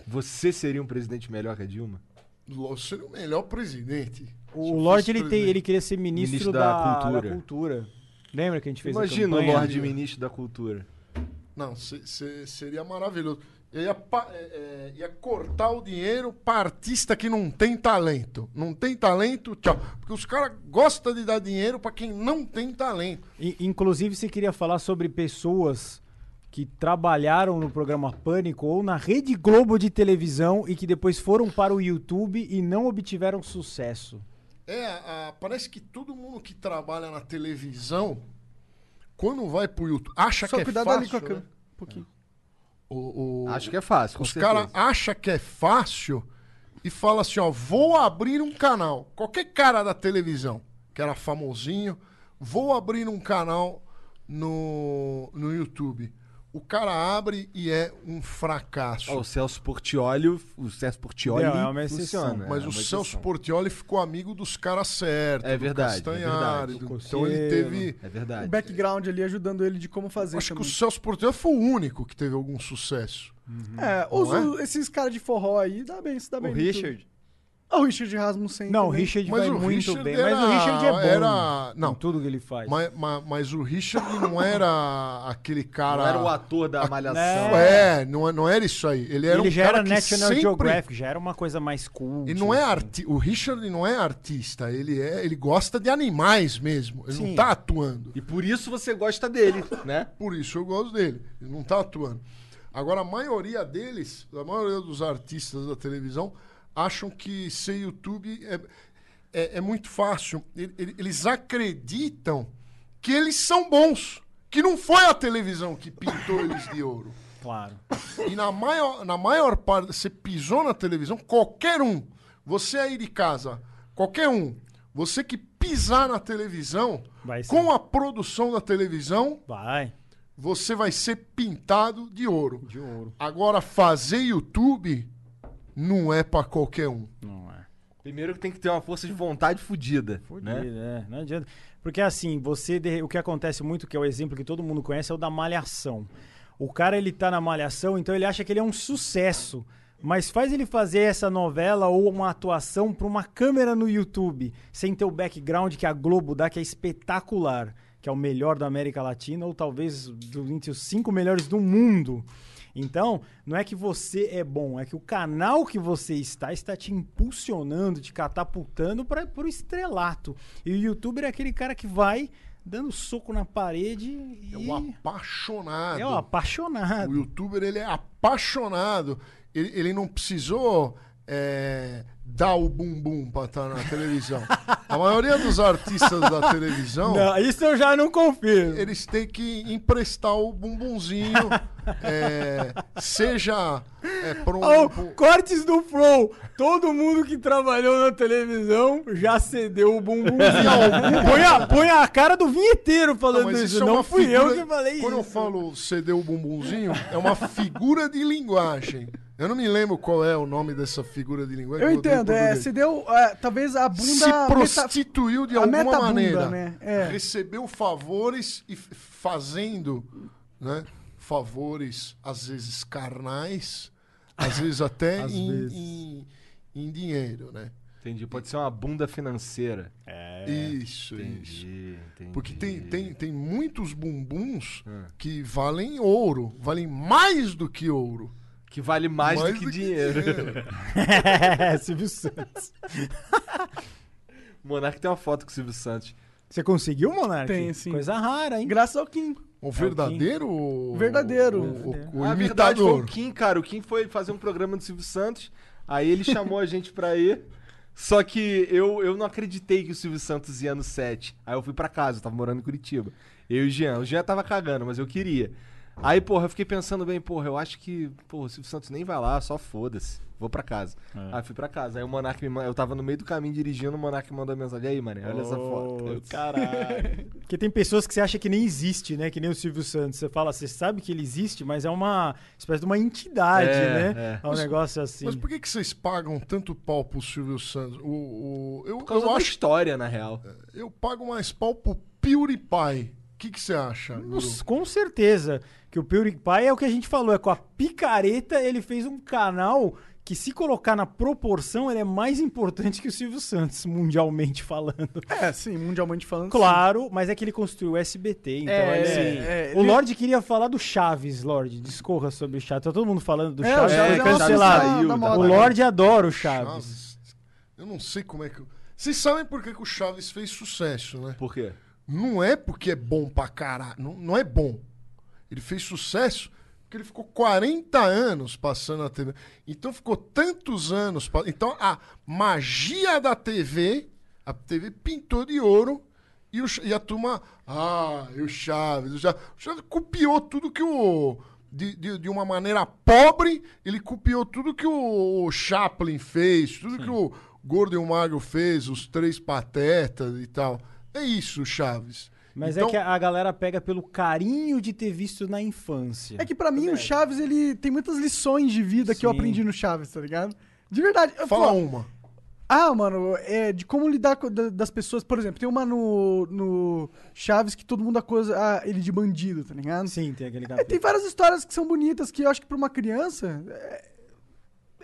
Você seria um presidente melhor que a Dilma? Ló- Seria o melhor presidente. Se O eu Lorde, fosse ele, tem, presidente. ele queria ser ministro, Ministro da da, da cultura. Cultura. Lembra que a gente fez Imagina a o campanha? Lorde Ministro da Cultura. Não, se- se- seria maravilhoso. Eu ia, pa- é, é, ia cortar o dinheiro pra artista que não tem talento. Não tem talento, tchau. Porque os caras gostam de dar dinheiro pra quem não tem talento. I- Inclusive, você queria falar sobre pessoas que trabalharam no programa Pânico ou na Rede Globo de televisão e que depois foram para o YouTube e não obtiveram sucesso. É, a- parece que todo mundo que trabalha na televisão, quando vai pro YouTube, acha Só que é cuidado fácil. ali com a né? câmera. Um pouquinho. O- o- Acho que é fácil, com Os caras certeza. acham que é fácil e fala assim, ó, vou abrir um canal. Qualquer cara da televisão que era famosinho, vou abrir um canal no, no YouTube. O cara abre e é um fracasso. Ó, o Celso Portioli, o Celso Portioli Não, é uma exceção, funciona. Mas é o uma Celso exceção. Portioli ficou amigo dos caras certos. É do verdade, é Castanhari, verdade. do- Do então ele Coceiro. teve... É O verdade. background ali ajudando ele de como fazer Acho que também. o Celso Portioli foi o único que teve algum sucesso. É, os- Não os- esses caras de forró aí, dá bem, se dá O bem. no YouTube. Richard, Ah, o Richard Rasmussen. Não, o também. Richard Mas vai o muito Richard bem. era- Mas o Richard é bom era- em não. tudo que ele faz. Ma- ma- Mas, o Richard não era aquele cara... Não era o *laughs* ator da Malhação. É, não, é- não era isso aí. Ele era ele um já cara era que National sempre... Geographic, um já era uma coisa mais cool. tipo, Ele não é arti... O Richard não é artista, ele é, ele gosta de animais mesmo. Ele não Sim. tá atuando. E por isso você gosta dele, né? Por isso eu gosto dele. Ele não tá atuando. Agora a maioria deles, a maioria dos artistas da televisão acham que ser YouTube é, é, é muito fácil. Ele- ele- Eles acreditam que eles são bons, que não foi a televisão que pintou eles de ouro. Claro. E na maior, na maior parte, você pisou na televisão, qualquer um, você aí de casa, qualquer um, você que pisar na televisão, Vai ser. com a produção da televisão, Vai. você vai ser pintado de ouro. De ouro. Agora, fazer YouTube não é pra qualquer um. Não é. Primeiro que tem que ter uma força de vontade fodida. Fudido, Né? é. Não adianta. Porque assim, você. de- O que acontece muito, que é o exemplo que todo mundo conhece, é o da malhação. O cara, ele tá na malhação, então ele acha que ele é um sucesso. Mas faz ele fazer essa novela ou uma atuação pra uma câmera no YouTube, sem ter o background que a Globo dá, que é espetacular, que é o melhor da América Latina, ou talvez do- entre os cinco melhores do mundo. Então, não é que você é bom, é que o canal que você está está te impulsionando, te catapultando para o estrelato. E o youtuber é aquele cara que vai dando soco na parede e É um apaixonado. é um apaixonado. O youtuber, ele é apaixonado. Ele, ele não precisou é, dar o bumbum pra estar na televisão. A maioria dos artistas da televisão, Não, isso eu já não confio. eles têm que emprestar o bumbumzinho, é, seja é, pra um- Oh, pro- cortes do Flow. Todo mundo que trabalhou na televisão já cedeu *laughs* o bumbumzinho. põe, a, põe a cara do vinheteiro falando mas isso. isso é não uma fui eu figura- que falei Quando eu isso. falo ceder o bumbumzinho, é uma figura de linguagem. Eu não me lembro qual é o nome dessa figura de linguagem. Eu que odeio em entendo, é, português. se deu, é, talvez a bunda... se meta- prostituiu de a alguma metabunda, maneira. né? É. Recebeu favores e f- fazendo, né? Favores, às vezes carnais, às vezes *laughs* até Às em, vezes. em- em dinheiro, né? Entendi. Pode ser uma bunda financeira. É, isso, isso. Entendi, entendi. Porque tem, tem, tem muitos bumbuns É. que valem ouro, valem mais do que ouro. Que vale mais, Mais do que dinheiro. *laughs* *laughs* É, Silvio Santos. O Monark tem uma foto com o Silvio Santos. Você conseguiu, Monark? Tem, sim. Coisa rara, hein? Graças ao Kim. O verdadeiro. o- É Verdadeiro. É O, o- o Na Ah, é verdade, foi imitador. o Kim, cara. O Kim foi fazer um programa do Silvio Santos. Aí ele chamou a gente pra ir. Só que eu, eu não acreditei que o Silvio Santos ia no set. Aí eu fui pra casa, eu tava morando em Curitiba. Eu e o Jean. O Jean tava cagando, mas eu queria. Aí, porra, eu fiquei pensando bem, porra, eu acho que, porra, o Silvio Santos nem vai lá, só foda-se. Vou pra casa. Aí fui pra casa. Aí o Monark me mandou. Eu tava no meio do caminho dirigindo, o Monark mandou a mensagem. Aí, mano, olha essa foto. Aí eu, Caralho. Porque tem pessoas que você acha que nem existe, né? Que nem o Silvio Santos. Você fala, você sabe que ele existe, mas é uma espécie de uma entidade, É, né? é. É um negócio assim. Mas por que, que vocês pagam tanto pau pro Silvio Santos? O, o- eu, *laughs* Por causa eu da acho história, na real. eu pago mais pau pro PewDiePie. O que, que você acha? Guru? Nossa, com certeza que o PewDiePie é o que a gente falou, é com a picareta ele fez um canal que se colocar na proporção ele é mais importante que o Silvio Santos, mundialmente falando. É, sim, mundialmente falando. Claro, mas é que ele construiu o SBT, então É, ele- sim. é, O ele- Lorde queria falar do Chaves, Lorde. Discorra sobre o Chaves. Tá todo mundo falando do É, Chaves. o Chaves foi é uma cancelado. opção da- da moda, o né? Lorde adora o Chaves. Chaves. Eu não sei como é que. eu- Vocês sabem por que, que o Chaves fez sucesso, né? Por quê? Não é porque é bom pra caralho. Não, não é bom. Ele fez sucesso porque ele ficou 40 anos passando na TV. Então ficou tantos anos. pa- Então a magia da TV A TV pintou de ouro e, o Ch- e a turma. Ah, e o Chaves. O Chaves, o Chaves copiou tudo que o. De, de, de uma maneira pobre, ele copiou tudo que o, Chaplin fez, tudo que o Gordo e o Magro fez, os três patetas e tal. É isso, Chaves. Mas Então- é que a galera pega pelo carinho de ter visto na infância. É que pra mim o Chaves, ele tem muitas lições de vida que eu Sim. aprendi no Chaves, tá ligado? De verdade. Eu, Fala um. pô, uma. Ah, mano, é de como lidar com, da- das pessoas. Por exemplo, tem uma no, no Chaves que todo mundo acusa ah, ele de bandido, tá ligado? Sim, tem aquele É, capítulo. tem várias histórias que são bonitas que eu acho que pra uma criança é,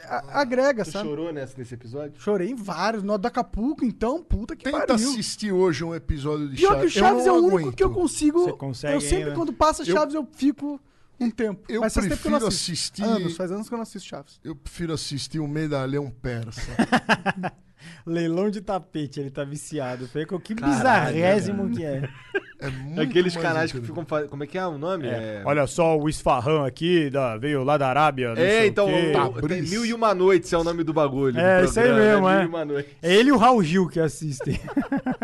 a- agrega, Tu sabe? chorou nessa, nesse episódio? Chorei em vários. No do Acapulco, então, puta que Tenta pariu. assistir hoje um episódio de Pior que o Chaves. Eu Chaves é não o único aguento. que eu consigo. Você consegue, eu sempre, né? quando passa Chaves, eu, fico um tempo. eu Mas faz tempo que eu não prefiro assisto. assistir- Anos, faz anos que eu não assisto Chaves. Eu prefiro assistir o Medalhão Persa. Leilão de tapete, ele tá viciado. Pega que Caralho, né, bizarrésimo que é. *laughs* É muito Aqueles mais canais que incrível. ficam fazendo. Como é que é o nome? É. Olha só o esfarrão aqui, da, veio lá da Arábia. não sei É, o então, quê. tá. o- tem Mil e Uma Noites é o nome do bagulho. É, do isso aí programa, mesmo, né? é. Mil e Uma Noites. É ele e o Raul Gil que assistem. *laughs*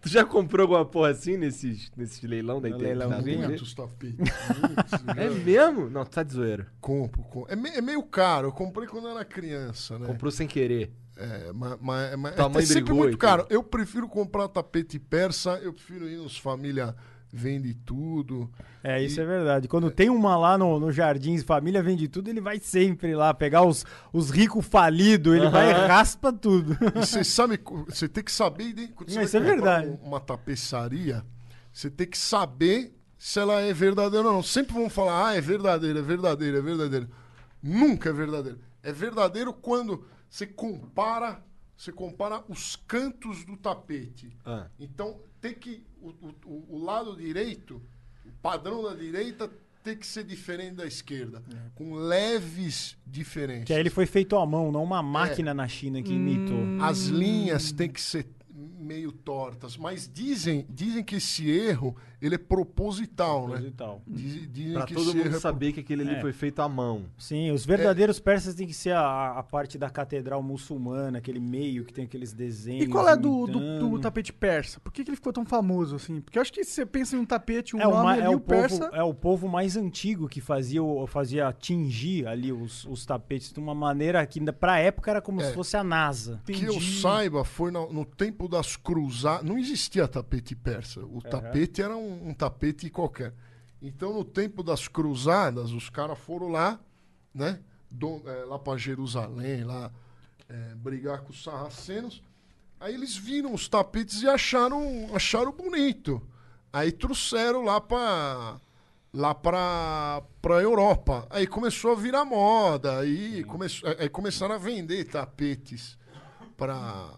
Tu já comprou alguma porra assim nesses, nesses leilão da No internet? tá? leilãozinho? Vamos ver. Muitos tapetes. Muitos, É né? mesmo? Não, tu tá de zoeira. Compro, compro. É, me- é meio caro. Eu comprei quando era criança, né? Comprou sem querer. É, mas, mas, mas Tua é mãe sempre brigou muito e caro. Eu prefiro comprar tapete persa. Eu prefiro ir nos família vende tudo. É, isso é verdade. Quando tem uma lá no, no Jardins Família Vende Tudo, ele vai sempre lá pegar os, os ricos falidos, ele vai e raspa *laughs* tudo. E você sabe, co- você tem que saber. de- quando você Mas vai é comprar verdade. um- Uma tapeçaria, você tem que saber se ela é verdadeira ou não. Sempre vão falar, ah, é verdadeira, é verdadeira, é verdadeira. Nunca é verdadeiro. É verdadeiro quando você compara, você compara os cantos do tapete. Ah. Então tem que o, o- o lado direito, o padrão da direita tem que ser diferente da esquerda, com leves diferenças. É. que aí ele foi feito à mão, não uma É. máquina na China que imitou. Hum. As linhas têm que ser meio tortas, mas dizem, dizem que esse erro ele é proposital, coisa né? e tal. Dizem, dizem Pra que todo esse erro mundo é pro- saber que aquele ali foi feito à mão. Sim, os É. verdadeiros persas tem que ser a, a parte da catedral muçulmana, aquele meio que tem aqueles desenhos. E qual é do, do, imitando. do tapete persa? Por que, que ele ficou tão famoso assim? Porque eu acho que se você pensa em um tapete, um É o, nome ma- ali, é o, o povo, persa. é o povo mais antigo que fazia, o- fazia tingir ali os, os tapetes de uma maneira que, ainda pra época, era É. como se fosse a NASA. que eu saiba foi na- no, tempo das cruzadas. Não existia tapete persa. O tapete era um, um tapete qualquer. Então, no tempo das cruzadas, os caras foram lá, né? do- eh, lá para Jerusalém, lá eh, brigar com os sarracenos. Aí eles viram os tapetes e acharam, acharam bonito. Aí trouxeram lá para lá para para Europa. Aí começou a virar moda, aí, começou, aí começaram a vender tapetes para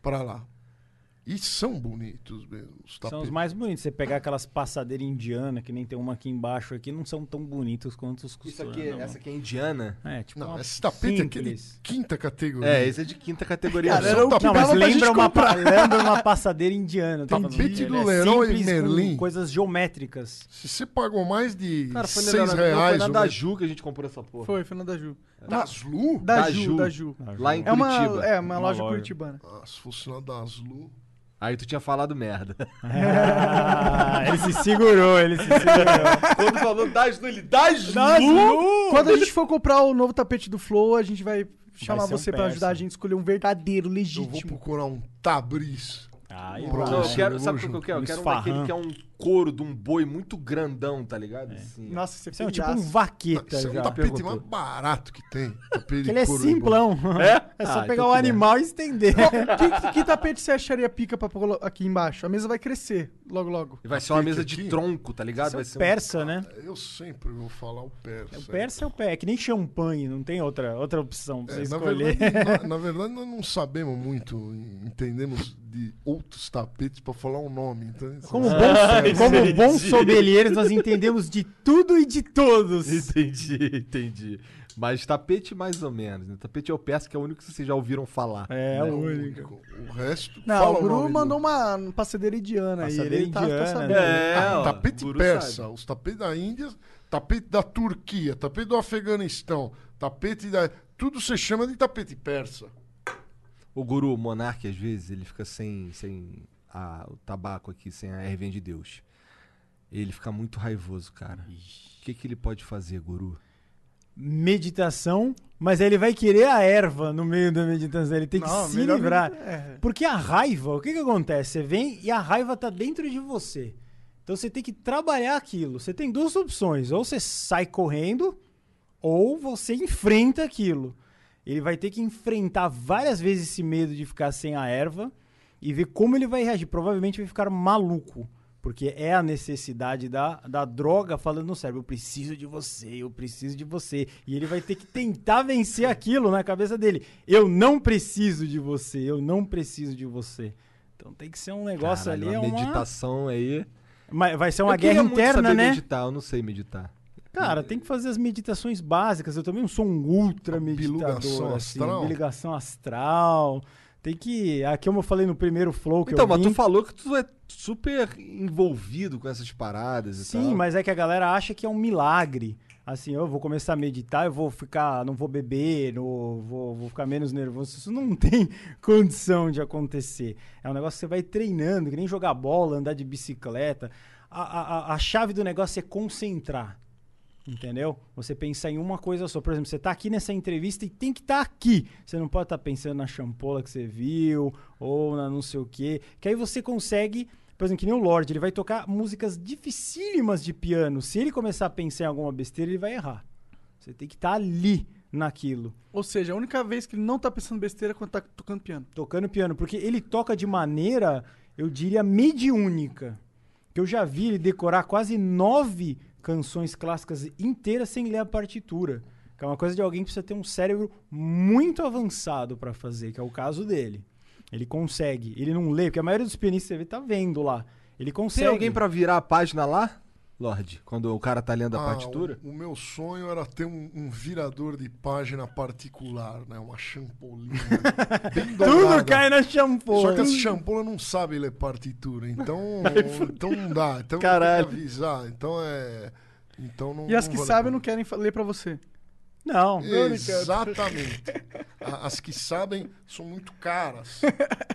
para lá. E são bonitos mesmo os tapetes. São os mais bonitos. Você pegar aquelas passadeiras indianas, que nem tem uma aqui embaixo aqui, não são tão bonitos quanto os Isso costurados. aqui, essa aqui é indiana. É, tipo, Não, uma esse tapete é aquele simples. quinta categoria. É, esse é de quinta categoria. Cara, não. era o que Não, mas dava pra gente lembra uma, pa- *laughs* comprar. lembra uma passadeira indiana. tá Tapete falando dele. do É Leroy simples com Merlin. coisas *laughs* geométricas. Se você pagou mais de Cara, foi na, seis na- reais... foi na o- da Ju que a gente comprou essa um- porra. Foi, foi na da Ju. Das Lu? Da, Da Ju, Ju. da Ju. Lá em É uma, Curitiba. é, uma, loja, Ah, loja. curitibana. Ah, se fosse na das Lu... Aí tu tinha falado merda. *laughs* Ah, ele se segurou, ele se segurou. Quando falou das Lu, ele das Lu! Quando a gente for comprar o novo tapete do Flow, a gente vai chamar ser um você pra persa. ajudar a gente a escolher um verdadeiro, Eu vou legítimo. procurar um tabriz. Ai, Pronto. Não, eu Nossa, quero, eu sabe o vou que eu quero? junto. Eu quero um Esfarrão. daquele que é um couro de um boi muito grandão, tá ligado? Assim. Nossa, você Isso é foi um tipo um gasto. vaqueta Isso é um já. tapete Perguntou. mais barato que tem. Tapete de Ele é couro simplão. É? *laughs* É só Ah, pegar então o que animal e estender. que, que- que tapete você acharia pica pra pôr aqui embaixo? A mesa vai crescer logo, logo. E Vai ser uma mesa de aqui? tronco, tá ligado? Isso é Vai um ser um- persa, né? bom. Eu sempre vou falar o persa. O persa é o pé. É que nem champanhe, não tem outra, outra opção pra É, você na, escolher. *laughs* verdade, na, na verdade, nós não sabemos muito, entendemos de outros tapetes pra falar o nome. Então, Como bons, como bons sommeliers, nós entendemos de tudo e de todos. Entendi, *laughs* entendi. Mas tapete mais ou menos, né? Tapete é o persa que é o único que vocês já ouviram falar. É, é o o único. único. O resto. Não, fala o Guru nome mandou do- uma passadeira indiana aí. Passadeira Ele tá, tá indiana, sabendo. né? É, Ah, ó, tapete o guru persa, sabe. os tapetes da Índia, tapete da Turquia, tapete do Afeganistão, tapete da. Tudo se chama de tapete persa. O guru monarca, às vezes, ele fica sem, sem a- o tabaco aqui, sem a erva de Deus. Ele fica muito raivoso, cara. O que, que ele pode fazer, guru? Meditação, mas aí ele vai querer a erva no meio da meditação. Ele tem Não, que se melhor livrar. medita- é. Porque a raiva, o que, que acontece? Você vem e a raiva tá dentro de você. Então você tem que trabalhar aquilo. Você tem duas opções. Ou você sai correndo, ou você enfrenta aquilo. Ele vai ter que enfrentar várias vezes esse medo de ficar sem a erva e ver como ele vai reagir. Provavelmente vai ficar maluco. Porque é a necessidade da, da droga falando no cérebro: eu preciso de você, eu preciso de você. E ele vai ter que tentar vencer aquilo na cabeça dele: eu não preciso de você, eu não preciso de você. Então tem que ser um negócio Caralho, ali. É uma uma... meditação aí. Mas Vai ser É uma guerra interna, né? meditar, eu não sei meditar. Cara, tem que fazer as meditações básicas. Eu também não sou um ultra meditador. Bilugação assim, astral? Bilugação astral. Tem que. Aqui, como eu falei no primeiro flow que Então, eu mas vim, tu falou que tu é super envolvido com essas paradas e tal. Sim, mas é que a galera acha que é um milagre. Assim, eu vou começar a meditar, eu vou ficar, não vou beber, não, vou, vou ficar menos nervoso. Isso não *laughs* tem condição de acontecer. É um negócio que você vai treinando, que nem jogar bola, andar de bicicleta. A, a- a- a chave do negócio é concentrar. Entendeu? Você pensar em uma coisa só. Por exemplo, você tá aqui nessa entrevista e tem que estar aqui. Você não pode estar pensando na champola que você viu ou na não sei o quê. Que aí você consegue, por exemplo, que nem o Lorde, ele vai tocar músicas dificílimas de piano. Se ele começar a pensar em alguma besteira, ele vai errar. Você tem que estar ali naquilo, Ou seja, a única vez que ele não tá pensando besteira é quando tá tocando piano. tocando piano, porque ele toca de maneira, eu diria, mediúnica. Que eu já vi ele decorar quase nove canções clássicas inteiras sem ler a partitura. Que é uma coisa de alguém que precisa ter um cérebro muito avançado para fazer, que é o caso dele. Ele consegue, ele não lê, porque a maioria dos pianistas você vê tá vendo lá. Ele Tem consegue. alguém pra virar a página lá, Lorde? Quando o cara tá lendo a Ah, partitura? O, o meu sonho era ter um, um virador de página particular, né? Uma *laughs* champolina. bem Tudo dobrada. cai na shampoo. Só que essa champola não sabe ler partitura, *laughs* É então, então não dá. Então Caralho. tem que avisar. Então é. Então não, E as que vou ler sabem não querem fa- ler pra você. Não. Exatamente. A- As que sabem são muito caras.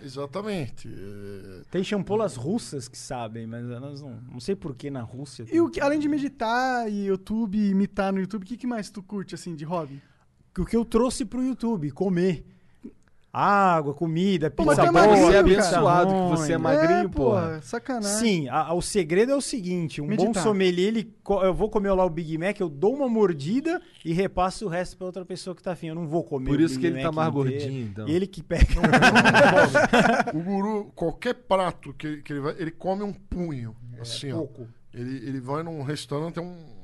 Exatamente. É, Tem champolas russas que sabem, mas elas não. Não sei por que na Rússia. E tem- o que, além de meditar e YouTube, imitar no YouTube, o que, que mais tu curte, assim, de hobby? o que eu trouxe pro YouTube, comer. Água, comida, Pô, pizza mas boa, tu é magrinho, pizza cara. abençoado que você é ruim. né? magrinho, é, porra. Sacanagem. Sim, a- a- o segredo é o seguinte, um bom Meditar. sommelier, ele co- eu vou comer lá o Big Mac, eu dou uma mordida e repasso o resto pra outra pessoa que tá afim. Eu não vou comer Por o isso Big que ele tá Mac mais inteiro. gordinho, então. Ele que *laughs* pega. O guru, qualquer prato que, ele- que ele vai, ele come um punho. assim, ó. Ele, ele vai num restaurante, é um.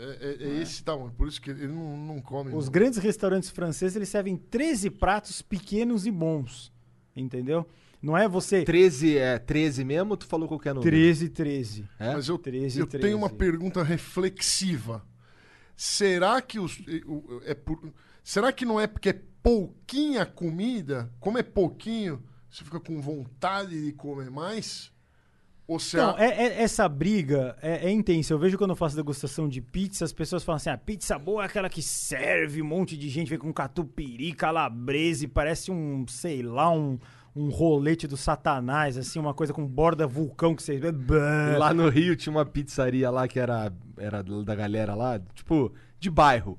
É, é- é esse tamanho. Por isso que ele não, não come. *laughs* Os não. grandes restaurantes franceses, eles servem 13 pratos pequenos e bons. Entendeu? Não é você 13 é 13 mesmo? Tu falou qualquer número? 13, 13. É? Mas eu, 13, eu 13. tenho uma pergunta reflexiva. Será que os. e- o- É por- será que não é porque é pouquinha comida? Como é pouquinho, você fica com vontade de comer mais? Ou será. Então, é- é- essa briga é, é intensa. Eu vejo quando eu faço degustação de pizza, as pessoas falam assim: a pizza boa é aquela que serve um monte de gente, vem com catupiry, calabresa e parece um, sei lá, um, um rolete do satanás, assim, uma coisa com borda vulcão que você. Lá no Rio tinha uma pizzaria lá que era, era da galera lá, tipo, de bairro.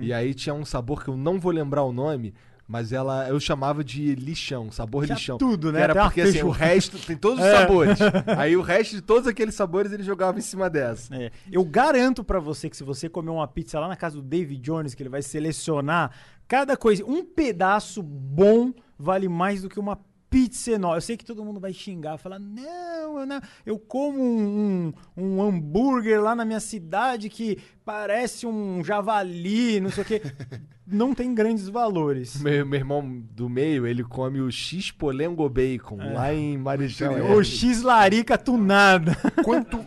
E aí tinha um sabor que eu não vou lembrar o nome, mas ela eu chamava de lixão, sabor Tinha lixão. tudo, né? Que era Até uma porque assim, o feijoada. resto tem todos os É. *laughs* sabores. Aí o resto de todos aqueles sabores ele jogava em cima dessa. É, eu garanto pra você que se você comer uma pizza lá na casa do David Jones, que ele vai selecionar cada coisa, um pedaço bom vale mais do que uma pizza enorme. Eu sei que todo mundo vai xingar, falar, não, eu, não- eu como um, um- um hambúrguer lá na minha cidade que parece um javali, não sei o quê. *laughs* não tem grandes valores. *laughs* Meu, meu irmão do meio, ele come o X Polengo Bacon, lá em Marechal. O Hermes. X-Larica tunada. é. Quanto.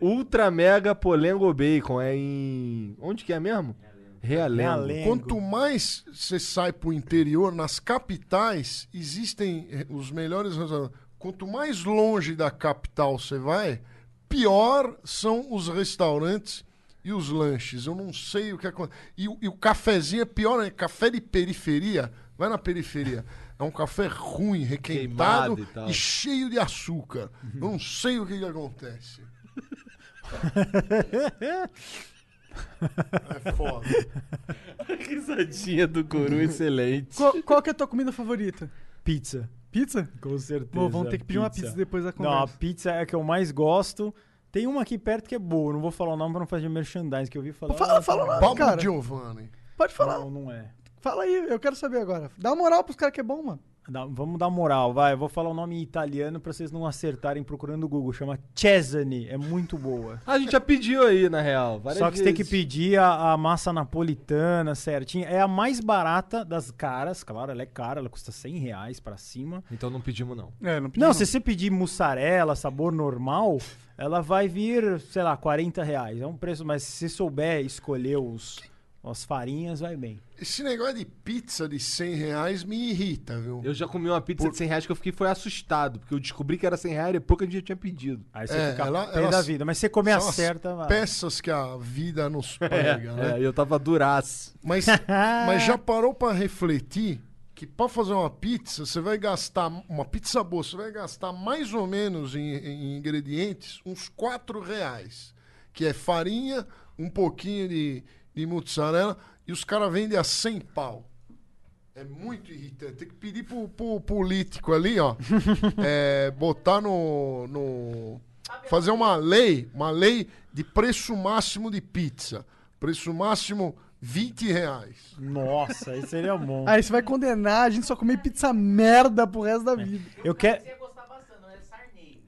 Ultra Mega Polengo Bacon, é em... Onde que é mesmo? Realengo. Realengo. Quanto mais você sai pro interior, nas capitais existem eh, os melhores restaurantes. Quanto mais longe da capital você vai, pior são os restaurantes e os lanches. Eu não *laughs* sei o que acontece. E, o- e o cafezinho é pior, né? Café de periferia. Vai na periferia. É um café ruim, requeimado Queimado e tal. e, cheio de açúcar. Eu não sei o que, que *laughs* acontece. é foda. Risadinha do Coru, excelente. Qual, qual que é a tua comida favorita? *laughs* Pizza. Pizza? Com certeza. Bom, vamos ter que pedir uma pizza depois da Não, a conversa. pizza é a que eu mais gosto. Tem uma aqui perto que é boa, não vou falar o nome pra não fazer merchandising, que eu vi falar. Fala, "Ah, fala lá, Palmo cara. Giovanni. Pode falar. Não, não é. Fala aí, eu quero saber agora. Dá uma moral pros caras que é bom, mano. Dá- vamos dar moral, vai. Eu vou falar o nome em italiano pra vocês não acertarem procurando no Google. Chama Cesani, é muito boa. *laughs* A gente já pediu aí, na real. várias Só que você tem que vezes. pedir a, a massa napolitana certinha. É a mais barata das caras, claro, ela é cara, ela custa 100 reais pra cima. Então não pedimos, não. É, não Não, se você pedir mussarela, sabor normal, ela vai vir, sei lá, 40 reais. É um preço, mas se você souber escolher os, as farinhas, vai bem. Esse negócio de pizza de 100 reais me irrita, viu? Eu já comi uma pizza de 100 reais que eu fiquei foi assustado, porque eu descobri que era 100 reais depois que a gente já tinha pedido. Aí você É, fica ela- pé ela- da vida. Mas se você comer a São as certa, vai. peças que a vida nos pega, né? *laughs* É, eu tava duraço. *laughs* Mas, mas já parou pra refletir que pra fazer uma pizza, você vai gastar, uma pizza boa, você vai gastar mais ou menos em, em ingredientes uns 4 reais. Que é farinha, um pouquinho de, de mozzarella e os caras vendem a 100 pau. É muito irritante. Tem que pedir pro, pro político ali, *laughs* ó. é, botar no, no. Fazer uma lei, uma lei de preço máximo de pizza. Preço máximo 20 reais. Nossa, isso seria bom. Aí você vai condenar a gente só comer pizza merda pro resto da vida. Eu quero. Você ia gostar bastante, não é Sarney.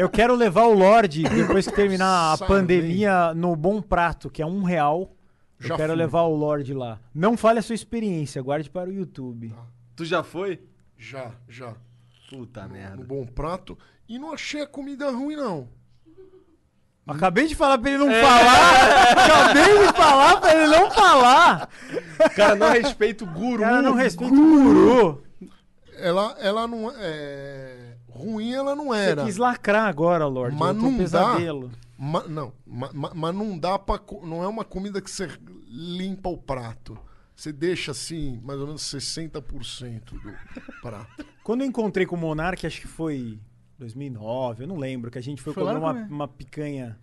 Eu quero levar o Lorde, depois que terminar a Sarney. pandemia, no Bom Prato, que é um real. Eu Já quero fui. levar o Lorde lá. Não fale a sua experiência, guarde para o YouTube. Ah. Tu já foi? Já, já. Puta No merda. bom prato. E não achei a comida ruim, não. Acabei de falar pra ele É. não falar! Acabei de falar pra ele não falar! O cara não respeita o O *laughs* guru. cara não respeita o guru. Ela, ela não. É... Ruim ela não Você era. quis lacrar agora, Lorde. Mas eu tô não um dá. pesadelo. Ma- não, ma- ma- mas não dá pra. co- Não é uma comida que você limpa o prato. Você deixa assim, mais ou menos 60% do prato. Quando eu encontrei com o Monark, acho que foi 2009, eu não lembro, que a gente foi, Foi lá comer no uma, comer. uma picanha.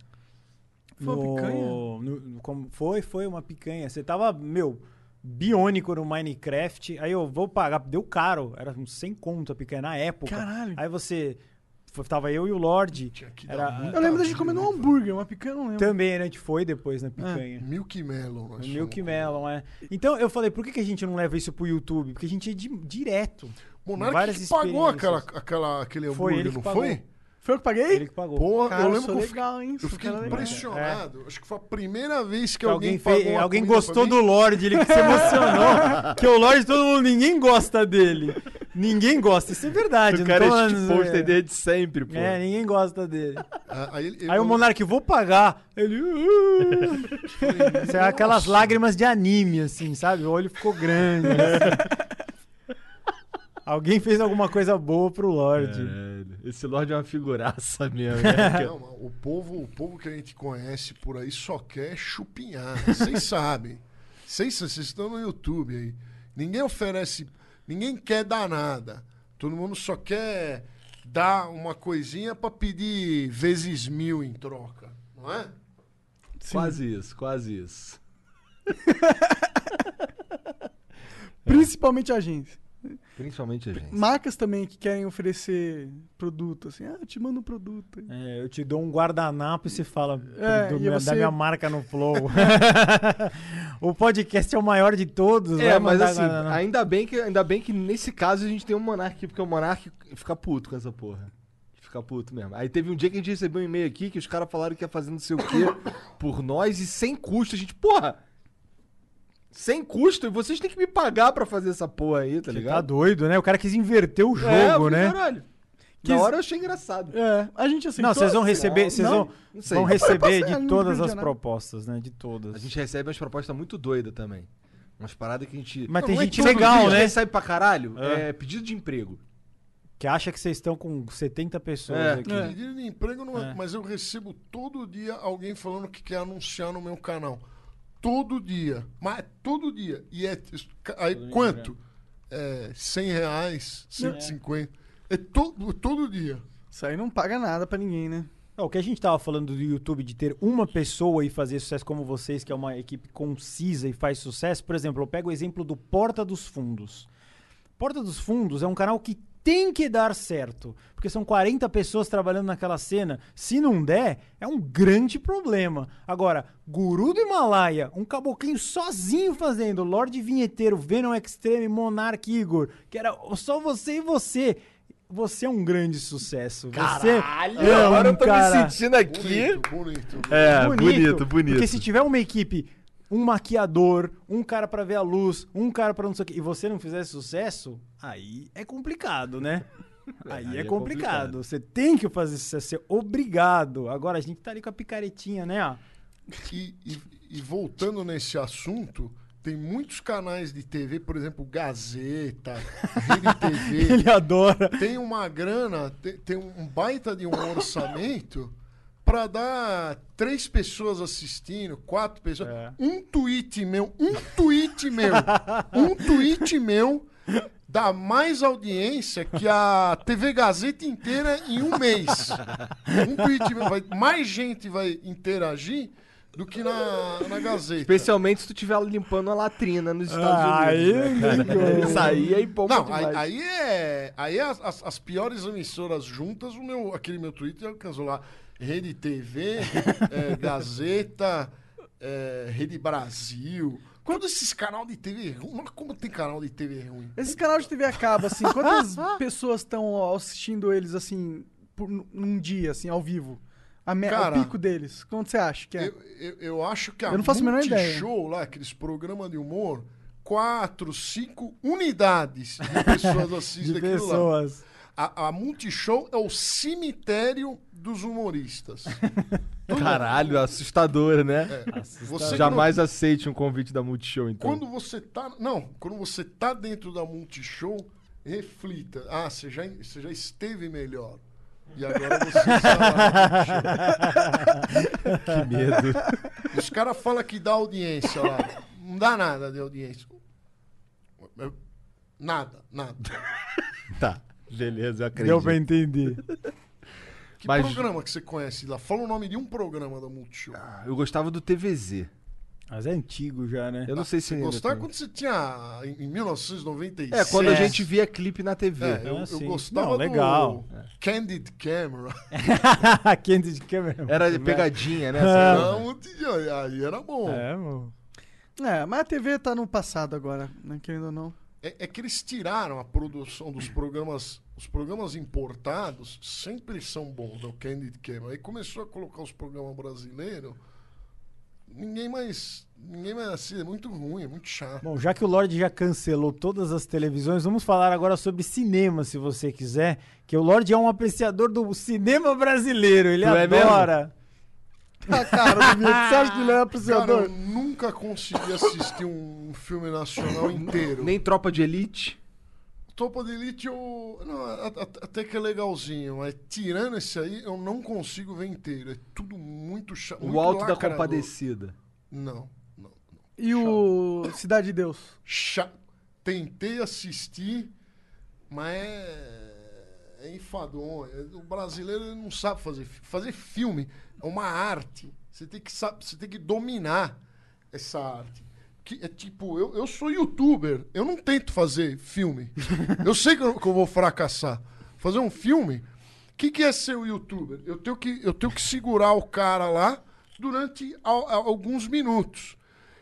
Foi uma no- picanha? no- no- como- foi, foi uma picanha. Você tava, meu, biônico no Minecraft. Aí eu vou pagar, deu caro, era uns 100 conto a picanha na época. Caralho. Aí você, foi- tava eu e o Lord. Tinha *laughs* que Era- dar muita Eu lembro da gente vida, comendo né? um hambúrguer, uma picanha, eu não lembro. Também, né, a gente foi depois É. na picanha. Milk Melon. nós No Milk fomos. Melon, é. Então eu falei, por que, que a gente não leva isso pro YouTube? Porque a gente ia di- direto. Monark Várias que pagou aquela, experiências. aquela, aquele Foi hambúrguer, ele que não pagou. foi? Foi eu que paguei? Ele que pagou. Porra, Cara, eu eu lembro sou que eu fi- legal, hein? eu Sou fiquei cara legal. impressionado. Acho que foi a primeira vez que, É. Que alguém, alguém, fez, pagou uma alguém comida gostou pra do mim. Lorde, ele que se *laughs* emocionou. que o Lorde, todo mundo, ninguém gosta dele. Ninguém gosta, isso é verdade. O não cara tô é falando- tipo poster desde sempre, pô. É, ninguém gosta dele. Ah, Aí, ele- Aí eu- o Monark, vou pagar. *laughs* Ele. "Uh". Isso é aquelas lágrimas de anime, assim, sabe? O olho ficou grande. *laughs* assim. Alguém fez alguma coisa boa pro Lorde. Caralho, Esse Lorde é uma figuraça *laughs* mesmo. *laughs* né? Não, mas o povo, o povo que a gente conhece por aí só quer chupinhar. né? Vocês sabem. Vocês vocês estão no YouTube aí. Ninguém oferece, ninguém quer dar nada. Todo mundo só quer dar uma coisinha pra pedir vezes mil em troca, não é? quase isso, quase isso. Principalmente a gente. Principalmente a gente. Marcas também que querem oferecer produto, assim, ah, eu te mando um produto. É, eu te dou um guardanapo e você fala É, do- do e meu- você- da minha marca no *laughs* Flow. *laughs* o podcast é o maior de todos. É, vai mas mandar né? assim, guardanapo. ainda bem, que, ainda bem que nesse caso a gente tem um Monark aqui, porque o Monark fica puto com essa porra. Fica puto mesmo. Aí teve um dia que a gente recebeu um e-mail aqui que os caras falaram que ia fazer não sei o *coughs* quê por nós e sem custo. A gente, porra! Sem custo, e vocês têm que me pagar pra fazer essa porra aí, tá Você tá ligado? doido, né? O cara quis inverter o jogo, é, eu falei, né? Caralho. Quis- Na hora eu achei engraçado. É, a gente assim. Não, tô- vocês vão receber, Não, vocês não. vão, Não sei. vão passei, receber *laughs* não de todas entendi as nada. propostas, né? De todas. A gente recebe umas propostas muito doidas também. Umas paradas que a gente. Mas Não, tem não é gente todo legal, dia, né? recebe pra caralho. É. É, pedido de emprego. Que acha que vocês estão com 70 pessoas É. aqui. É. Pedido de emprego não é, É. mas eu recebo todo dia alguém falando que quer anunciar no meu canal. todo dia. Mas é todo dia. E é. Aí quanto? É, 100 reais, 150. É, todo, todo dia. Isso aí não paga nada pra ninguém, né? É, o que a gente tava falando do YouTube de ter uma pessoa e fazer sucesso como vocês, que é uma equipe concisa e faz sucesso, por exemplo, eu pego o exemplo do Porta dos Fundos. Porta dos Fundos é um canal que tem que dar certo, porque são 40 pessoas trabalhando naquela cena. Se não der, é um grande problema. Agora, Guru do Himalaia, um caboclinho sozinho fazendo, Lorde Vinheteiro, Venom Extreme, Monarch Igor, que era só você e você. Você é um grande sucesso. Você é um Caralho, agora eu tô me sentindo aqui. Bonito, bonito. É, bonito, bonito. Porque se tiver uma equipe, um maquiador, um cara pra ver a luz, um cara pra não sei o quê, e você não fizer sucesso, aí é complicado, né? Aí, é, complicado. Você tem que fazer sucesso, você é obrigado. Agora a gente tá ali com a picaretinha, né? ó. E, e- e voltando nesse assunto, tem muitos canais de TV, por exemplo, Gazeta, Rede TV. *laughs* Ele adora. tem uma grana, te- tem, um baita de um orçamento pra dar três pessoas assistindo, quatro pessoas. Um tweet meu, um tweet meu, um tweet meu dá mais audiência que a TV Gazeta inteira em um mês. Um tweet meu, vai- mais gente vai interagir do que na, na Gazeta. Especialmente se tu estiver limpando a latrina nos Estados Ah, *laughs* Aí, Unidos. né, cara? Isso aí é empolga Não, aí, demais. aí é. Aí as, as- as piores emissoras juntas, o meu, aquele meu Twitter alcançou lá. Rede *laughs* TV, é, Gazeta, é, Rede Brasil. Quando esses canal de TV ruim. Mano, como tem canal de TV ruim? Esses canais de TV acaba, assim, *laughs* quantas pessoas estão assistindo eles, assim, por, num- num dia, assim, ao vivo? A me- Cara, o pico deles. Quanto você acha que é? Eu, eu, eu acho que a Eu não faço a menor ideia. show lá, aqueles programas de humor, quatro, cinco unidades de *laughs* pessoas assistem De aquilo lá. pessoas. A, a Multishow é o cemitério dos humoristas. Caralho, é assustador, né? Você que Jamais aceite um convite da Multishow, então. Quando você tá. Não, quando você tá dentro da Multishow, reflita. Ah, você já, você já esteve melhor. E agora você está lá. na Que medo. *laughs* Multishow. Os caras falam que dá audiência lá. Não dá nada de audiência. Eu- Nada, nada. tá, beleza, eu Deu acredito. pra entender. *laughs* Que Mas- programa que você conhece lá? Fala o nome de um programa da Multishow. Eu gostava do TVZ. Mas é antigo já, né? Eu não sei se ainda Gostar tem. quando você tinha. Em, em 1996. É, quando a Sim. gente via clipe na TV. É, eu, Ah, eu sim. gostava Não, legal. do Candid Camera. *laughs* Candy de câmera. Era pegadinha, né? Não, não tinha- *laughs* aí era bom. É, mano. É, mas a TV tá no passado agora, né? Querendo ou não. É, é que eles tiraram a produção dos programas. Os programas importados sempre são bons, né, o Candid Camera. Aí começou a colocar os programas brasileiros. Ninguém mais. Ninguém mais assiste. É muito ruim, é muito chato. Bom, já que o Lorde já cancelou todas as televisões, vamos falar agora sobre cinema, se você quiser. Que o Lorde é um apreciador do cinema brasileiro. Ele Tu é adora. Ah, cara, do Vieto, você acha que ele é era Cara, eu apreciador? nunca consegui assistir um filme nacional inteiro. Nem Tropa de Elite. Topa de Elite eu. Não, a- a- até que é legalzinho, mas tirando esse aí, eu não consigo ver inteiro. É tudo muito chato. O Alto da Compadecida. Não, não. E o Cidade de Deus? Cha- Tentei assistir, mas é, é enfadonho. O brasileiro ele não sabe fazer fi- fazer filme é uma arte. Você tem que saber, você tem que dominar essa arte. Que é tipo, eu, eu sou youtuber, eu não tento fazer filme. Eu sei que eu, que eu vou fracassar. Fazer um filme, o que, que é ser um youtuber? Eu tenho, que, eu tenho que segurar o cara lá durante al- al- alguns minutos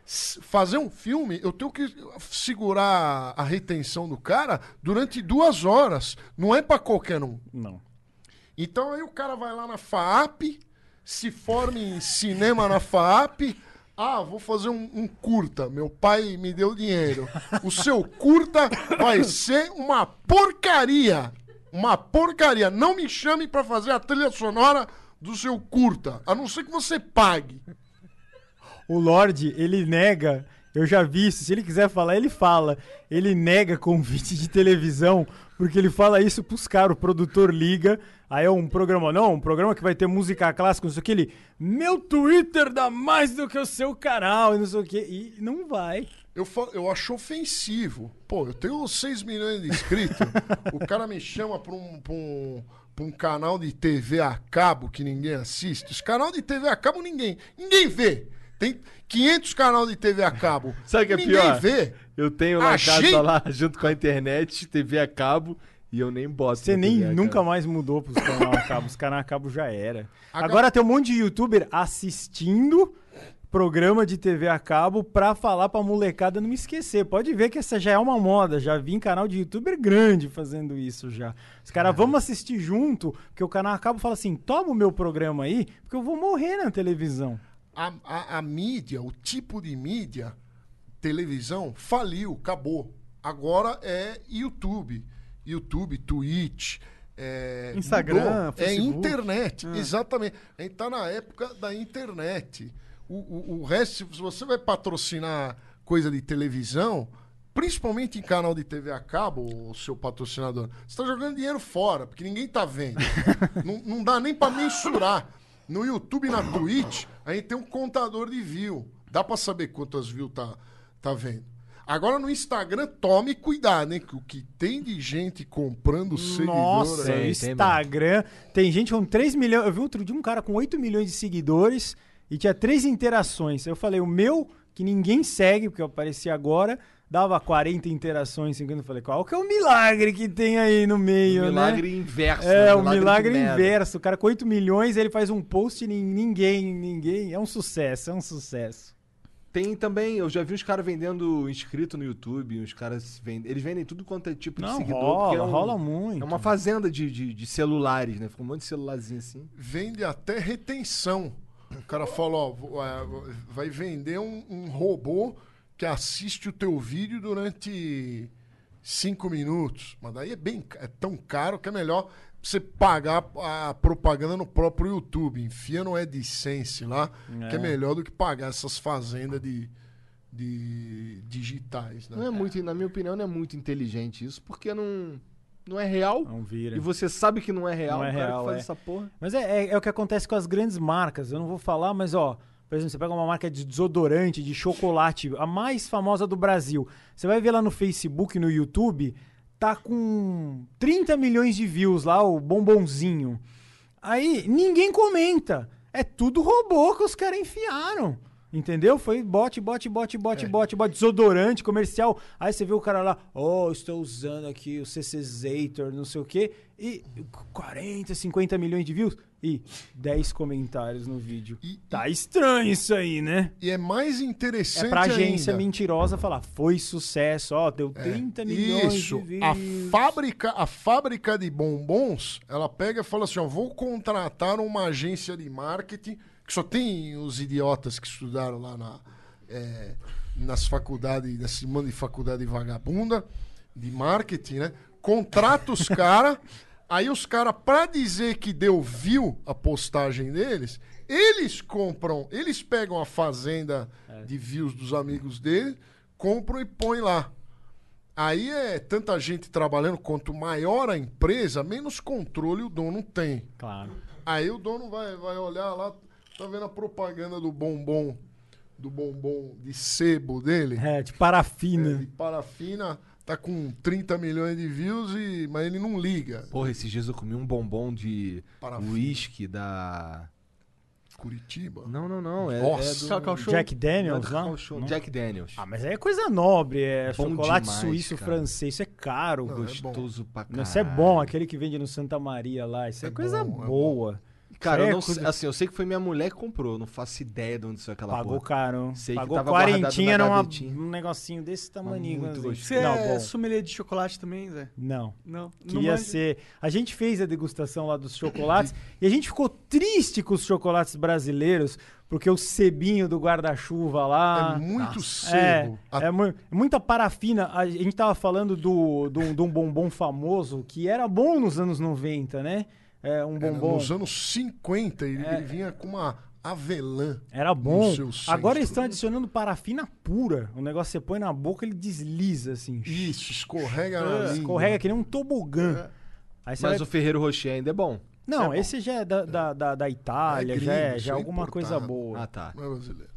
s- fazer um filme, eu tenho que segurar a retenção do cara durante duas horas. Não é pra qualquer um. Não. Então aí o cara vai lá na FAAP, se forma em cinema na FAAP. Ah, vou fazer um, um curta. Meu pai me deu dinheiro. O seu curta vai ser uma porcaria. Uma porcaria. Não me chame pra fazer a trilha sonora do seu curta. A não ser que você pague. O Lorde, ele nega Eu já vi isso. Se ele quiser falar, ele fala. Ele nega convite de televisão, porque ele fala isso pros caras. O produtor liga. Aí é um programa, não, um programa que vai ter música clássica, não sei o que. Ele, meu Twitter dá mais do que o seu canal, e não sei o que. E não vai. Eu, falo, eu acho ofensivo. Pô, eu tenho 6 milhões de inscritos. o cara me chama pra um, pra, um, pra um canal de TV a cabo que ninguém assiste. Os canal de TV a cabo ninguém. Ninguém vê. Tem 500 canal de TV a cabo. Sabe o que é ninguém pior? vê. Eu tenho lá em Achei. casa lá, *laughs* junto com a internet, TV a cabo, e eu nem boto. Você na nem TV a nunca cabo. Um mais mudou pros canal a cabo. Os canal a cabo já era. Agora- Agora tem um monte de youtuber assistindo programa de TV a cabo pra falar pra molecada não esquecer. Pode ver que essa já é uma moda. Já vi em canal de youtuber grande fazendo isso já. Os caras, vamos assistir junto, porque o canal a cabo fala assim, toma o meu programa aí, porque eu vou morrer na televisão. A, a, a mídia, o tipo de mídia, televisão, faliu, acabou. Agora é YouTube. YouTube, Twitch. é, Instagram, mudou. É Facebook. internet, exatamente. A gente tá na época da internet. O, o, o resto, se você vai patrocinar coisa de televisão, principalmente em canal de TV a cabo, o seu patrocinador, você tá jogando dinheiro fora, porque ninguém tá vendo. não, não dá nem para mensurar. No YouTube e na Twitch, a gente tem um contador de view. Dá para saber quantas views tá, tá vendo. Agora no Instagram, tome cuidado, hein? Que o que tem de gente comprando seguidor Nossa, aí- o tem, tem Instagram. Tem gente com 3 milhões. Eu vi outro dia um cara com 8 milhões de seguidores e tinha três interações. Eu falei, o meu, que ninguém segue, porque eu apareci agora, dava 40 interações, 50. Eu falei, qual que é o milagre que tem aí no meio, Um né? milagre inverso. É, né? o milagre de merda. inverso. O cara com 8 milhões, ele faz um post e nin- ninguém, ninguém. É um sucesso, é um sucesso. Tem também, eu já vi uns caras vendendo inscrito no YouTube, uns caras vendem. Eles vendem tudo quanto é tipo de Não, seguidor. rola, então. porque é um- rola muito. É uma fazenda de, de, de celulares, né? Fica um monte de celularzinho assim. vende até retenção. O cara fala, ó, vo- é, vai vender um, um robô que assiste o teu vídeo durante cinco minutos. Mas daí é bem ca- é tão caro que é melhor você pagar a propaganda no próprio YouTube. Enfia no AdSense lá, que é melhor do que pagar essas fazendas de, de digitais, né? Não é muito, na minha opinião, não é muito inteligente isso, porque não, não é real. Não um vira. E você sabe que não é real, Não é o cara real, que faz é. essa porra. Mas é, é- é o que acontece com as grandes marcas. Eu não vou falar, mas ó, por exemplo, você pega uma marca de desodorante, de chocolate, a mais famosa do Brasil. Você vai ver lá no Facebook, no YouTube, tá com 30 milhões de views lá, o bombonzinho. Aí ninguém comenta. É tudo robô que os caras enfiaram. Entendeu? Foi bote, bote, bote, bote, É. bote, bote, desodorante comercial. Aí você vê o cara lá, oh, estou usando aqui o CC Zator, não sei o quê. E 40, 50 milhões de views e 10 comentários no vídeo. E- tá estranho isso aí, né? E é mais É interessante pra agência ainda. É. mentirosa falar, foi sucesso, ó, deu 30 milhões Isso. de views. A fábrica, a fábrica de bombons, ela pega e fala assim: ó, vou contratar uma agência de marketing, que só tem os idiotas que estudaram lá na, eh, nas faculdades, nesse mano de faculdade vagabunda de marketing, né? Contrata *laughs* os caras, aí os caras, pra dizer que deu view a postagem deles, eles compram, eles pegam a fazenda É. de views dos amigos dele, compram e põem lá. Aí é tanta gente trabalhando, quanto maior a empresa, menos controle o dono tem. Claro. Aí o dono vai, vai olhar lá, tá vendo a propaganda do bombom, do bombom de sebo dele, É, de é, parafina. de parafina, tá com 30 milhões de views, e, mas ele não liga. Porra, esses dias eu comi um bombom de Parafina. uísque da. Curitiba. Não, não, não. É, Nossa. é do... Cacau Show. Jack Não é Daniels, do lá? Cacau né? Show, Jack Daniels. Ah, mas aí é coisa nobre, é Bom chocolate demais, suíço cara. francês, isso é caro. Não, é bom. Gostoso pra caralho. Não, isso é bom, aquele que vende no Santa Maria lá, isso é, coisa bom, é boa. Cara, eu É não coisa- sei, assim, eu sei que foi minha mulher que comprou, eu não faço ideia de onde saiu aquela Pagou porra. caro. Tá Sei que Pagou tava quarentinha guardado na numa, gavetinha. num negocinho desse tamanho. muito assim. gostoso. Você não, é bom, sommelier de chocolate também, Zé? não. Não. não Queria manja? ser. A gente fez a degustação lá dos chocolates e a gente ficou triste com os chocolates brasileiros, porque o cebinho do guarda-chuva lá. é muito É, sebo. A- Ah, é mu- muita parafina. A gente tava falando do, do, de um bombom famoso que era bom nos anos 90, né? É, um era bombom. É. Nos anos 50, ele, ele vinha com uma avelã. Era bom. No seu Agora eles centro. estão adicionando parafina pura. O negócio que você põe na boca, ele desliza, assim. Isso, escorrega na língua. É, Escorrega que nem um É. tobogã. Aí você Mas vai- o Ferreiro Rocher ainda é bom. Não, esse já é da, da, da, da Itália, É já é, gringo, já é isso é alguma coisa importado. boa. Ah, tá. Não é brasileiro.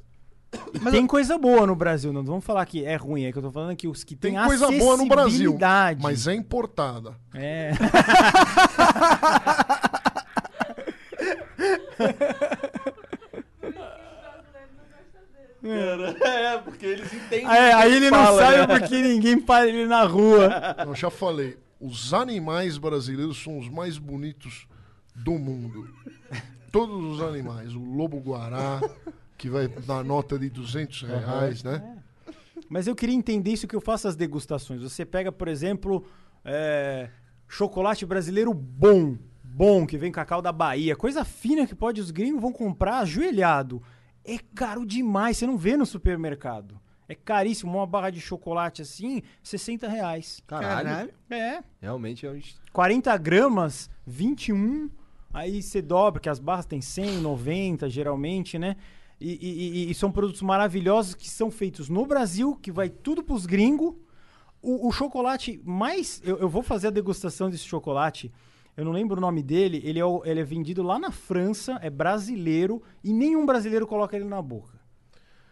E tem coisa boa no Brasil, não vamos falar que é ruim, é que eu tô falando que os que Tem têm coisa boa no Brasil, acessibilidade. mas é importada. *laughs* É. É, porque eles entendem. Aí, aí ele não Fala, sabe né? porque ninguém para ele na rua. Eu já falei, os animais brasileiros são os mais bonitos do mundo. Todos os animais. O lobo-guará, que vai dar nota de 200 reais, É. né? Mas eu queria entender isso que eu faço as degustações. Você pega, por exemplo, é, chocolate brasileiro bom, bom, que vem cacau da Bahia, coisa fina que pode os gringos vão comprar ajoelhado. É caro demais, você não vê no supermercado. É caríssimo, uma barra de chocolate assim, 60 reais. Caralho. É. Realmente é um... est- 40 gramas, 21. Aí você dobra, que as barras têm 100, 90 geralmente, né? E, e- e- e são produtos maravilhosos que são feitos no Brasil, que vai tudo pros gringos. O, o chocolate mais. Eu, eu vou fazer a degustação desse chocolate. Eu não lembro o nome dele. Ele é, o- ele é vendido lá na França, é brasileiro, e nenhum brasileiro coloca ele na boca.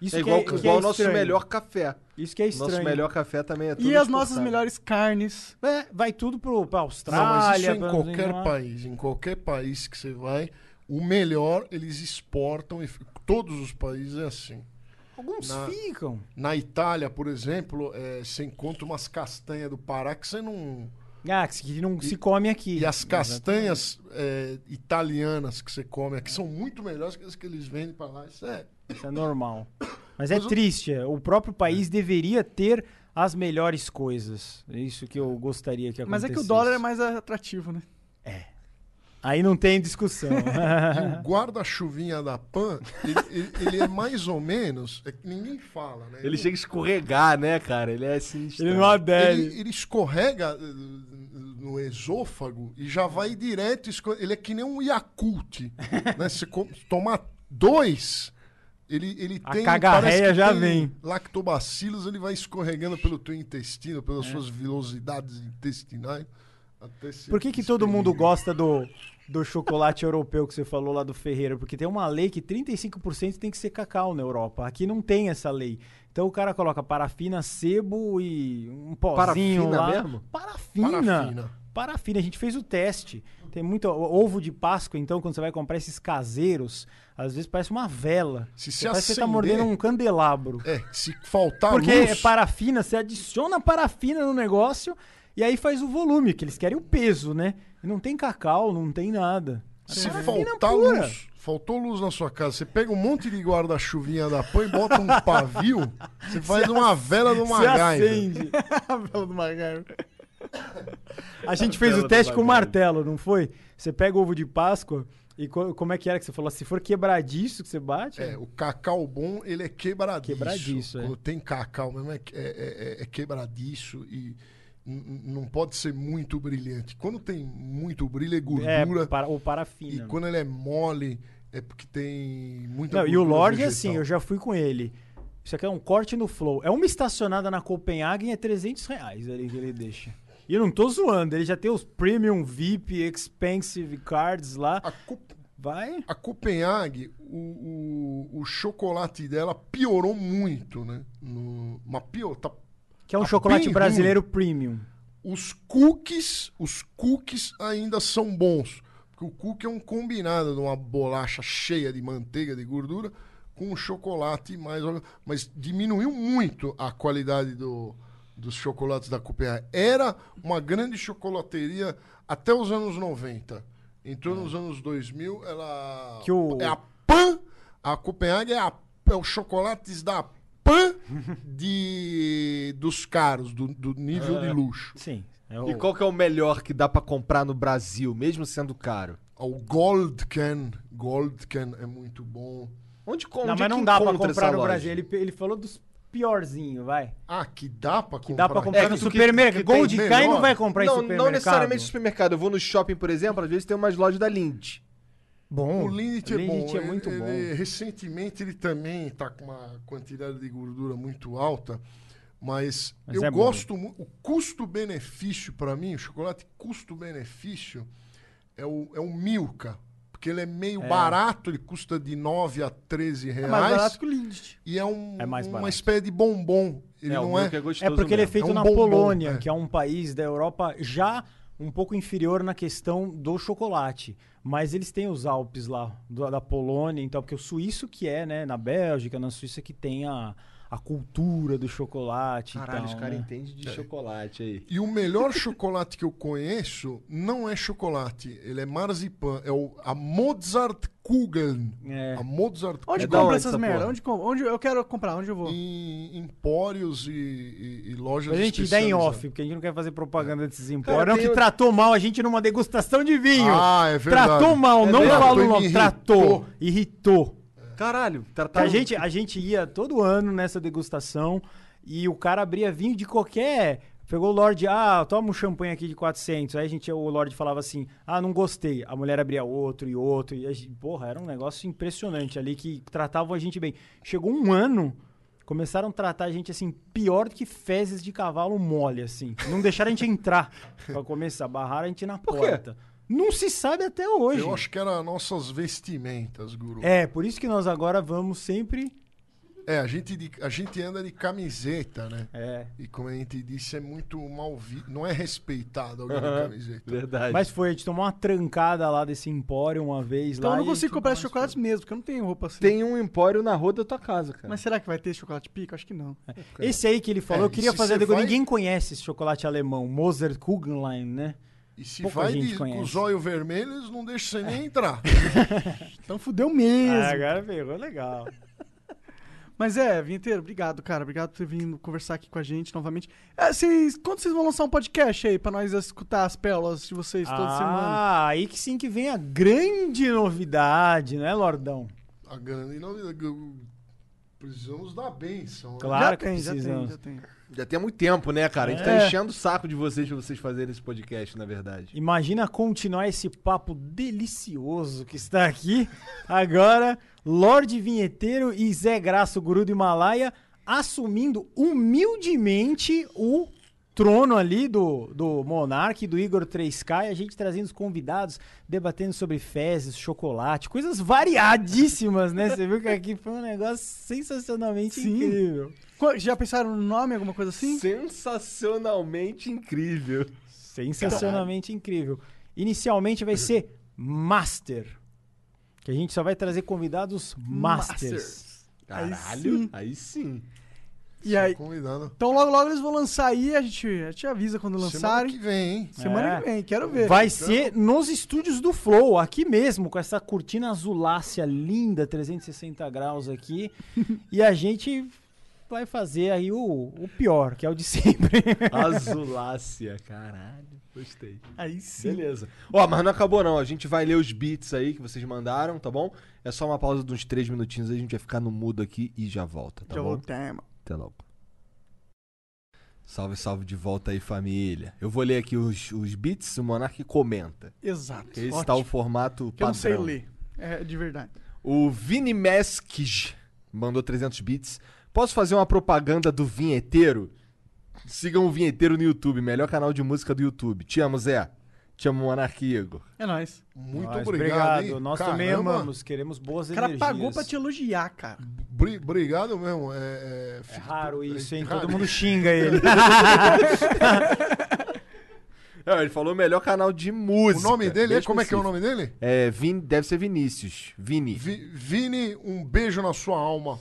Isso É que igual, que igual o nosso estranho. melhor café. Isso que é Nosso estranho. melhor café também é tudo E as nossas exportado. melhores carnes. É, vai tudo pro, pra Austrália. Não, mas isso é em pra- qualquer lá. país. Em qualquer país que você vai, o melhor eles exportam. E f- todos os países é assim. Alguns Na- ficam. Na Itália, por exemplo, eh, você encontra umas castanhas do Pará que você não. Ah, que que não se come aqui. E as castanhas eh, italianas que você come aqui são muito melhores que as que eles vendem pra lá. Isso é. Isso é normal. Mas é triste. é. O próprio país deveria ter as melhores coisas. É isso que eu gostaria que Mas acontecesse. é que o dólar é mais atrativo, né? *laughs* Aí não tem discussão. E o guarda-chuvinha da Pan, ele, ele- ele é mais ou menos. É que ninguém fala, né? Ele chega a escorregar, né, cara? Ele é sinistro. Ele não adere. ele, ele escorrega eh, no esôfago e já vai direto. esco- Ele é que nem um *laughs* Yakult. né? Se co- tomar dois, ele, ele A tem. cagarreia parece que já tem vem. Lactobacilos, ele vai escorregando pelo teu intestino, pelas É. suas velocidades intestinais. até se Por que, que todo expelir. mundo gosta do, do chocolate europeu que você falou lá do Ferreira? Porque tem uma lei que 35% tem que ser cacau na Europa. Aqui não tem essa lei. Então o cara coloca parafina, sebo e um pozinho Parafina lá. mesmo? Parafina. Parafina. Parafina, a gente fez o teste. Tem muito o- ovo de Páscoa, então, quando você vai comprar esses caseiros, às vezes parece uma vela. Se se parece que você tá acender- mordendo um candelabro. É, se faltar Porque luz. é parafina, você adiciona parafina no negócio e aí faz o volume, que eles querem o peso, né? E não tem cacau, não tem nada. Se Parafina faltar É, pura. luz, faltou luz na sua casa, você pega um monte de guarda-chuvinha da Pan e bota um pavio, você *laughs* faz uma vela do Você MacGyver. acende. *laughs* A gente fez o teste com o martelo, não foi? Você pega o ovo de Páscoa e co- como é que era que você falou? Se for quebradiço que você bate, É, o cacau bom, ele é quebradiço. Quebradiço, é. Quando tem cacau mesmo, é, que- é, é- é quebradiço e n- n- não pode ser muito brilhante. Quando tem muito brilho, é gordura. é para, ou e parafina. né? quando ele é mole, é porque tem muita Não, gordura e o Lorde, vegetal. assim, eu já fui com ele. Isso aqui é um corte no flow. É uma estacionada na Copenhagen, é 300 reais ali que ele deixa. E eu não tô zoando, ele já tem os Premium VIP Expensive Cards lá. Ah. A Cop- Vai. A Copenhague, o, o, o chocolate dela piorou muito, né? No, mas pior, tá- Que Ah, é um Tá chocolate bem brasileiro premium. os cookies, os cookies ainda são bons. Porque o cookie é um combinado de uma bolacha cheia de manteiga, de gordura, com um chocolate mais... ou- Mas diminuiu muito a qualidade do, dos chocolates da Copenhague. Era uma grande chocolateria até os anos 90. Entrou nos anos 2000, ela... É. Que o- É a Pan, a Copenhague é, a, é os chocolates da *laughs* Pan de, dos caros, do, do nível de luxo. Sim. É E o... qual que é o melhor que dá pra comprar no Brasil, mesmo sendo caro? O Gold Can, Gold Can é muito bom. Onde, com- onde Não, é mas que não dá pra encontra comprar essa no loja? Brasil. Ele, ele falou dos piorzinhos, vai. Ah, que dá pra comprar. Que dá pra comprar É, no que tu que- supermercado. que tem Gold Kai não menor. vai comprar em não, supermercado. não necessariamente supermercado. Eu vou no shopping, por exemplo, às vezes tem umas lojas da Lindt. Bom. O Lindt é bom. Lindt é muito ele, bom. ele- recentemente ele também está com uma quantidade de gordura muito alta, mas, Mas eu é bom. gosto muito. O custo-benefício para mim, o chocolate custo-benefício é o, é o Milka. Porque ele é meio barato, ele custa de 9 a 13 reais. É mais barato que o Lindt. E é, um, É mais uma barato. espécie de bombom. Ele É, o não é. Milka é gostoso É porque ele é mesmo. feito É um na bombom, Polônia, é. que é um país da Europa já um pouco inferior na questão do chocolate. Mas eles têm os Alpes lá, do- da Polônia, então, porque o suíço que é, né, na Bélgica, na Suíça, que tem a, a cultura do chocolate e Caralho, Então, os tal, caras né? entendem de chocolate aí. E o melhor chocolate que eu conheço não é chocolate, ele é marzipan. É o, a Mozartkugeln. É. A Mozart Onde É da compra onde essas essa merda? porra? Onde, compra? onde eu quero comprar? Onde eu vou? em empórios e, e- e lojas Mas a gente dá em especializadas. off, porque a gente não quer fazer propaganda desses né? É. Cara, empórios. Não, é tem que o- tratou mal a gente numa degustação de vinho. Ah, é verdade. Tratou mal, É não verdade. falou Me mal, irritou. tratou, irritou. Caralho, Tá, tratar a, gente, a gente ia todo ano nessa degustação e o cara abria vinho de qualquer. Pegou o Lorde, ah, toma um champanhe aqui de 400. Aí a gente, o Lorde falava assim, ah, não gostei. A mulher abria outro e outro. E a gente, porra, era um negócio impressionante ali que tratavam a gente bem. Chegou um ano, começaram a tratar a gente assim, pior do que fezes de cavalo mole, assim. Não deixaram a gente entrar pra começar. Barraram a gente na quê? porta. Não se sabe até hoje. Eu acho que era nossas vestimentas, guru. É, É, por isso que nós agora vamos sempre. a, gente de- a gente anda de camiseta, né? É. E como a gente disse, é muito mal visto. Não é respeitado alguém de camiseta. Verdade. Mas foi, a gente tomou uma trancada lá desse empório uma vez Então lá. eu e não a gente consigo comprar mais esse chocolate mesmo, porque eu não tenho roupa assim. tem um empório na rua da tua casa, cara. Mas será que vai ter chocolate pico? Acho que não. foi. Esse aí que ele falou, É, eu queria se fazer. você Vai... vai- Ninguém conhece esse chocolate alemão, Moser Kugelheim, né? E se Pouca vai gente de, com os conhece. É. olhos vermelhos, eles não deixam você nem entrar. Então fudeu mesmo. agora pegou legal. Mas é, Vinheteiro, obrigado, cara. Obrigado por ter vindo conversar aqui com a gente novamente. É, vocês, quando vocês vão lançar um podcast aí pra nós escutar as pérolas de vocês toda semana? ah, aí que sim que vem a grande novidade, né, Lordão? A grande novidade. eu- eh, Precisamos dar benção. né? Claro que tem, já tem, precisamos. já tem. Já tem há muito tempo, né, cara? A gente É. tá enchendo o saco de vocês pra vocês fazerem esse podcast, na verdade. Imagina continuar esse papo delicioso que está aqui agora. Lorde Vinheteiro e Zé Graça, o guru do Himalaia, assumindo humildemente o trono ali do, do Monark, e do Igor 3K, e a gente trazendo os convidados, debatendo sobre fezes, chocolate, coisas variadíssimas, né? Você viu que aqui foi um negócio sensacionalmente Sim. incrível. Qu- Já pensaram no nome, alguma coisa assim? Sensacionalmente incrível. Sensacionalmente incrível. Inicialmente vai ser Master. Que a gente só vai trazer convidados Masters. Caralho, aí sim. E aí, Convidado. então logo logo eles vão lançar aí, a gente, a gente avisa quando Semana lançarem. que vem, hein? Semana É. que vem, quero ver. Vai ser nos estúdios do Flow, aqui mesmo, com essa cortina azulácea linda, 360 graus *laughs* aqui. e a gente vai fazer aí o, o pior, que é o de sempre. *laughs* Azulácia, caralho. Gostei. Aí sim. Beleza. Ó, mas não acabou não. A gente vai ler os beats aí que vocês mandaram, tá bom? É só uma pausa de uns três minutinhos aí, a gente vai ficar no mudo aqui e já volta, tá já bom? voltamos. Até logo. Salve, salve de volta aí, família. Eu vou ler aqui os, os beats, o Monark comenta. Exato. Esse Ótimo. tá o formato Que eu não sei padrão. ler. É, de verdade. O Vini Meskij mandou 300 bits. Posso fazer uma propaganda do Vinheteiro? Sigam o Vinheteiro no YouTube, melhor canal de música do YouTube. Te amo, Zé. Te amo, Monark Igor. É nóis. Muito Nós, obrigado. hein? Nós também Caramba. amamos, queremos boas O cara energias. pagou pra te elogiar, cara. Bri- Obrigado mesmo. É, é, É fico- raro isso, é hein? raro. Todo mundo xinga *laughs* ele. É, ele falou melhor canal de O música. nome dele é. Bem Como é que é o específico. nome dele? É, Vin, deve ser Vinícius. Vini. Vi- Vini, um beijo na sua alma.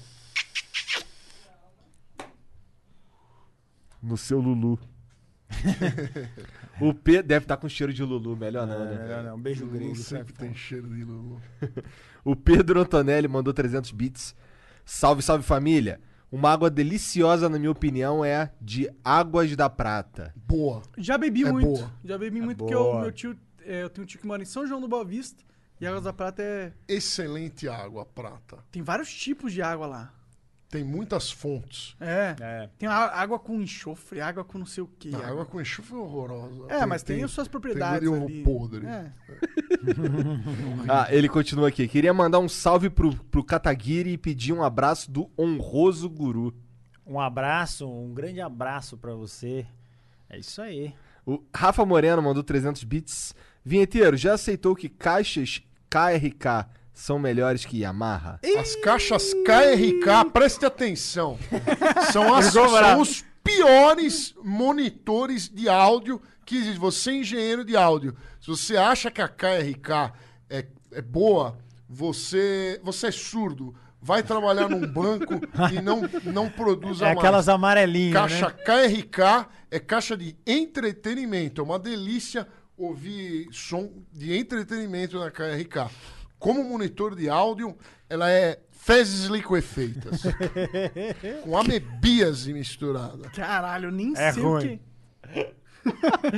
No seu *laughs* Lulu. o P deve estar com cheiro de Lulu, melhor não, É. né? Não, não, um beijo Não grego. sai sempre tem cheiro de Lulu. O Pedro Antonelli mandou 300 bits. Salve, salve família. Uma água deliciosa, na minha opinião, é a de Águas da Prata. Boa. Já bebi É muito. boa. Já bebi muito porque boa. o meu tio. é, eu tenho um tio que mora em São João do Boa Vista. E Águas da Prata é. Excelente água prata. Tem vários tipos de água lá. Tem muitas fontes. É. É. Tem a- água com enxofre, água com não sei o quê. Não, água com enxofre é horrorosa. É, mas tem, as suas propriedades. Tem meio ali. podre. É. Ah, ele continua aqui. Queria mandar um salve pro, pro Kataguiri e pedir um abraço do honroso guru. Um abraço, um grande abraço pra você. É isso aí. O Rafa Moreno mandou 300 bits. Vinheteiro, já aceitou que caixas KRK são melhores que Yamaha? As caixas KRK, preste atenção, *laughs* são, as- são os piores monitores de áudio que existe. Você é engenheiro de áudio. Se você acha que a KRK é, é boa, você, você é surdo. Vai trabalhar num banco e não, não produz é a mais. aquelas amarelinhas, Caixa né? KRK é caixa de entretenimento. É uma delícia ouvir som de entretenimento na KRK. Como monitor de áudio, ela é fezes *laughs* liquefeitas. com amebíase misturada. Caralho, eu nem É sei ruim. o que.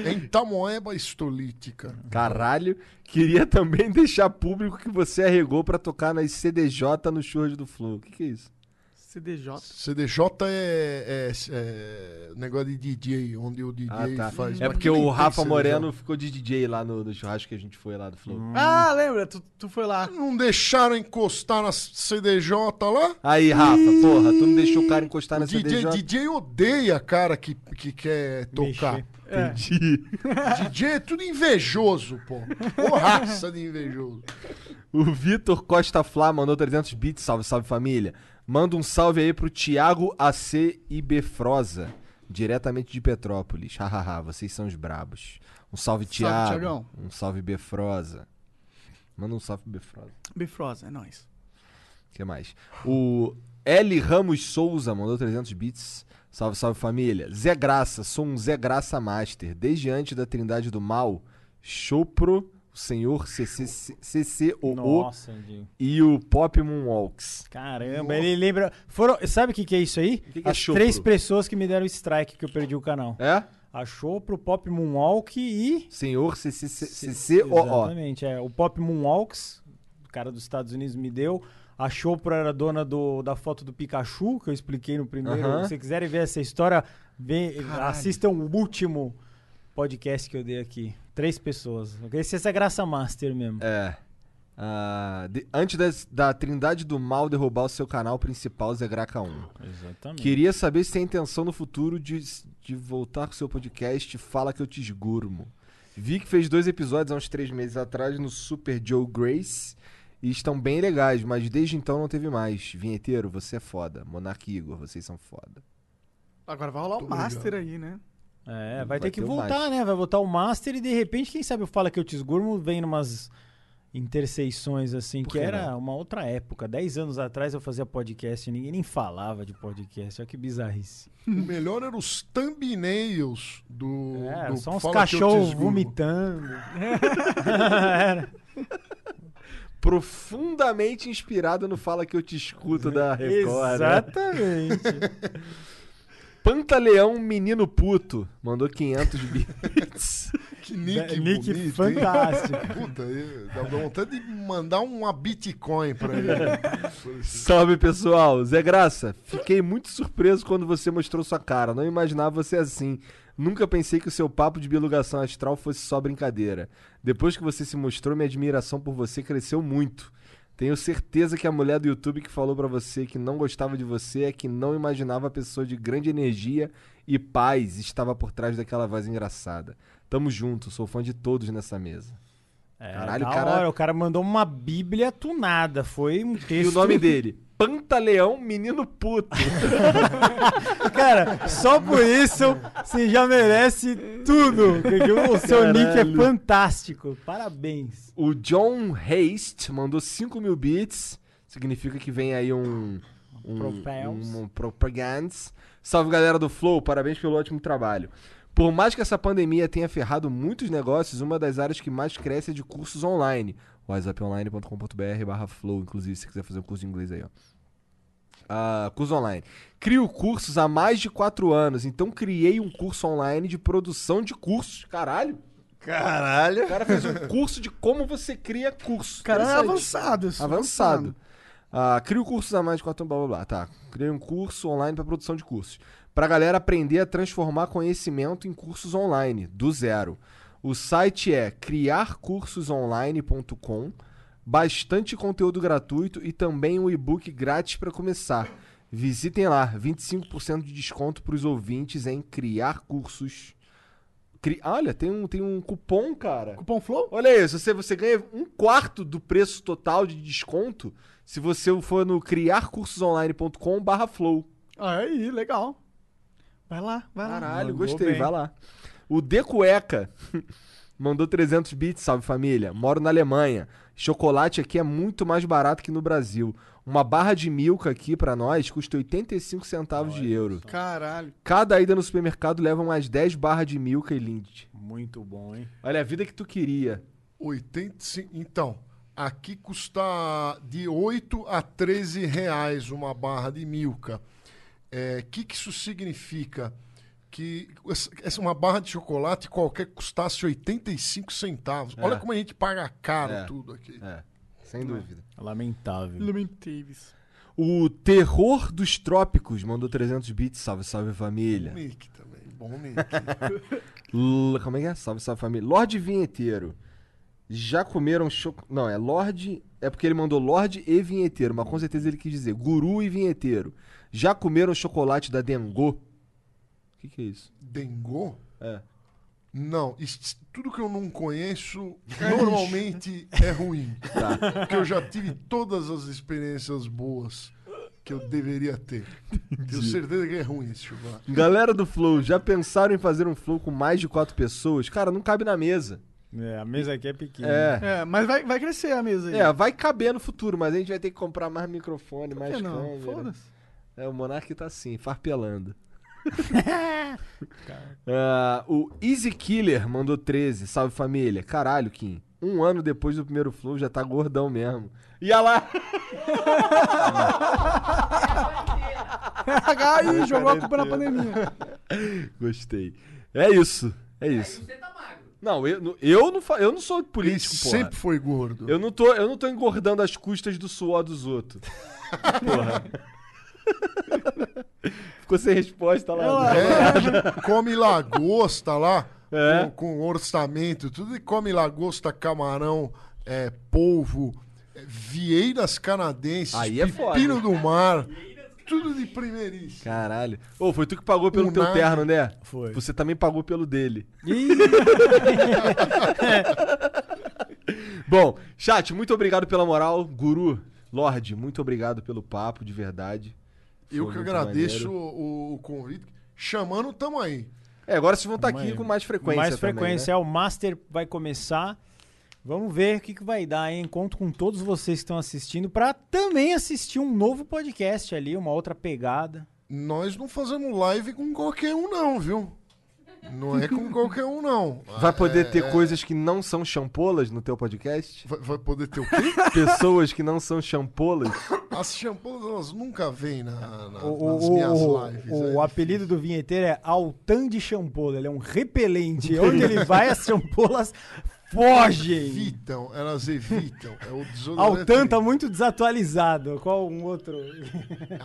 Em tamoeba É estolítica. Caralho. Queria também *laughs* deixar público que você arregou pra tocar nas CDJ no Shows do Flow. O que, que é isso? CDJ. CDJ é, é- é negócio de DJ, onde o DJ Ah, tá. faz. É mas porque nem o tem Rafa CDJ. Moreno ficou de DJ lá no, no churrasco que a gente foi lá do Flow. Hum. Ah, lembra? Tu, tu foi lá. Não deixaram encostar na CDJ lá? Aí, Rafa, porra, tu não deixou o cara encostar na DJ, CDJ? DJ odeia cara que, que quer tocar. *laughs* Entendi. DJ é tudo invejoso, pô. Ô raça de invejoso. O Vitor Costa Flá mandou 300 bits, salve, salve família. Manda um salve aí pro Thiago AC Ibefrosa, diretamente de Petrópolis. Hahaha, vocês são os brabos. Um salve, Thiago. Thiagão. um salve, Befrosa. Manda um salve, Befrosa. Bifrosa, é nóis. O que mais? O L. Ramos Souza mandou 300 bits. Salve, salve família. Zé Graça, sou um Zé Graça Master. Desde antes da Trindade do Mal, Chopro, o senhor CC CCOO Nossa, Andinho. e o Pop Moonwalks. Caramba, ele lembra. Foram... Sabe o que, que é isso aí? que que é As chopro? três pessoas que me deram strike que eu perdi o canal. É? Achou pro Pop Moonwalk e. Senhor CCOO. Exatamente, é. O Pop Moonwalks, o cara dos Estados Unidos, me deu. A Chopra era dona do, da foto do Pikachu, que eu expliquei no primeiro. Aham. Se vocês quiserem ver essa história, vem- assistam o último podcast que eu dei aqui. Três pessoas. Esse, essa é graça master mesmo. É. Ah, de- antes das- da Trindade do Mal derrubar o seu canal principal, Zé Graca 1. Exatamente. Queria saber se tem intenção no futuro de, de voltar com seu podcast Fala Que Eu Te Esgurmo. Vi que fez dois episódios há uns três meses atrás no Super Joe Grace e estão bem legais, mas desde então não teve mais. Vinheteiro, você é foda. Monark e Igor, vocês são foda. Agora vai rolar o Master aí, né? É, vai, Vai ter que ter o voltar, Master. né? Vai voltar o Master e de repente, quem sabe eu falo que eu te esgurmo, vem numas interseições assim, que que era uma outra época. Dez anos atrás eu fazia podcast e ninguém nem falava de podcast. Olha que bizarrice. O melhor eram os thumbnails do. É, do só Fala uns Que Eu Te cachorros Esgurgo. *laughs* vomitando. Era. Profundamente inspirado no Fala Que Eu Te Escuto da Record. Né? Exatamente. Pantaleão Menino Puto mandou 500 bits. Que nick, Nick bonito, fantástico. Hein? Puta, eu- dá vontade de mandar uma Bitcoin pra ele. Salve pessoal, Zé Graça. Fiquei muito surpreso quando você mostrou sua cara. Não imaginava você assim. Nunca pensei que o seu papo de bilugação astral fosse só brincadeira. Depois que você se mostrou, minha admiração por você cresceu muito. Tenho certeza que a mulher do YouTube que falou pra você que não gostava de você é que não imaginava a pessoa de grande energia e paz estava por trás daquela voz engraçada. Tamo junto, sou fã de todos nessa mesa. É, Caralho, da o cara- hora, o cara mandou uma bíblia tunada. Foi um E texto. o nome dele? Pantaleão Menino Puto. Cara, só por isso você já merece tudo. Porque o seu nick é fantástico. Parabéns. O John Haste mandou 5 mil bits. Significa que vem aí um. Um, Propels. um, um propagandas. Salve galera do Flow, parabéns pelo ótimo trabalho. Por mais que essa pandemia tenha ferrado muitos negócios, uma das áreas que mais cresce é de cursos online. whatsapponline.com.br barra flow, inclusive, se você quiser fazer um curso de inglês aí, ó. Ah, curso online. Crio cursos há mais de 4 anos, então criei um curso online de produção de cursos. Caralho! Caralho. O cara fez um curso de como você cria curso. O cara é Interessante. avançado. isso. Avançado. Ah, cria um cursos a mais de quatro blá blá blá, tá. Cria um curso online para produção de cursos. Pra galera aprender a transformar conhecimento em cursos online, do zero. O site é criarcursosonline.com. Bastante conteúdo gratuito e também um e-book grátis para começar. Visitem lá, 25% de desconto para os ouvintes em criar cursos. Cri... Ah, Olha, tem um, tem um cupom, cara. Cupom Flow? Olha isso, você, você ganha um quarto do preço total de desconto se você for no criarcursosonline.com barra flow. Aí, legal. Vai lá, vai lá. Caralho, Mandou gostei, bem. vai lá. O De Cueca *laughs* mandou 300 bits, salve família. Moro na Alemanha. Chocolate aqui é muito mais barato que no Brasil. Uma barra de milka aqui pra nós custa 85 centavos de euro. Caralho. Cada ida no supermercado leva umas 10 barras de milka e lindt. Muito bom, hein? Olha a vida que tu queria. 85. Então, aqui custa de 8 a 13 reais uma barra de milka. O que, que isso significa? Que essa- essa uma barra de chocolate qualquer custasse 85 centavos. Olha como a gente paga caro É. tudo aqui. É, sem dúvida. Lamentável. Lumentavis. O Terror dos Trópicos mandou 300 bits, salve, salve família. Nick também. Bom Nick. L- Como é que é? Salve, salve família. Lorde Vinheteiro. Já comeram chocolate. Não, é Lorde. É porque ele mandou Lorde e Vinheteiro, mas com certeza ele quis dizer Guru e Vinheteiro. Já comeram chocolate da Dengô? O que, que é isso? Dengô? É. Não, isso- tudo que eu não conheço *laughs* normalmente é ruim. Tá. Porque eu já tive todas as experiências boas que eu deveria ter. Tenho certeza que é ruim esse chocolate. Galera do Flow, já pensaram em fazer um Flow com mais de quatro pessoas? Cara, não cabe na mesa. É, a mesa aqui é pequena. É. É, mas vai, vai crescer a mesa aí. É, vai caber no futuro, mas a gente vai ter que comprar mais microfone, Por mais que não? câmera. Foda-se. É, o Monark tá assim, farpelando. Ah, o Easy Killer mandou 13. Salve família. Caralho, Kim. Um ano depois do primeiro flow já tá gordão mesmo. E olha lá! *laughs* *laughs* Aí, jogou a culpa na pandemia. Gostei. É isso. É isso. Você tá magro. Não, eu, não- eu, não, fa- eu não sou Ele político, porra. sempre foi gordo. Eu não, tô, eu não tô engordando as custas do suor dos outros. Porra. *laughs* Ficou sem resposta lá. *laughs* né? É, come lagosta lá, É. com, com orçamento, tudo e come lagosta, camarão, é, polvo, é, vieiras canadenses, Aí é foda, pepino do mar, tudo de primeiríssimo. Caralho. Ô, foi tu que pagou pelo O teu nada. terno, né? Foi. Você também pagou pelo dele. *laughs* Bom, chat, muito obrigado pela moral. Guru, Lorde, muito obrigado pelo papo, de verdade. Eu Foi que muito agradeço maneiro. o, o convite. Chamando, tamo aí. É, agora vocês vão estar aqui Mas- com mais frequência Mais também, frequência. né? é, o Master vai começar. Vamos ver o que, que vai dar, hein? Conto com todos vocês que estão assistindo para também assistir um novo podcast ali, uma outra pegada. Nós não fazemos live com qualquer um, não, viu? Não é com qualquer um, não. *laughs* Vai poder É, ter coisas que não são champolas no teu podcast? *laughs* Vai, vai poder ter o quê? Pessoas que não são champolas? As shampoos, elas nunca vêm na, na- O, Tá, o- nas minhas o- lives. o é apelido do vinheteiro é Altan de Champola. Ele é um repelente. Onde ele vai, as champolas fogem. Evitam, elas evitam. É o desodorante. Altan tá muito desatualizado. Qual um outro?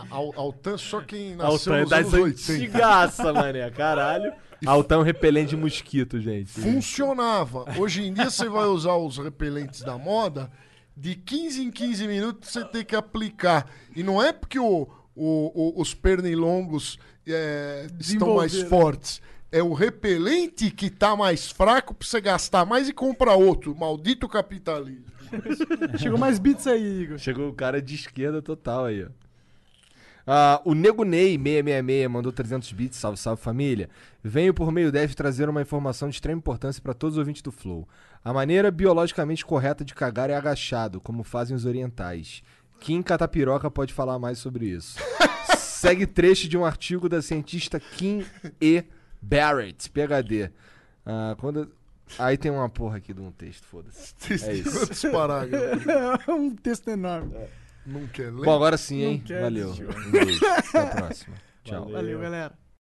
Al- Altan, só quem nasceu Altão é nos das anos 80. antigaça, mané, caralho. Altão repelente de mosquito, gente. Funcionava. Hoje em dia você vai usar os repelentes da moda, de 15 em 15 minutos você tem que aplicar. E não é porque o- o- o- os pernilongos é, estão mais Desenvolveram. fortes. É o repelente que tá mais fraco pra você gastar mais e comprar outro. Maldito capitalismo. Chegou mais bits aí, Igor. Chegou o cara de esquerda total aí, ó. Ah, o Nego Ney 666 mandou 300 bits, salve, salve família. Venho por meio deve trazer uma informação de extrema importância para todos os ouvintes do Flow. A maneira biologicamente correta de cagar é agachado, como fazem os orientais. Kim Catapiroca pode falar mais sobre isso. Segue trecho de um artigo da cientista Kim E. Barrett, PhD. Ah, quando... Aí tem uma porra aqui de um texto, foda-se. É isso. É Quantos parágrafos? *laughs* É um texto enorme. Não quer ler? Bom, agora sim, hein? quer Valeu. assistir. Um beijo. Até a próxima. Tchau. Valeu, galera.